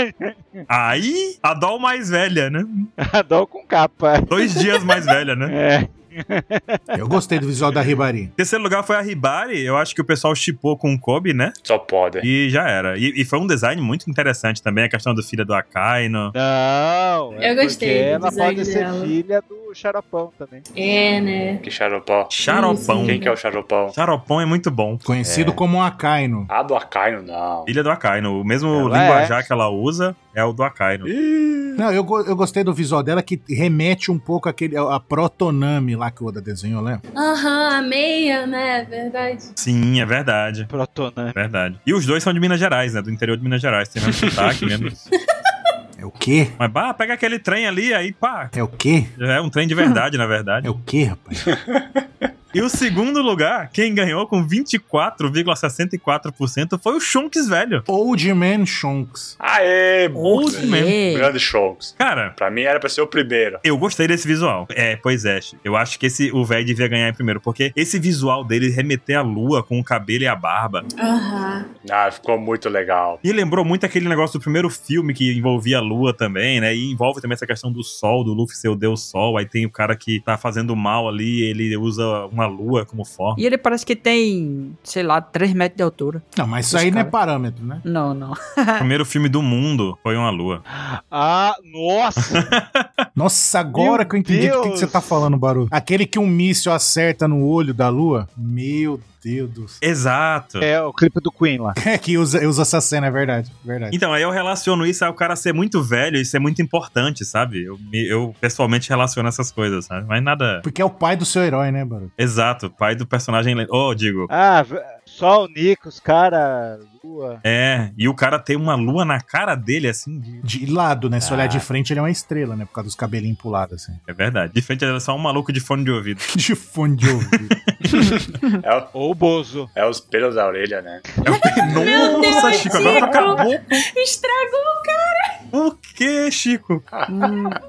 S4: [LAUGHS]
S1: Aí, a Doll mais velha, né?
S4: Adol com capa.
S1: Dois dias mais velha,
S3: [LAUGHS]
S1: né?
S4: É.
S5: Eu gostei do visual da Ribari.
S1: Terceiro lugar foi a Hibari. Eu acho que o pessoal chipou com o Kobe, né?
S3: Só pode.
S1: E já era. E, e foi um design muito interessante também, a questão do filho do Akaino.
S4: Não. é
S2: Eu gostei
S4: porque
S2: do
S4: Ela
S2: design
S4: pode ser
S2: dela.
S4: filha do xaropão também.
S2: É, né?
S3: Que xaropão.
S1: Charopão.
S3: Quem que é o xaropão?
S1: Charopão é muito bom.
S5: Conhecido como um Akaino.
S3: Ah, do Akaino, não.
S1: Filha do Akaino. O mesmo
S4: Ela
S1: linguajar que ela usa é o do Akaino.
S5: Não, eu, go- eu gostei do visual dela que remete um pouco àquele, a Protonami lá que o Oda desenhou, lembra?
S2: Aham, a meia, né? Verdade.
S1: Sim, é verdade. É
S4: Protonã.
S1: Verdade. E os dois são de Minas Gerais, né? Do interior de Minas Gerais. Tem mesmo sotaque
S3: [LAUGHS]
S1: mesmo.
S5: É o quê?
S1: Mas, bah, pega aquele trem ali, aí pá.
S5: É o quê?
S1: Já é um trem de verdade, na verdade.
S5: É o quê,
S6: [LAUGHS]
S5: rapaz?
S1: E o segundo lugar, quem ganhou com 24,64% foi o Shonks velho.
S5: Old Man Shonks.
S3: Aê,
S1: Old
S3: Buda.
S1: Man.
S6: Yeah.
S3: Grande shows.
S1: Cara,
S3: Pra mim era pra ser o primeiro.
S1: Eu gostei desse visual. É, pois é. Eu acho que esse o velho devia ganhar em primeiro, porque esse visual dele remeter à lua com o cabelo e a barba.
S2: Aham.
S3: Ah, ficou muito legal.
S1: E lembrou muito aquele negócio do primeiro filme que envolvia a lua também, né? E envolve também essa questão do sol, do Luffy ser o deus sol. Aí tem o cara que tá fazendo mal ali, ele usa uma lua como forma.
S6: E ele parece que tem, sei lá, 3 metros de altura.
S5: Não, mas isso
S6: Os
S5: aí não é
S6: cara-
S5: parâmetro, né?
S6: Não, não.
S1: O primeiro filme do mundo foi uma lua.
S4: Ah, [LAUGHS] nossa!
S5: [LAUGHS] Nossa, agora
S4: Meu
S5: que eu entendi o que, que
S4: Deus.
S5: você tá falando, Baru. Aquele que um míssil acerta no olho da lua. Meu Deus do céu.
S1: Exato.
S4: é o clipe do Queen lá.
S5: É que usa, usa essa cena, é verdade. Verdade.
S1: Então, aí eu relaciono isso ao cara ser muito velho, isso é muito importante, sabe? Eu, me- eu pessoalmente relaciono essas coisas, sabe? Mas nada.
S5: Porque é o pai do seu herói, né, Baru?
S1: Exato, pai do personagem. le- Oh, digo.
S4: Ah, v- só o Nico, os cara, lua.
S1: É, e o cara tem uma lua na cara dele, assim. de-
S5: De lado, né? Se olhar de frente, ele é uma estrela, né? Por causa dos cabelinhos pulados, assim.
S1: É verdade. De frente, ele é só um maluco de fone de
S2: [LAUGHS]
S1: ouvido.
S5: [LAUGHS] De fone de ouvido.
S3: É, o-
S4: Ou o Bozo.
S3: é os pelos da orelha, né?
S1: Nossa,
S2: Deus,
S1: Chico, agora tu
S2: Chico.
S1: acabou.
S2: Estragou.
S1: Por que, Chico?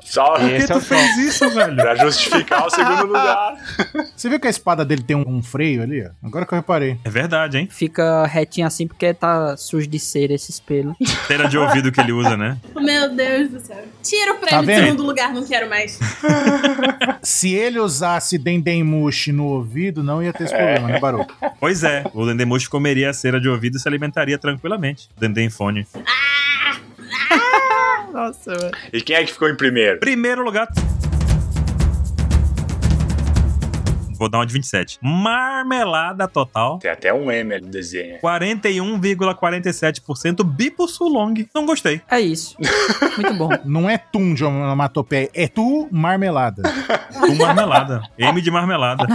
S3: Só
S1: Por que
S4: Esse é
S1: tu
S4: o
S1: fez isso, velho?
S3: [LAUGHS] pra justificar o segundo lugar.
S5: [LAUGHS] você viu que a espada dele tem um, um freio ali, ó? Agora que eu reparei.
S1: É verdade, hein?
S6: Fica retinho assim porque tá sujo de cera esse espelho.
S1: Cera de ouvido que ele usa, né?
S2: Meu Deus do céu. Tira o prêmio
S5: Tá
S2: do
S5: vendo?
S2: segundo lugar, não quero mais.
S5: Se ele usasse Dendemushi no ouvido, não ia ter esse problema, né, [LAUGHS] Baru?
S1: Pois é, o Dendemush comeria a cera de ouvido e se alimentaria tranquilamente. Dendem fone.
S6: Nossa, velho.
S3: E quem é que ficou em primeiro?
S1: Primeiro lugar. vou dar uma de 27. Marmelada total.
S3: Tem até um M ali no desenho.
S1: 41,47% bipo sulong. Não gostei.
S6: É [LAUGHS] isso. Muito bom.
S5: Não é tum de onomatopeia, é tu [LAUGHS] marmelada.
S1: Com marmelada. M de marmelada.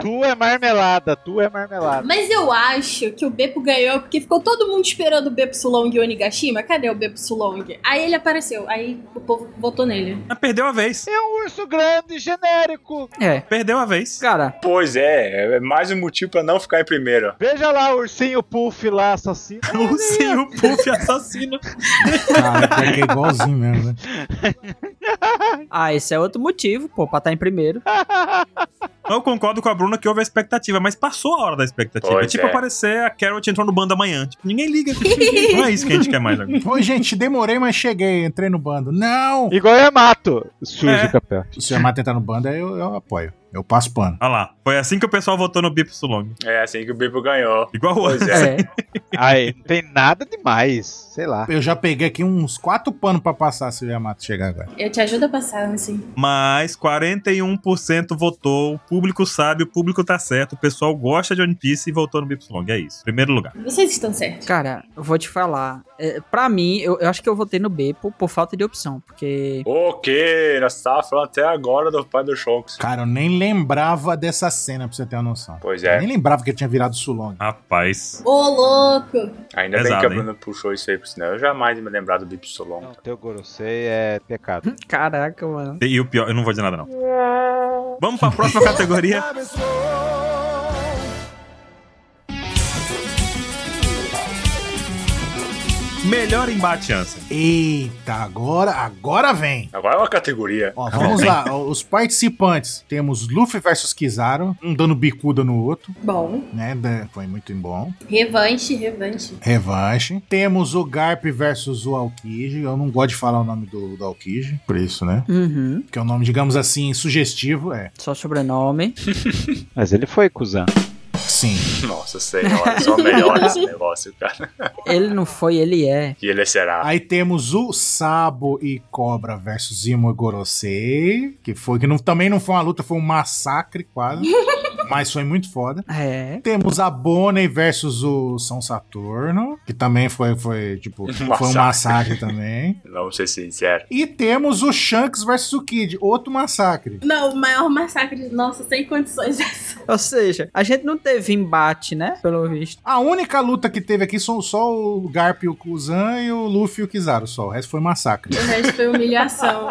S4: Tu é marmelada, tu é marmelada.
S2: Mas eu acho que o Beppo ganhou porque ficou todo mundo esperando o Beppo Sulong e o Onigashima. Cadê o Beppo Sulong? Aí ele apareceu, aí o povo votou nele.
S1: Mas Ah, perdeu a vez.
S4: É um urso grande, genérico.
S6: É.
S1: Perdeu a vez.
S6: Cara,
S3: Pois é, é mais um motivo pra não ficar em primeiro.
S4: Veja lá o ursinho puff lá, assassino.
S1: O senhor Puff assassino.
S5: Cara, pior que é igualzinho mesmo, né?
S6: ah, esse é outro motivo, pô, pra estar em primeiro.
S1: Eu concordo com a Bruna que houve a expectativa, mas passou a hora da expectativa.
S3: Pois
S1: é tipo
S3: é.
S1: aparecer a Carrot entrou no bando amanhã. Tipo, ninguém liga. [LAUGHS] Não é isso que a gente quer mais agora.
S5: Ô, gente, demorei, mas cheguei, entrei no bando. Não!
S4: Igual é mato. Sujo
S1: É.
S4: o capé.
S5: Se o Yamato entrar no bando, aí eu, eu apoio. Eu passo pano.
S1: Olha lá. Foi assim que o pessoal votou no Bip Sulong.
S3: É assim que o Bibo ganhou.
S1: Igual o
S3: Pois
S1: outro.
S3: é.
S6: É.
S4: Aí, não tem nada demais. Sei lá.
S5: Eu já peguei aqui uns quatro panos pra passar se o Yamato chegar agora.
S2: Eu te ajudo a passar, assim.
S1: Mas 41% votou. O público sabe, o público tá certo. O pessoal gosta de One Piece e votou no Bip Sulong. É isso. Primeiro lugar.
S2: Vocês estão certos.
S6: Cara, eu vou te falar. É, pra mim, eu, eu acho que eu votei no B por, por falta de opção, porque. [LAUGHS]
S3: O que? Nós tava falando até agora do pai do Shonks.
S5: Cara, eu nem lembrava dessa cena, pra você ter uma noção.
S3: Pois é.
S5: Eu nem lembrava que ele tinha virado Sulong.
S1: Rapaz.
S2: Ô, louco!
S3: Ainda bem
S1: Pesado,
S3: que a
S1: hein?
S3: Bruna puxou isso aí, porque senão eu jamais ia me lembrar do Bipo Solon.
S4: Não, teu gorosei é pecado.
S6: Caraca, mano.
S1: E o pior, eu não vou dizer nada, não. Vamos pra próxima categoria.
S5: é.
S1: Melhor embate, Ansem.
S5: Eita, agora, agora vem.
S3: Agora é uma categoria.
S5: Ó, vamos lá, ó, os participantes. Temos Luffy versus Kizaru, um dando bicuda no outro,
S2: Bom,
S5: né? da- Foi muito bom.
S2: revanche, revanche.
S5: Revanche. Temos o Garp versus o Aokiji. Eu não gosto de falar o nome do, do Aokiji, por isso, né?
S6: Uhum.
S5: Que é um nome, digamos assim, sugestivo. É,
S6: Só sobrenome.
S4: Mas ele foi, cuzão.
S5: sim.
S3: Nossa senhora, só melhora esse negócio, cara.
S6: Ele não foi, ele é.
S3: E ele será.
S5: Aí temos o Sabo e Cobra versus Imo e Gorosei, que foi que não- também não foi uma luta, foi um massacre [LAUGHS] quase, mas foi muito foda.
S6: É.
S5: Temos a Bonnie versus o São Saturno, que também foi, foi tipo, foi um
S3: Massacre.
S5: massacre também.
S3: Vamos ser sinceros.
S5: E temos o Shanks versus o Kid, outro massacre.
S2: Não, o maior massacre. Nossa, sem [LAUGHS] condições dessa.
S6: Ou seja, a gente não teve embate, né? Pelo visto.
S5: A única luta que teve aqui são só o Garp e o Kuzan e o Luffy e o Kizaru só. O resto foi massacre.
S2: O resto foi humilhação.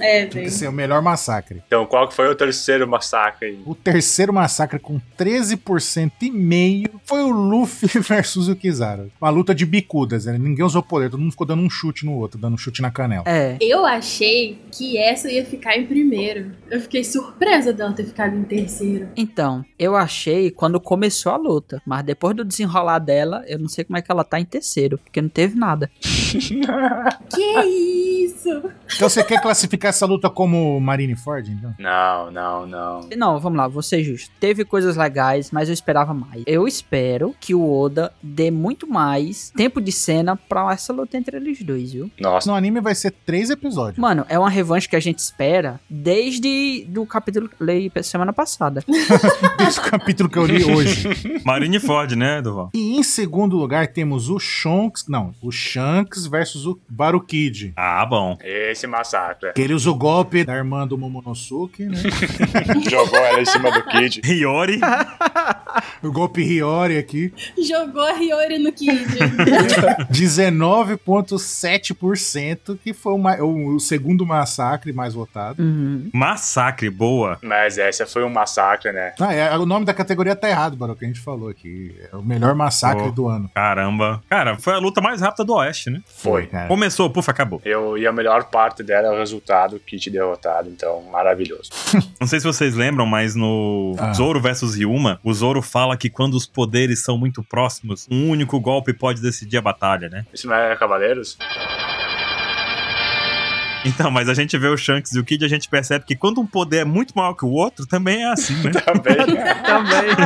S2: É, velho.
S5: Esse é o melhor massacre.
S3: Então, qual que foi o terceiro massacre aí?
S5: O terceiro massacre com 13% e meio foi o Luffy [LAUGHS] versus o Kizaru. Uma luta de bicudas, né? ninguém usou poder, todo mundo ficou dando um chute no outro, dando um chute na canela.
S6: É.
S2: Eu achei que essa ia ficar em primeiro. Eu fiquei surpresa dela ter ficado em terceiro.
S6: Então, eu achei quando começou a luta, mas depois do desenrolar dela, eu não sei como é que ela tá em terceiro, porque não teve nada.
S2: Que isso?
S5: Então você quer classificar essa luta como Marineford, então?
S3: Não, não, não.
S6: Não, vamos lá, vou ser justo. Teve coisas legais, mas eu esperava mais. Eu espero que o Oda dê muito mais tempo de cena pra essa luta entre eles dois, viu?
S3: Nossa,
S5: No anime vai ser três episódios.
S6: Mano, é uma revanche que a gente espera desde do capítulo que leí semana passada.
S5: Desde o capítulo que eu li hoje.
S1: Marineford, né, Duval?
S5: E em segundo lugar temos o Shonks, não, o Shanks versus o Barukid.
S1: Ah, bom.
S3: esse massacre.
S5: Que ele usa o golpe da irmã do Momonosuke, né?
S3: Jogou ela em cima do Kid.
S1: Hiyori.
S5: O golpe Hiyori aqui. [LAUGHS]
S2: Jogou a Hiyori no Kid.
S5: 19,7%, que foi o, ma- o- o segundo massacre mais votado.
S6: Uhum.
S1: Massacre, boa.
S3: Mas essa foi um massacre, né?
S5: Ah, é, o nome da categoria tá errado, Barão, que a gente falou aqui. É o melhor massacre
S1: Oh.
S5: do ano.
S1: Caramba. Cara, foi a luta mais rápida do Oeste, né?
S3: Foi.
S5: cara.
S1: Começou, puf, acabou.
S3: Eu, e a melhor parte dela é o resultado, Kid derrotado, então maravilhoso.
S1: Não sei se vocês lembram, mas no
S5: Ah.
S1: Zoro versus Ryuma, o Zoro fala que quando os poderes são muito próximos, um único golpe pode decidir a batalha, né?
S3: Isso não é Cavaleiros?
S1: Então, mas a gente vê o Shanks e o Kid, a gente percebe que quando um poder é muito maior que o outro, também é assim, né?
S3: Também.
S6: Também.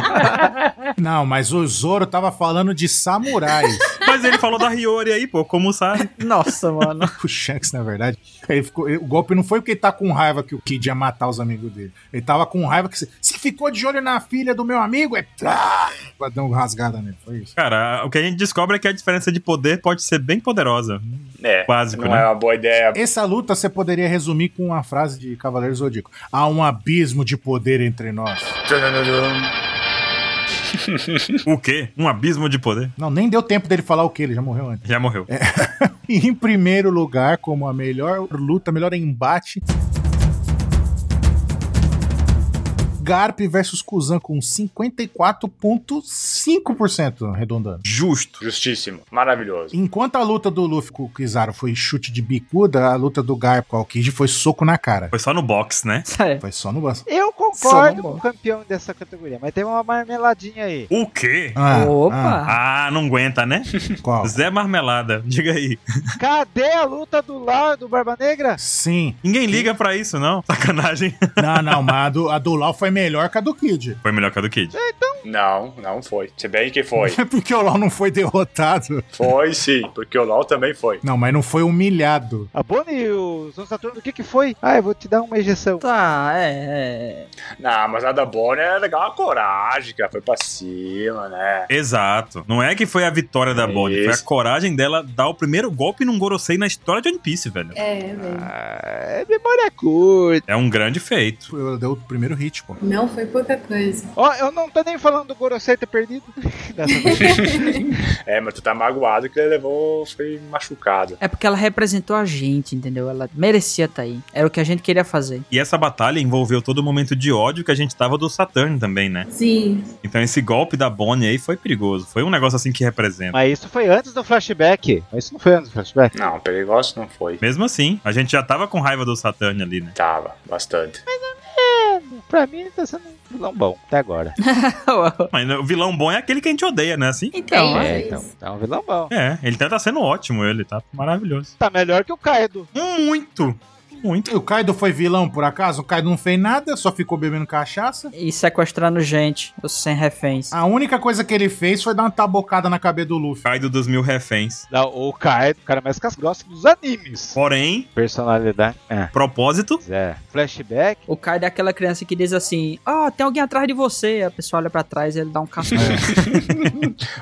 S5: Não, mas o Zoro tava falando de samurais. [LAUGHS]
S1: mas Mas ele falou da Hiyori aí, pô, como sabe?
S6: Nossa, mano.
S5: O Shanks, na verdade, ele ficou, ele- o golpe não foi porque ele tá com raiva que o Kid ia matar os amigos dele. Ele tava com raiva que você você ficou de olho na filha do meu amigo, é pra dar uma rasgada nele. Foi isso.
S1: Cara, o que a gente descobre é que a diferença de poder pode ser bem poderosa.
S3: É,
S1: Básico,
S3: não
S1: né?
S3: é uma boa ideia.
S5: Essa luta você poderia resumir com uma frase de Cavaleiro Zodíaco: Há um abismo de poder entre nós.
S1: O quê? Um abismo de poder?
S5: Não, nem deu tempo dele falar o que, ele já morreu antes.
S1: Já morreu.
S5: E em primeiro lugar, como a melhor luta, melhor embate. Garp versus Kuzan com 54,5% arredondando.
S1: Justo.
S3: Justíssimo. Maravilhoso.
S5: Enquanto a luta do Luffy com o Kizaru foi chute de bicuda, a luta do Garp com o Kid foi soco na cara.
S1: Foi só no box, né?
S6: É.
S5: Foi só no braço.
S4: Eu
S6: Só
S4: concordo
S6: não
S4: com o
S6: gosto.
S4: campeão dessa categoria, mas tem uma marmeladinha aí.
S1: O quê?
S5: Ah,
S6: Opa!
S1: Ah, não aguenta, né?
S5: ah, qual?
S1: Zé Marmelada, diga aí.
S4: Cadê a luta do Lau e do Barba Negra?
S5: Sim.
S1: Ninguém liga pra isso, não. Sacanagem.
S5: Não, não, mas a do, a do Lau foi melhor que a do Kid.
S1: Foi melhor que a do Kid.
S3: Não, não foi. Se bem que foi.
S5: [LAUGHS] É porque o Lau não foi derrotado.
S3: Foi sim, porque o LOL também foi.
S5: Não, mas não foi humilhado.
S4: A Bonnie e Ah, o São Saturno, o que que foi? Ah, eu vou te dar uma injeção.
S6: Tá, é, é.
S3: Não, mas a da Bonnie era legal a coragem, cara. Foi pra cima, né?
S1: Exato. Não é que foi a vitória da Bonnie, foi a
S3: Isso.
S1: coragem dela dar o primeiro golpe num Gorosei na história de One Piece, velho.
S2: [LAUGHS] É, velho.
S4: Ah, memória curta.
S1: É um grande feito.
S5: Ela deu o primeiro hit, pô.
S2: Não foi pouca coisa.
S4: Ó, eu não tô nem falando do Gorosei ter perdido. [LAUGHS] Dessa vez.
S3: É, mas tu tá magoado que ele levou. Foi machucado.
S6: É porque ela representou a gente, entendeu? Ela merecia estar aí. Era o que a gente queria fazer. [LAUGHS]
S1: E essa batalha envolveu todo o momento de ódio que a gente tava do Saturn também, né?
S2: Sim.
S1: Então esse golpe da Bonnie aí foi perigoso. Foi um negócio assim que representa.
S4: mas isso foi antes do flashback. Mas isso não foi antes do flashback.
S3: Não, perigoso não foi.
S1: Mesmo assim, a gente já tava com raiva do Saturn ali, né?
S3: Tava, bastante.
S4: Pra mim, tá sendo um vilão bom até agora.
S1: Mas o vilão bom é aquele que a gente odeia, né? Assim?
S6: Então,
S2: Tem
S6: é.
S4: é,
S2: isso.
S4: então, tá um vilão bom.
S1: É, ele tá, tá sendo ótimo, ele tá maravilhoso.
S4: Tá melhor que o Kaido.
S1: Muito! Muito.
S5: E o Kaido foi vilão, por acaso? O Kaido não fez nada, só ficou bebendo cachaça.
S6: E sequestrando gente, os sem reféns.
S5: A única coisa que ele fez foi dar uma tabocada na cabeça do Luffy.
S1: Kaido dos mil reféns.
S4: Não, o Kaido, o cara mais casgrosso dos animes.
S1: Porém,
S4: Personalidade. É.
S1: propósito,
S4: Zé. Flashback.
S6: O Kaido é aquela criança que diz assim: Ó, tem alguém atrás de você. A pessoa olha pra trás e ele dá um caçom.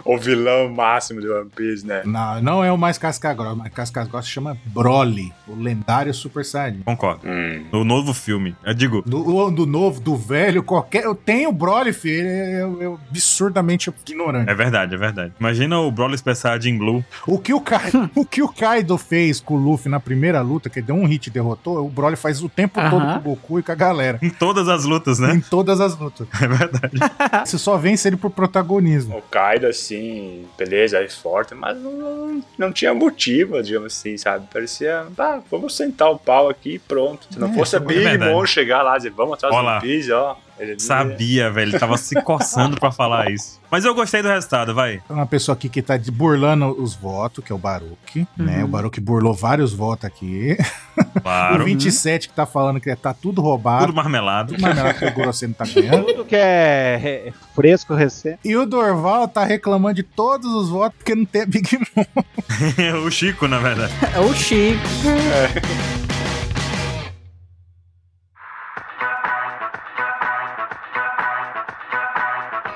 S3: O vilão máximo do One Piece, né?
S5: Não, não é o mais casca grossa, mas casca grossa se chama Broly, o lendário Super Saiyajin.
S1: concordo.
S3: Hum.
S1: No novo filme. Eu digo,
S5: Do, o- do novo, do velho, qualquer. Eu tenho o Broly, filho. Ele é, eu- eu absurdamente ignorante.
S1: é verdade, é verdade. Imagina o Broly Super Saiyajin Blue.
S5: O, que o,
S6: Hum.
S5: Kaido, o que o Kaido fez com o Luffy na primeira luta, que deu um hit e derrotou, o Broly faz o tempo todo com
S6: Aham.
S5: o Goku e com a galera.
S1: Em todas as lutas, né?
S5: Em todas as lutas.
S1: É verdade.
S6: Ah.
S5: Você só vence ele por protagonismo.
S3: O Kaido, assim, beleza, é forte, mas não, não, não tinha motivo, digamos assim, sabe? Parecia, ah, vamos sentar o pau aqui e pronto. Se não
S5: É,
S3: fosse a
S1: é
S3: Big
S1: verdade.
S3: Mom chegar lá e dizer, vamos atrás
S1: Ó
S3: do
S1: lá.
S3: One Piece, ó. Ele
S1: é
S3: não ia-
S1: Sabia, velho. Tava se coçando pra falar isso. Mas eu gostei do resultado, vai.
S5: Uma pessoa aqui que tá de- burlando os votos, que é o Baruque, né?
S6: Uhum.
S5: O Baruque burlou vários votos aqui. O
S1: Claro.
S5: 27 que tá falando que tá tudo
S1: Tudo
S5: roubado.
S1: marmelado. [LAUGHS]
S5: Mas melhor que o Gorosei não tá ganhando.
S4: Tudo que é é fresco, recente.
S5: E o Dorval tá reclamando de todos os votos porque não tem a Big Mom.
S1: o Chico, na verdade.
S6: [LAUGHS] é o Chico.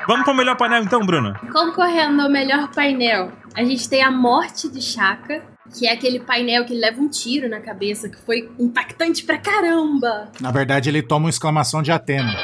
S1: Vamos pro melhor painel então, Bruna.
S2: Concorrendo ao melhor painel, a gente tem a morte de Chaka, que é aquele painel que leva um tiro na cabeça, que foi impactante pra caramba.
S5: Na verdade, ele toma uma exclamação de Atena.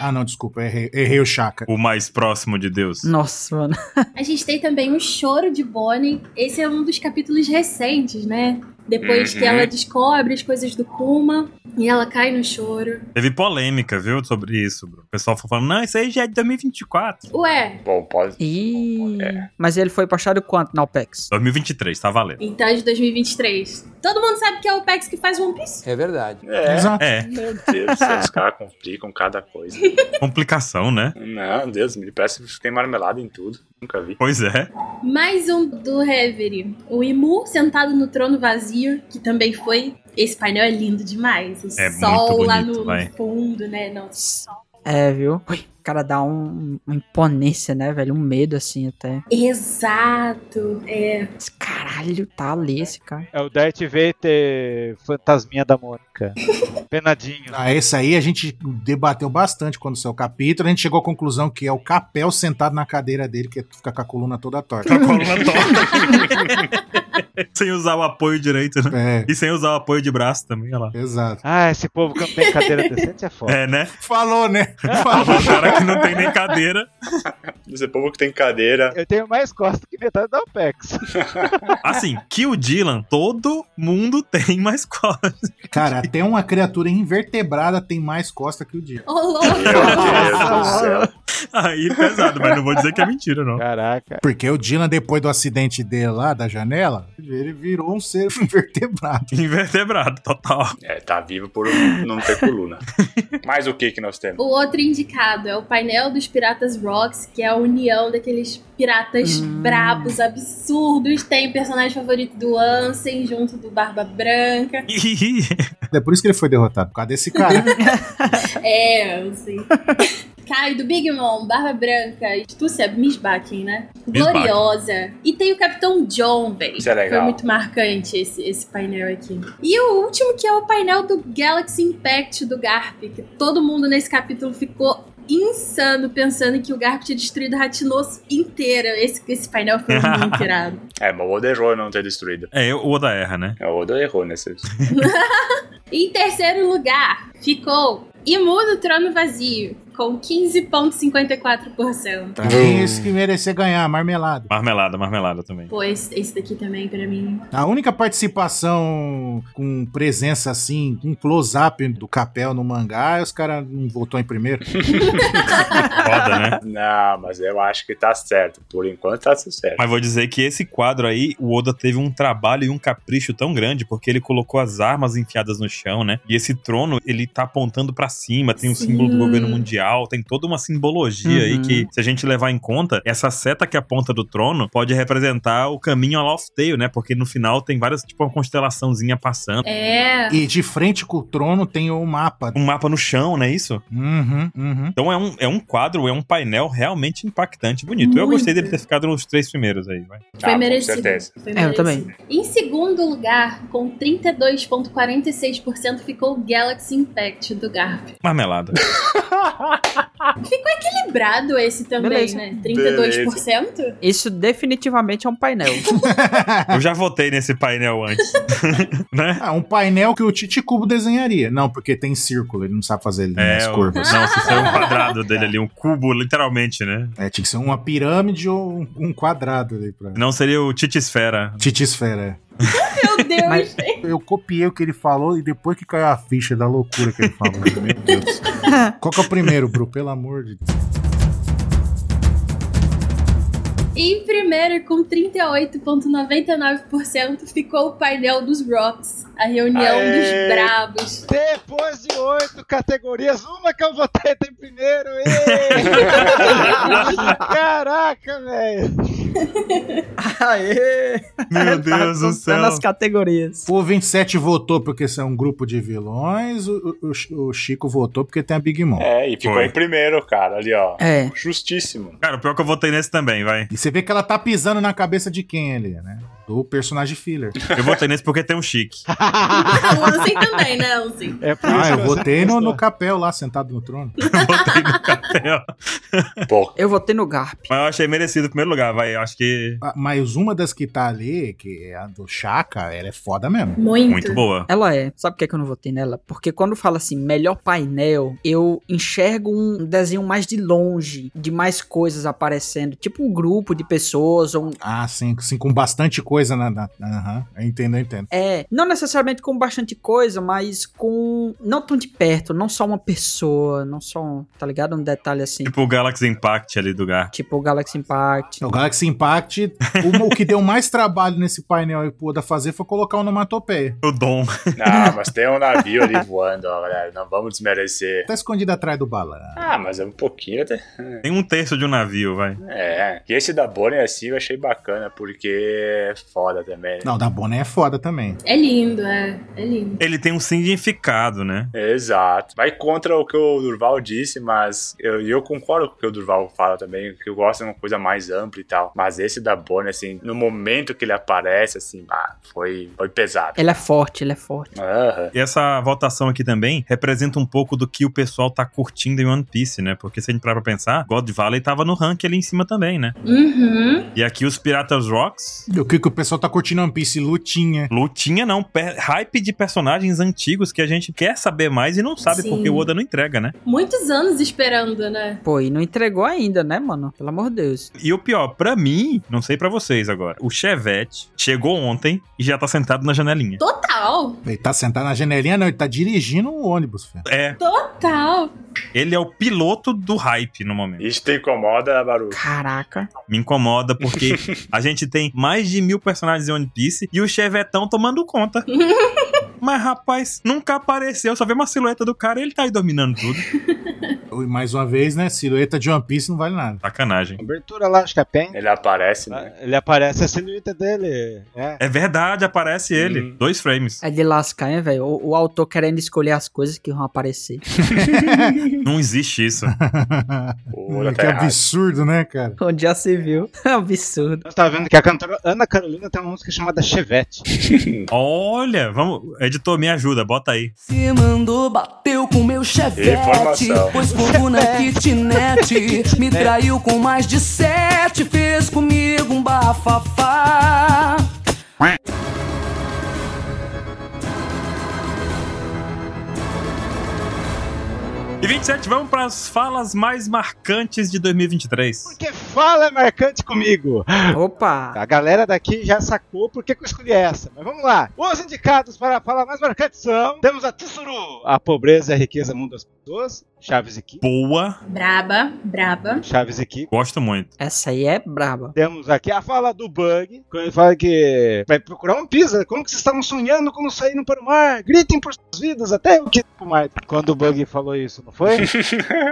S5: Ah, não, desculpa, errei, errei o Chaka.
S1: O mais próximo de Deus.
S6: Nossa, mano.
S2: A gente tem também o choro de Bonnie. Esse é um dos capítulos recentes, né? Depois
S3: Uhum.
S2: que ela descobre as coisas do Kuma e ela cai no choro.
S1: Teve polêmica, viu, sobre isso, Bruno. O pessoal foi falando, não, isso aí já é de 2024.
S2: Ué,
S3: Bom, pode.
S6: Ih.
S3: É.
S6: Mas ele foi postado quanto na OPEX?
S1: 2023, tá valendo.
S2: então é de 2023. Todo mundo sabe que é o Pex que faz One Piece.
S9: É verdade.
S3: É,
S5: Exato.
S1: É,
S3: meu
S1: [LAUGHS]
S3: Deus, esses caras complicam cada coisa.
S1: complicação, né?
S3: Não, Deus, me parece que tem marmelada em tudo. Nunca vi.
S1: Pois é.
S2: Mais um do Reverie. O Imu sentado no trono vazio, que também foi. Esse painel é lindo demais. O
S1: É muito
S2: sol lá
S1: bonito,
S2: no
S1: vai.
S2: fundo, né? Não, sol.
S6: É, viu? cara dá um- uma imponência, né, velho? Um medo, assim, até.
S2: Exato. É.
S6: Esse Caralho, tá ali esse cara.
S4: É o Darth Vader fantasminha da Mônica. Penadinho.
S5: Ah, esse aí a gente debateu bastante quando saiu o capítulo. A gente chegou à conclusão que é o Capel sentado na cadeira dele, que fica com a coluna toda
S1: Tá Com
S5: torta.
S1: a coluna torta. [LAUGHS] sem usar o apoio direito, né?
S5: É,
S1: E sem usar o apoio de braço também, olha lá.
S5: exato.
S4: Ah, esse povo que não tem cadeira decente é foda.
S1: É, né?
S5: Falou, né? Falou.
S1: O cara que não tem nem cadeira.
S3: Esse povo que tem cadeira.
S4: Eu tenho mais costa que metade da OPEX.
S1: Assim, que o Dylan, todo mundo tem [LAUGHS] mais costas.
S5: Cara, até uma criatura invertebrada tem mais costa que o dia.
S2: Ô, louco!
S3: Meu Deus do céu.
S1: Aí é pesado, mas não vou dizer que é mentira,
S4: [LAUGHS]
S1: não.
S4: Caraca.
S5: Porque o Dylan, depois do acidente dele lá, da janela, ele virou um ser [LAUGHS] invertebrado.
S1: Invertebrado, total.
S3: É, tá vivo por não ter [LAUGHS] coluna. Mas o que que nós temos?
S2: O outro indicado é o painel dos Piratas Rocks, que é a união daqueles piratas
S6: Hum.
S2: brabos, absurdos. Tem o personagem favorito do Ansem junto do Barba Branca.
S1: Ih,
S5: É por isso que ele foi derrotado, por causa desse cara.
S2: É,
S3: [LAUGHS]
S2: Ansem. Caio do Big Mom, Barba Branca, e tu sabe, Miss Bakken, né?
S1: Miss Bakken.
S2: Gloriosa. E tem o Capitão John, velho.
S3: Isso é legal.
S2: Foi muito marcante esse, esse painel aqui. E o último que é o painel do Galaxy Impact do Garp, que todo mundo nesse capítulo ficou insano pensando que o Garp tinha destruído a Ratinos inteira. Esse, esse painel
S3: [LAUGHS]
S2: foi muito irado.
S3: É, mas o Oda errou em não ter destruído.
S1: É, o Oda erra, né?
S3: É, O Oda errou nesse.
S2: Em terceiro lugar, ficou Imundo Trono Vazio, com 15,54%.
S5: Pra mim, esse que merecer ganhar, marmelada.
S1: Marmelada, marmelada também.
S2: Pô, esse, esse daqui também, pra mim.
S5: A única participação com presença assim, um close-up do Capel no mangá, os caras não voltou em primeiro.
S1: Foda, né?
S3: Não, mas eu acho que tá certo. Por enquanto tá certo.
S1: Mas vou dizer que esse quadro aí, o Oda teve um trabalho e um capricho tão grande, porque ele colocou as armas enfiadas no chão, né? E esse trono, ele tá apontando pra cima, tem o
S2: Sim.
S1: símbolo do governo mundial, tem toda uma simbologia aí
S6: Uhum.
S1: que, se a gente levar em conta, essa seta que aponta do trono pode representar o caminho a Lost Tale, né? Porque no final tem várias, tipo, uma constelaçãozinha passando.
S2: É.
S5: E de frente com o trono tem o mapa.
S1: Um mapa no chão, não é isso?
S5: Uhum, uhum.
S1: Então é um, é um quadro, é um painel realmente impactante, bonito. Eu
S2: Muito.
S1: gostei dele ter ficado nos três primeiros aí, vai.
S3: Ah,
S2: Foi
S3: com
S2: merecido.
S3: certeza.
S2: Foi
S6: É, eu também.
S2: merecido. Em segundo lugar, com 32,46%, ficou o Galaxy Impact do Garp.
S1: Marmelada.
S2: Lembrado esse também,
S6: Beleza.
S2: né? 32%?
S6: Isso definitivamente é um painel.
S1: Eu já votei nesse painel antes. [LAUGHS] né?
S5: Ah, um painel que o Tite Cubo desenharia. Não, porque tem círculo, ele não sabe fazer linhas
S1: É, o-
S5: curvas.
S1: Não, se foi um quadrado dele ali, um cubo, literalmente, né?
S5: É, tinha que ser uma pirâmide ou um- um quadrado ali pra.
S1: Não seria o Titisfera.
S5: Titisfera.
S2: Meu Deus!
S6: Mas-
S5: é. Eu copiei o que ele falou e depois que caiu a ficha da loucura que ele falou. Meu Deus. Qual que é o primeiro, Bru? Pelo amor de Deus.
S2: [LAUGHS] Em primeiro, com 38,99%, ficou o painel dos Rocks. A reunião
S3: Aê!
S2: dos
S3: [LAUGHS]
S2: Brabos.
S4: Depois de oito categorias, uma que eu votei tem primeiro. [LAUGHS] ê! Caraca, velho.
S6: Aê! [LAUGHS]
S1: Meu Deus do céu.
S6: nas Tá categorias.
S5: O 27 votou porque isso é um grupo de vilões, o, o- o Chico votou porque tem a Big Mom.
S3: É, e ficou
S1: Foi.
S3: em primeiro, cara, ali, ó.
S6: É.
S3: Justíssimo.
S1: Cara, pior é que eu votei nesse também, vai.
S5: E você vê que ela tá pisando na cabeça de quem ali, né? Do
S4: [LAUGHS]
S5: personagem filler.
S1: Eu votei nesse porque tem um chique.
S2: Ah, o Ansem também, né, Ansem?
S4: É por
S5: Ah,
S4: isso é. que
S5: eu
S4: você
S5: votei no,
S4: gostou.
S5: no capel lá, sentado no trono.
S1: Eu votei no papel. [LAUGHS]
S3: Pô,
S6: Eu votei no Garp.
S1: Mas eu achei merecido em primeiro lugar, vai. Eu acho que.
S5: Ah, Mas uma das que tá ali, que é a do Chaka, ela é foda mesmo.
S2: Muito.
S1: Muito boa.
S6: Ela é. Sabe por que que eu não votei nela? Porque quando fala assim, melhor painel, eu enxergo um desenho mais de longe, de mais coisas aparecendo. Tipo um grupo de pessoas, ou um.
S5: Ah, sim, sim com bastante coisa na. na aham, eu entendo, eu entendo.
S6: É, não necessariamente com bastante coisa, mas com. Não tão de perto, não só uma pessoa, não só um. Tá ligado? Um detalhe assim.
S1: Tipo o Galaxy Impact ali do Gar.
S6: Tipo o Galaxy Impact.
S5: O Galaxy Impact, o, o que deu mais trabalho nesse painel aí pro Oda fazer foi colocar onomatopeia.
S1: O Dom.
S3: não, mas tem um navio ali voando, ó, galera. Não vamos desmerecer.
S5: Tá escondido atrás do balão.
S3: Ah, mas é um pouquinho até.
S1: Tem um terço de um navio, vai.
S3: É. E esse da Bonnie, assim, eu achei bacana, porque foda também.
S5: Não, da Bonnie é foda também.
S2: É lindo, é. É lindo.
S1: Ele tem um significado, né?
S3: Exato. Vai contra o que o Durval disse, mas eu, e eu concordo com o que o Durval fala também, que eu gosto de uma coisa mais ampla e tal. Mas esse da Bonnie, assim, no momento que ele aparece, assim, ah, foi, foi pesado.
S6: Ele é forte, ele é forte.
S3: Aham.
S1: E essa votação aqui também representa um pouco do que o pessoal tá curtindo em One Piece, né? Porque se a gente parar pra pensar, God Valley tava no ranking ali em cima também, né?
S2: Uhum.
S1: E aqui os Piratas Rocks,
S5: E o que, que o pessoal tá curtindo One Piece? Lutinha.
S1: lutinha não, pe- hype de personagens antigos que a gente quer saber mais e não sabe
S2: Sim.
S1: porque o Oda não entrega, né?
S2: Muitos anos esperando, né?
S6: Pô, e não entregou ainda, né, mano? Pelo amor de Deus.
S1: E o pior, pra mim, não sei pra vocês agora, o Chevette chegou ontem e já tá sentado na janelinha.
S2: Total.
S5: Ele tá sentado na janelinha, não, ele tá dirigindo o ônibus, filho.
S1: É,
S2: Total.
S1: ele é o piloto do hype no momento.
S3: Isso te incomoda, Baru?
S6: Caraca.
S1: Me incomoda porque a gente tem mais de mil personagens em One Piece e o Chevetão tomando conta. Mas, rapaz, nunca apareceu. Só vê uma silhueta do cara e ele tá aí dominando tudo.
S5: E mais uma vez, né? Silhueta de One Piece não vale nada. [LAUGHS]
S1: Sacanagem.
S4: Abertura lá, acho que é Pen.
S3: Ele aparece,
S5: É.
S3: né?
S4: Ah, Ele aparece a silhueta dele. É.
S1: É verdade, aparece ele. Dois frames.
S6: É de lascar, hein, velho? O, o autor querendo escolher as coisas que vão aparecer.
S1: Não existe isso.
S3: O Oda tá
S5: Hum, que
S3: errado.
S5: absurdo, né, cara?
S6: [LAUGHS] Onde já se viu. É absurdo.
S4: Você tá vendo que a cantora Ana Carolina tem uma música chamada Chevette.
S1: Olha, vamos. Editor, me ajuda, bota aí.
S9: Se mandou, bateu com meu chevette.
S3: Informação.
S9: Pois fogo na kitnet. Me traiu com mais de sete. Fez comigo um bafafá.
S1: E 27, vamos pras falas mais marcantes de 2023.
S4: Porque fala é marcante comigo.
S6: Opa!
S4: A galera daqui já sacou por que que eu escolhi essa. Mas vamos lá. Os indicados para a fala mais marcante são... Temos a Tsuru. A pobreza e a riqueza mundo das pessoas. Chaves e Ki.
S1: Boa,
S2: Braba, braba.
S4: Chaves e Ki.
S1: gosto muito.
S6: Essa aí é braba.
S4: Temos aqui a fala do Bug, quando ele fala que vai procurar um pizza. Como que vocês estavam sonhando quando saíram para o mar? Gritem por suas vidas até o que pro mar. Quando o Bug falou isso, não foi?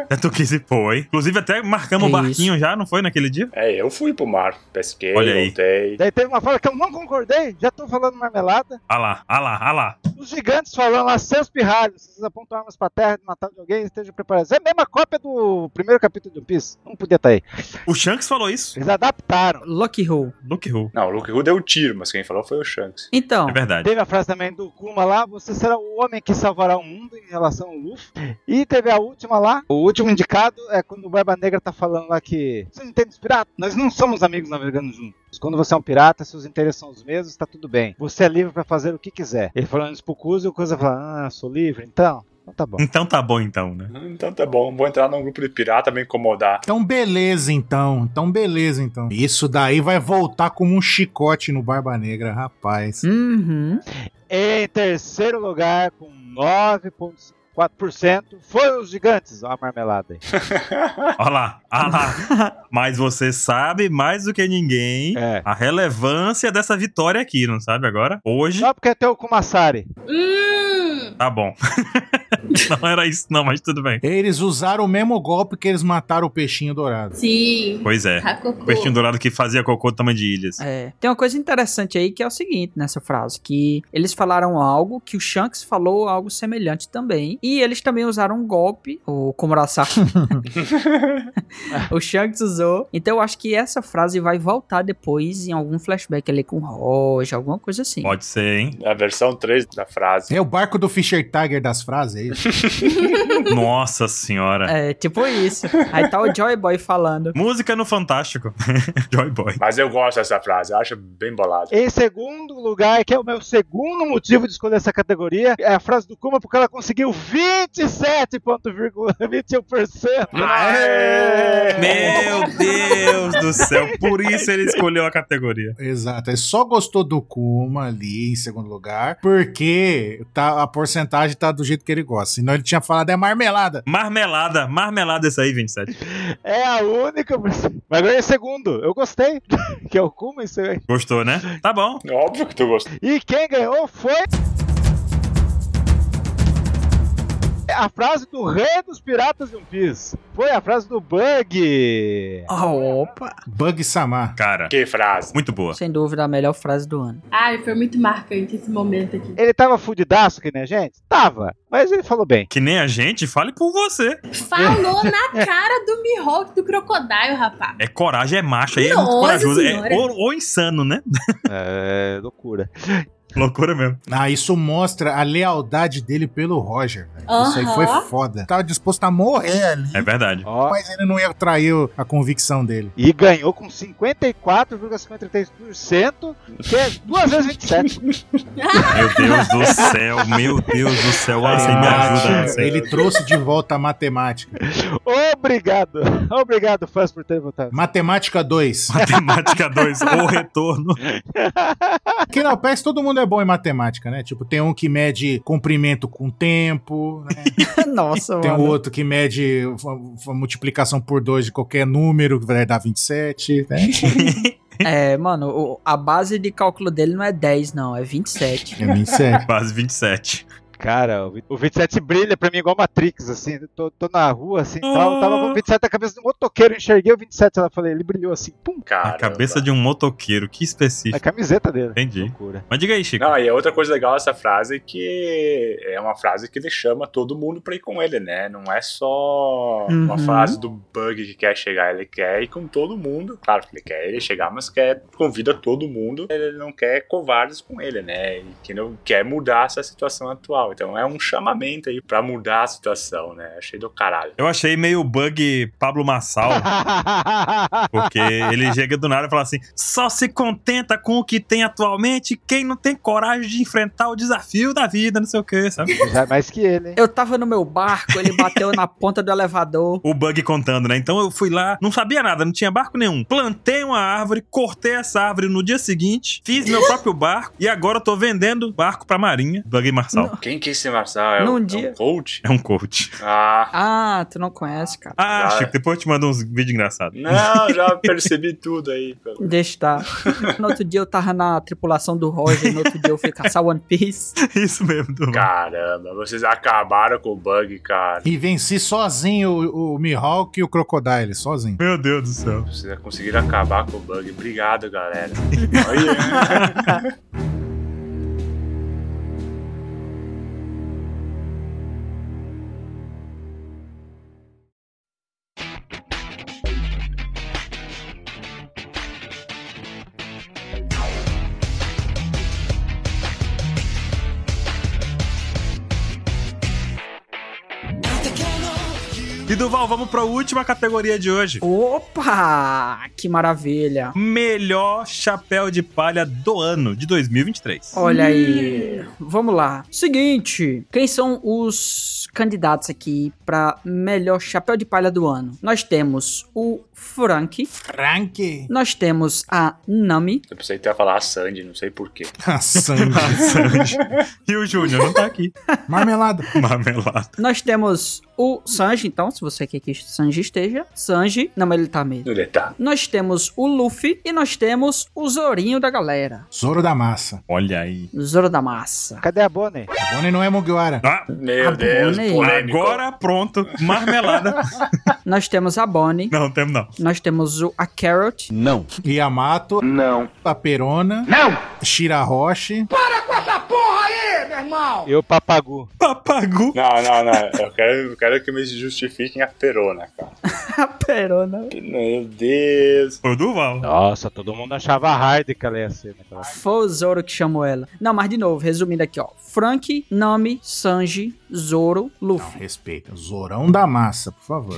S1: Tanto É que se foi. Inclusive, até marcamos o
S6: É
S1: barquinho já, não foi naquele dia?
S3: É, eu fui pro mar. Pesquei,
S1: Olha aí.
S3: voltei.
S4: Daí teve uma fala que eu não concordei, já tô falando marmelada.
S1: Ah lá, ah lá, ah lá.
S4: Os gigantes falando lá, seus pirralhos, se vocês apontam armas pra terra do Natal de alguém, estejam preparados. É a mesma cópia do primeiro capítulo de One Piece. Não podia estar aí.
S1: O Shanks falou isso.
S4: Eles adaptaram.
S6: Lucky Hole.
S1: Luke Who.
S3: Não, o Luke Who deu o tiro, mas quem falou foi o Shanks.
S6: Então,
S1: É verdade.
S4: Teve a frase também do Kuma lá, você será o homem que salvará o mundo em relação ao Luffy. E teve a última lá, o último indicado é quando o Barba Negra tá falando lá que você entende os piratas? Nós não somos amigos navegando juntos. Quando você é um pirata, seus interesses são os mesmos, tá tudo bem. Você é livre pra fazer o que quiser. Ele falando isso pro Kuzo e o Kuzo fala, ah, sou livre, então? Então tá bom.
S1: Então tá bom, então, né?
S3: Hum, Então tá bom, vou entrar num grupo de pirata, me incomodar.
S5: Então, beleza, então. Então, beleza, então. Isso daí vai voltar como um chicote no Barba Negra, rapaz.
S6: uhum.
S4: Em terceiro lugar, com 9,4%, foi os gigantes. Ó a marmelada aí.
S1: Olha lá, ah lá. Mas você sabe mais do que ninguém
S4: É.
S1: a relevância dessa vitória aqui, não sabe agora? Hoje,
S4: Só porque tem o Kumasari.
S2: Hum,
S1: tá bom. [LAUGHS] não era isso, não, mas tudo bem.
S5: Eles usaram o mesmo golpe que eles mataram o peixinho dourado.
S2: sim. Tá,
S1: Pois é.
S2: Hakoko.
S1: O peixinho dourado que fazia cocô do tamanho de ilhas.
S6: É. Tem uma coisa interessante aí que é o seguinte nessa frase, que eles falaram algo que o Shanks falou algo semelhante também, e eles também usaram um golpe, o Komurasaki. [LAUGHS] o Shanks usou. Então eu acho que essa frase vai voltar depois em algum flashback ali com Roger, alguma coisa assim.
S1: Pode ser, hein?
S3: A versão 3 da frase.
S5: É o barco do Fischer Tiger das frases, é isso?
S1: Nossa senhora.
S6: É, tipo isso. Aí tá o Joy
S1: [LAUGHS]
S6: Boy falando.
S1: Música no Fantástico. [LAUGHS] Joy Boy.
S3: Mas eu gosto dessa frase, eu acho bem bolada.
S4: Em segundo lugar, que é o meu segundo motivo de escolher essa categoria, é a frase do Kuma, porque ela conseguiu [LAUGHS] 27,21%.
S3: Ah, é? Aê!
S1: Meu Deus do céu. Por isso ele escolheu a categoria.
S5: Exato. Ele só gostou do Kuma ali em segundo lugar, porque tá, a porcentagem tá do jeito que ele gosta. Senão ele tinha falado é marmelada.
S1: Marmelada, marmelada essa aí, 27.
S4: É a única. Mas agora em segundo, eu gostei. [LAUGHS] que é o Kuma, isso aí.
S1: Gostou, né? Tá bom.
S3: Óbvio que tu gostou.
S4: E quem ganhou foi. a frase do rei dos piratas de One Piece. Foi a frase do Bug.
S6: Ah, Opa!
S5: Bug Samar.
S1: Cara,
S3: Que frase.
S1: muito boa.
S6: Sem dúvida, a melhor frase do ano.
S2: Ai, foi muito marcante esse momento aqui.
S4: Ele tava fudidaço que nem a gente? Tava, mas ele falou bem.
S1: Que nem a gente, fale por você.
S2: Falou na cara do Mihawk do Crocodile, rapaz.
S1: É coragem, é macho, aí é
S2: Nossa
S1: muito corajoso. É,
S2: senhora.
S1: ou, ou insano, né?
S4: É, loucura.
S1: Loucura mesmo.
S5: Ah, isso mostra a lealdade dele pelo Roger, velho. Isso aí foi
S2: Aham.
S5: foda. Tava disposto a morrer ali.
S1: É verdade.
S4: Ó,
S5: Mas ele não ia trair o- a convicção dele.
S4: e ganhou com 54,53%, que é duas vezes 27.
S1: Meu Deus do céu, meu Deus do céu. Ah, você me
S5: Matemática.
S1: ajuda. Você.
S5: ele trouxe de volta a matemática.
S4: [LAUGHS] Obrigado. Obrigado, fãs, por ter votado.
S5: Matemática 2.
S1: Matemática 2, ou retorno.
S5: Aqui na PES todo mundo é bom em matemática, né? Tipo, tem um que mede comprimento com tempo, né?
S6: [LAUGHS] Nossa,
S5: tem
S6: mano.
S5: outro que mede a- a multiplicação por 2 de qualquer número, que vai dar 27, né?
S6: É, mano, o- a base de cálculo dele não é 10, não, é [LAUGHS] 27.
S5: É
S1: [LAUGHS]
S5: 27.
S1: Quase 27.
S4: Cara, o vi- o 27 brilha pra mim igual Matrix, assim. Tô, tô na rua, assim, tal. Tava com o 27 na cabeça de um motoqueiro, enxerguei o 27, ela falei, ele brilhou assim, pum,
S1: A
S3: Cara.
S1: cabeça de um motoqueiro, que
S4: na
S1: específico.
S4: camiseta dele.
S1: Entendi.
S4: Loucura.
S1: Mas diga aí, Chico.
S3: Não, e outra coisa legal dessa frase é que é uma frase que ele chama todo mundo pra ir com ele, né? Não é só uma
S6: Uhum.
S3: frase do Bug que quer chegar, ele quer ir com todo mundo. Claro que ele quer ele chegar, mas quer convida todo mundo. Ele não quer covardes com ele, né? E que não quer mudar essa situação atual. Então é um chamamento aí pra mudar a situação, né? Achei do caralho.
S1: Eu achei meio bug Pablo Massal. Porque ele chega do nada e fala assim: só se contenta com o que tem atualmente quem não tem coragem de enfrentar o desafio da vida, não sei o que, sabe?
S4: [LAUGHS] Já é mais que ele, hein?
S6: Eu tava no meu barco, ele bateu na ponta do elevador.
S1: O bug contando, né? Então eu fui lá, não sabia nada, não tinha barco nenhum. Plantei uma árvore, cortei essa árvore no dia seguinte, fiz meu próprio barco e agora eu tô vendendo barco pra marinha. Bug Marçal.
S3: Quem que é esse Marçal? É,
S6: Num
S3: um, é
S6: dia.
S3: um coach?
S1: É um coach.
S3: Ah.
S6: Ah, tu não conhece, cara.
S1: Ah,
S3: Ah.
S1: Chico, depois eu te mando uns vídeos engraçados.
S3: Não,
S6: [LAUGHS]
S3: já percebi tudo aí. pelo-
S6: Deixa estar. No outro dia eu tava na tripulação do Roger, no outro dia eu fui caçar One Piece.
S1: [LAUGHS] Isso mesmo, do
S3: Caramba, vocês acabaram com o bug, cara.
S5: E venci sozinho o, o Mihawk e o Crocodile, sozinho.
S1: Meu Deus do céu.
S3: Vocês conseguiram acabar com o bug. Obrigado,
S5: [LAUGHS]
S3: galera. Aí,
S1: E Duval, vamos pra última categoria de hoje.
S6: Opa! Que maravilha!
S1: Melhor chapéu de palha do ano de 2023.
S6: Olha aí. Vamos lá. Seguinte, quem são os candidatos aqui pra melhor chapéu de palha do ano? Nós temos o Frank,
S5: Frank!
S6: nós temos a Nami,
S3: eu pensei que tu ia falar a Sandy, não sei porquê.
S5: Ah, sangue.
S1: Sanji. e o Júnior não tá aqui.
S5: Marmelada.
S1: [LAUGHS] Marmelada.
S6: nós temos o Sanji, então, se você quer que o Sanji esteja, Sanji, não, mas ele tá meio.
S3: Ele tá.
S6: Nós temos o Luffy e nós temos o Zorinho da galera.
S5: Zoro da massa.
S1: Olha aí.
S6: Zoro da massa.
S4: Cadê a Bonnie?
S5: Bonnie não é Mugiwara.
S1: Ah,
S3: Meu
S6: Ah,
S3: Deus,
S5: né?
S6: Bonnie.
S3: polêmico.
S1: agora pronto. [LAUGHS] Marmelada.
S6: Nós temos a Bonnie,
S1: Não, temos não.
S6: nós temos o, a Carrot,
S5: Yamato. Não. Paperona. Não. Shirahoshi.
S4: E o Papagu.
S1: Papagu.
S3: Não, não, não. Eu quero, eu quero que me justifiquem a perona, cara.
S6: [LAUGHS] a Perona,
S3: Meu Deus.
S1: Foi o Duval.
S4: Nossa, todo mundo achava hard que ela ia ser. Né?
S6: foi o Zoro que chamou ela. Não, mas de novo, resumindo aqui, ó. Frank, Nami, Sanji, Zoro, Luffy.
S5: Respeita. Zorão da massa, por [LAUGHS] favor.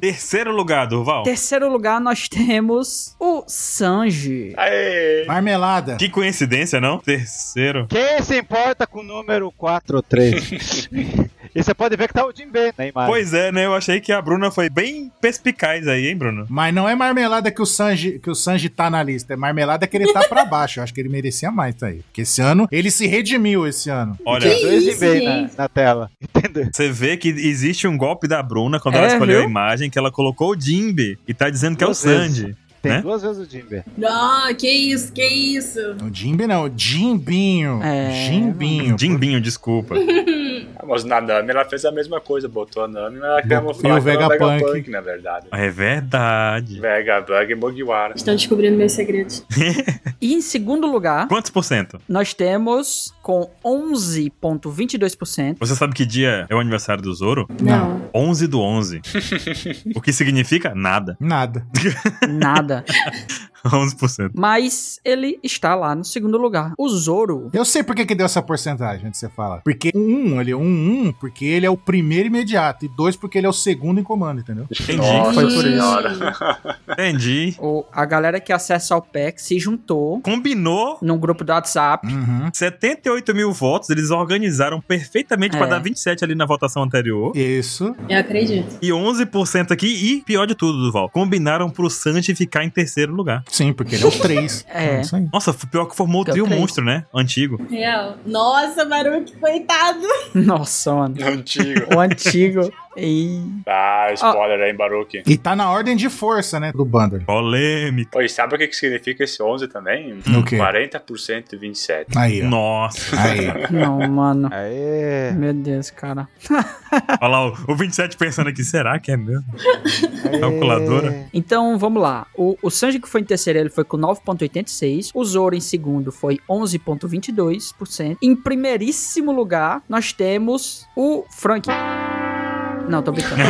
S1: Terceiro lugar, Duval.
S6: Terceiro lugar, nós temos o Sanji.
S3: Aê.
S5: Marmelada.
S1: Que coincidência, não? Terceiro.
S4: Quem se importa com o número 4
S1: [LAUGHS]
S4: ou 3? e você pode ver que tá o Jim Ben na imagem.
S1: Pois é, né? Eu achei que a Bruna foi bem perspicaz aí, hein, Bruno?
S5: Mas não é marmelada que o Sanji, que o Sanji tá na lista, é marmelada que ele tá pra baixo. Eu acho que ele merecia mais tá aí. Porque esse ano ele se redimiu esse ano.
S1: Olha,
S4: Tem dois
S2: Que
S4: Jim Ben
S2: isso,
S4: na,
S2: gente.
S4: na tela. Entendeu?
S1: você vê que existe um golpe da Bruna quando
S6: É,
S1: ela escolheu
S6: viu?
S1: a imagem, que ela colocou o Jimbe e tá dizendo que é o
S4: Duas vezes.
S1: Sandy.
S4: Tem
S1: Né?
S4: duas vezes o Jim Ben.
S2: Não, que isso, que isso.
S5: O Jimbe não, o Jimbinho.
S6: É,
S5: Jimbinho.
S1: Jimbinho, desculpa.
S3: Ah, Mas na Nami ela fez a mesma coisa, botou a Nami, mas ela
S5: Botou-
S3: camuflou
S5: e o
S3: aquela
S5: Vegapunk.
S3: Vegapunk, na verdade.
S1: É verdade.
S3: Vegapunk e Mugiwara.
S2: Estão descobrindo meus segredos.
S6: E em segundo lugar,
S1: Quantos por cento?
S6: nós temos com 11,22%.
S1: Você sabe que dia é o aniversário do Zoro?
S2: Não.
S1: 11 do 11. o que significa? Nada. [LAUGHS]
S5: Nada.
S6: Nada.
S1: 11%.
S6: Mas ele está lá no segundo lugar. O Zoro.
S5: Eu sei por que, que deu essa porcentagem que você fala. Porque um, ele é um, um, porque ele é o primeiro imediato. E dois, porque ele é o segundo em comando, entendeu?
S1: Entendi.
S3: Nossa
S6: Foi por isso.
S3: senhora.
S1: Entendi.
S6: o- a galera que acessa ao PEC se juntou
S1: Combinou
S6: num grupo do WhatsApp.
S5: Uhum.
S1: 78 mil votos, eles organizaram perfeitamente pra
S6: É.
S1: dar 27 ali na votação anterior.
S5: Isso.
S2: Eu acredito.
S1: E 11% aqui, e pior de tudo, Duval, combinaram pro Sanji ficar em terceiro lugar.
S5: Sim, porque ele é o três.
S6: [LAUGHS] É.
S5: Isso aí.
S1: Nossa, f- pior que formou o
S6: Eu
S1: trio
S6: creio.
S1: monstro, né? Antigo.
S2: Real. Nossa, Baruque, coitado.
S6: Nossa, mano.
S3: Não
S5: [LAUGHS]
S3: digo.
S6: O antigo. E.
S3: Ah, spoiler aí, Baruki.
S5: E tá na ordem de força, né? Do Bander.
S1: Polêmico.
S3: Oi, sabe o que que significa esse 11 também?
S5: O quê?
S3: 40% e 27.
S5: Aí, ó.
S1: Nossa.
S5: Aí.
S6: [LAUGHS] Não, mano.
S4: Aê!
S6: Meu Deus, cara.
S1: Olha lá, o, o 27 pensando aqui, será que é mesmo? Calculadora.
S6: Então, vamos lá. O, o Sanji que foi em terceiro, ele foi com 9,86. O Zoro em segundo foi 11,22%. Em primeiríssimo lugar, nós temos o Frank. Não, tô brincando.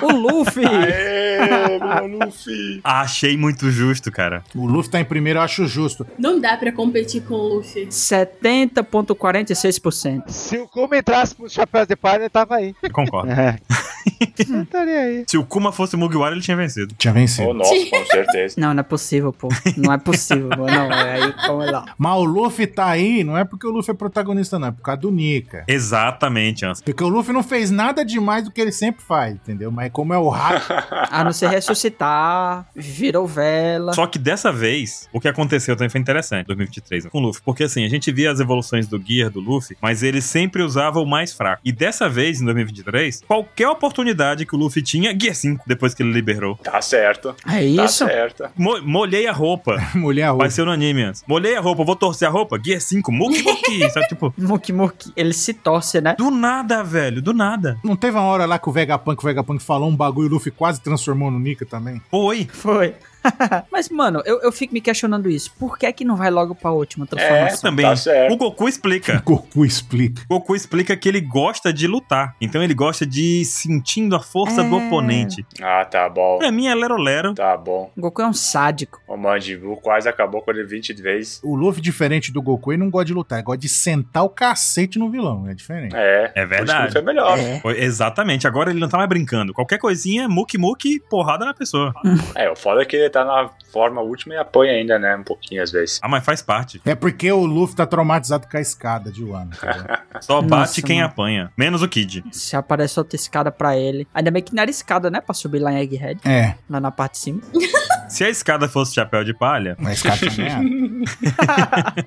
S6: o Luffy.
S3: Aê, meu Luffy!
S1: Achei muito justo, cara.
S5: O Luffy tá em primeiro, eu acho justo.
S2: Não dá pra competir com o Luffy.
S6: 70,46%.
S4: Se o Kuma entrasse pro chapéu de palha, ele tava
S1: [LAUGHS]
S4: aí. [LAUGHS]
S1: Concordo.
S4: Não estaria aí.
S1: Se o Kuma fosse o Mugiwara, ele tinha vencido.
S5: Tinha
S3: Oh,
S5: vencido.
S3: nossa, com certeza.
S6: Não, não é possível, pô. Não é possível, pô. Não, é aí, vamos lá.
S5: Mas o Luffy tá aí, não é porque o Luffy é protagonista, não. É por causa do Nika.
S1: Exatamente, Anson.
S5: Porque o Luffy não fez nada demais do que ele sempre faz, entendeu? Mas como é o rato.
S6: A não ser ressuscitar, virou vela.
S1: Só que dessa vez, o que aconteceu também foi interessante, 2023, né, com o Luffy. Porque assim, a gente via as evoluções do Gear, do Luffy, mas ele sempre usava o mais fraco. E dessa vez, em 2023, qualquer oportunidade que o Luffy tinha, Gear 5, depois que ele liberou.
S3: Tá certo.
S6: É
S3: Tá
S6: isso?
S3: certo.
S1: Mo- molhei a roupa.
S5: Mulher
S1: Vai
S5: ruim.
S1: ser no anime antes. Molhei a roupa, vou torcer a roupa. Gear 5, muki muki. Sabe, tipo,
S6: Moki Moki, ele se torce, né?
S1: do nada, velho, do nada.
S5: Não teve uma hora lá que o Vegapunk, o Vegapunk falou um bagulho e o Luffy quase transformou no Nika também?
S1: Foi.
S6: Foi. [LAUGHS] Mas, mano, eu, eu fico me questionando isso. Por que é que não vai logo pra última transformação?
S1: Eu também.
S3: Tá certo.
S1: O Goku
S5: [LAUGHS]
S1: explica.
S5: Goku explica.
S1: Goku explica que ele gosta de lutar. Então ele gosta de ir sentindo a força
S6: É.
S1: do oponente.
S3: Ah, tá bom.
S1: Pra mim é Lero Lero.
S3: Tá bom.
S6: O Goku é um sádico.
S3: O Mandibu quase acabou com ele 20 vezes.
S5: O Luffy, diferente do Goku, ele não gosta de lutar, ele gosta de sentar o cacete no vilão. É diferente.
S3: É.
S1: É verdade.
S3: Foi melhor.
S6: É.
S1: Foi- Exatamente, agora ele não tá mais brincando. Qualquer coisinha, muque muque, porrada na pessoa.
S3: É, o foda é que ele tá na forma última e apanha ainda, né? Um pouquinho às vezes.
S1: Ah, mas faz parte.
S5: É porque o Luffy tá traumatizado com a escada de Wano. entendeu?
S1: Só
S6: Nossa,
S1: bate quem
S6: mano.
S1: apanha. Menos o Kid.
S6: Se aparece outra escada pra ele. Ainda bem que não era escada, né? Pra subir lá em Egghead,
S5: é,
S6: lá na parte de cima.
S1: Se a escada fosse chapéu de palha,
S5: a escada tá tinha ganhado.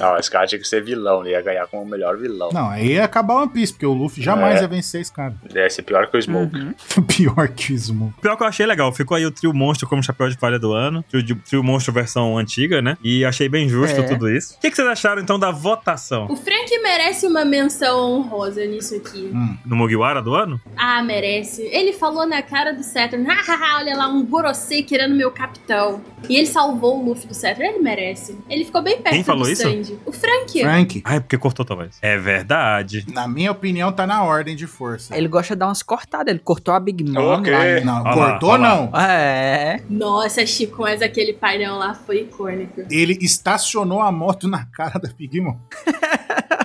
S3: Não, esse cara tinha que ser vilão. Ele ia ganhar como o melhor vilão.
S5: Não, aí ia acabar o One Piece, porque o Luffy jamais
S3: É.
S5: ia vencer a escada. [LAUGHS]
S3: Ele ia ser pior que o Smoke.
S6: Uhum.
S5: Pior que o Smoke.
S1: pior que eu achei legal. Ficou aí o trio monstro como chapéu de palha do ano. Trio, de- trio monstro versão antiga, né? E achei bem justo
S6: É.
S1: tudo isso. O que, que vocês acharam então da votação
S2: O Frank merece uma menção honrosa nisso aqui.
S5: Hum.
S1: no Mugiwara do ano?
S2: Ah, merece. Ele falou na cara do Saturn, hahaha, olha lá, um Gorosei querendo meu capitão. E ele salvou o Luffy do Saturn, ele merece. Ele ficou bem perto
S1: Quem falou
S2: do
S1: isso?
S2: Sanji. O Frank.
S5: Frank,
S1: Ai, porque cortou talvez. É verdade.
S5: na minha opinião, tá na ordem de força.
S6: Ele gosta de dar umas cortadas. Ele cortou a Big Mom.
S3: Ok.
S6: lá, né?
S5: Não,
S1: Olha lá,
S5: cortou
S1: olha lá.
S5: não.
S6: É.
S2: Nossa, Chico, mas aquele painel lá foi icônico.
S5: Ele estacionou a moto na cara da Big Mom.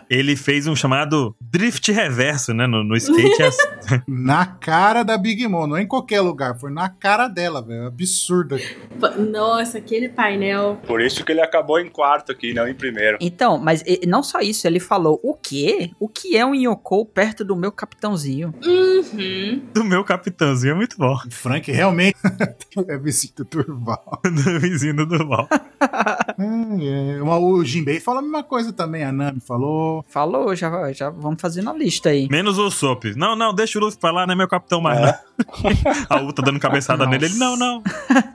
S1: Ele fez um chamado drift reverso, né? No, no skate. É assim.
S5: Na cara da Big Mom, não é em qualquer lugar, foi na cara dela, velho. É um Absurdo.
S2: Fa- Nossa, aquele painel.
S3: Por isso que ele acabou em quarto aqui, não em primeiro.
S6: Então, mas e- não só isso. Ele falou, o quê? O que é um Yoko perto do meu capitãozinho?
S2: Uhum. [LAUGHS]
S1: do meu capitãozinho é muito bom. [LAUGHS]
S5: Frank realmente [LAUGHS] é visita turval.
S1: do vizinho do mal.
S5: É, é. Mas O Jinbei falou a mesma coisa também, a Nami falou.
S6: Falou, já, já vamos fazendo a lista aí.
S1: Menos o Sop. É. Não, não, deixa o Luffy pra lá, não é meu capitão mais, não. [LAUGHS] A Uta dando cabeçada
S6: Nossa.
S1: nele. Ele, não, não.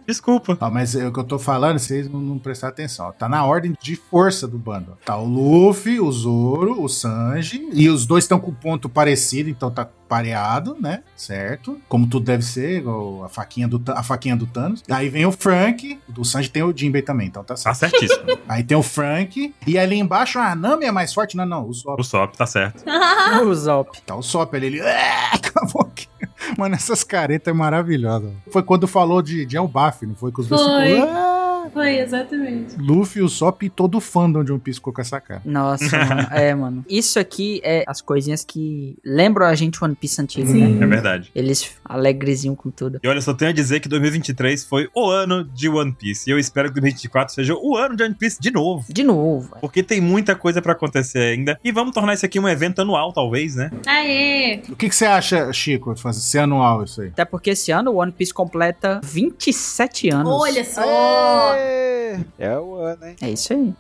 S1: Desculpa.
S5: Ó, mas é o que eu tô falando, vocês não, não prestaram atenção. ó. Tá na ordem de força do bando. ó. Tá o Luffy, o Zoro, o Sanji. E os dois estão com ponto parecido, então tá pareado, né? Certo? Como tudo deve ser, igual a faquinha do, Ta- a faquinha do Thanos. Aí vem o Frank. O Sanji tem o Jinbei também, então tá certo.
S1: Tá certíssimo. [LAUGHS]
S5: Aí tem o Frank. E ali embaixo a Nami é mais forte. Não, não, o Zop.
S1: o Sop tá certo.
S2: Ah!
S6: O Zop.
S5: Tá o Sop ali. Ele. "Ah", [LAUGHS] com a boquinha. Mano, essas caretas é maravilhosa. Foi quando falou de, de Elbaf, não foi? Que os dois
S2: Foi.
S5: ficou, "Ah".
S2: Foi, exatamente.
S5: Luffy, o Sop e todo o fandom de One Piece ficou com essa cara.
S6: Nossa, mano. É, mano. Isso aqui é as coisinhas que lembram a gente One Piece antigo,
S2: Sim.
S6: né?
S1: É verdade.
S6: Eles alegrezinho com tudo.
S1: E olha, só tenho a dizer que 2023 foi o ano de One Piece. E eu espero que 2024 seja o ano de One Piece de novo.
S6: De novo. velho.
S1: Porque tem muita coisa pra acontecer ainda. E vamos tornar isso aqui um evento anual, talvez, né?
S2: Aê!
S5: O que, que você acha, Chico, de fazer ser anual isso aí?
S6: Até porque esse ano o One Piece completa 27 anos.
S2: Olha só!
S4: Aê! É o ano, hein?
S6: É isso aí.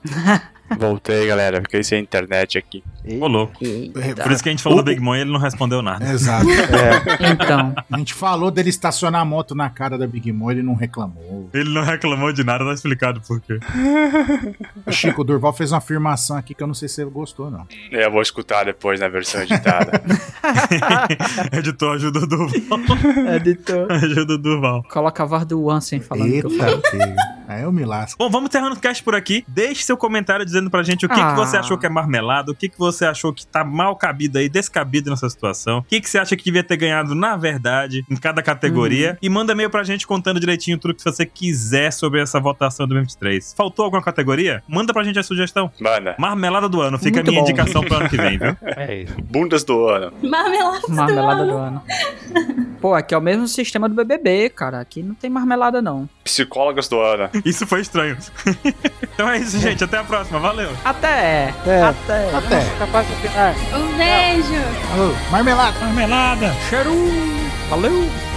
S3: Voltei, galera. Fiquei sem internet aqui.
S1: Ô, louco.
S6: Eita.
S1: Por isso que a gente falou do Big Mom e ele não respondeu nada.
S5: Exato.
S2: [LAUGHS]
S4: É,
S6: Então,
S5: A gente falou dele estacionar a moto na cara da Big Mom, ele não reclamou.
S1: Ele não reclamou de nada, tá explicado por quê.
S5: O Chico Durval fez uma afirmação aqui que eu não sei se você gostou, não.
S3: Eu vou escutar depois na versão editada. [LAUGHS]
S1: Editor, ajuda o Duval. [LAUGHS]
S6: editor.
S1: ajuda o Duval.
S6: Coloca a voz do Ansem falando que eu falo.
S5: Eita, que... aí eu me lasco.
S1: Bom, vamos terminando o cast por aqui. Deixe seu comentário dizendo pra gente o que, que
S6: Ah.
S1: você achou que é marmelada, o que, que você achou que tá mal cabido aí, descabido nessa situação, o que, que você acha que devia ter ganhado na verdade em cada categoria.
S6: Uhum.
S1: E manda e-mail pra gente contando direitinho tudo que você quiser sobre essa votação do 23. Faltou alguma categoria? Manda pra gente a sugestão.
S3: Manda.
S1: Marmelada do ano, fica
S6: Muito
S1: a minha
S6: bom.
S1: indicação pro ano que vem,
S6: [LAUGHS]
S1: viu?
S9: É isso.
S3: Bundas do ano.
S2: Marmelada,
S6: Marmelada
S2: do
S6: do
S2: ano.
S6: ano. Pô, aqui é o mesmo sistema do BBB, cara. Aqui não tem marmelada, não.
S3: Psicólogas do ano.
S1: Isso foi estranho. [LAUGHS] então é isso, gente. Até a próxima. Valeu.
S6: Até!
S4: É.
S6: Até!
S5: Até.
S4: Capaz de opinar.
S2: Um beijo!
S5: Alô, marmelada.
S1: Marmelada.
S6: Cheiro! Valeu!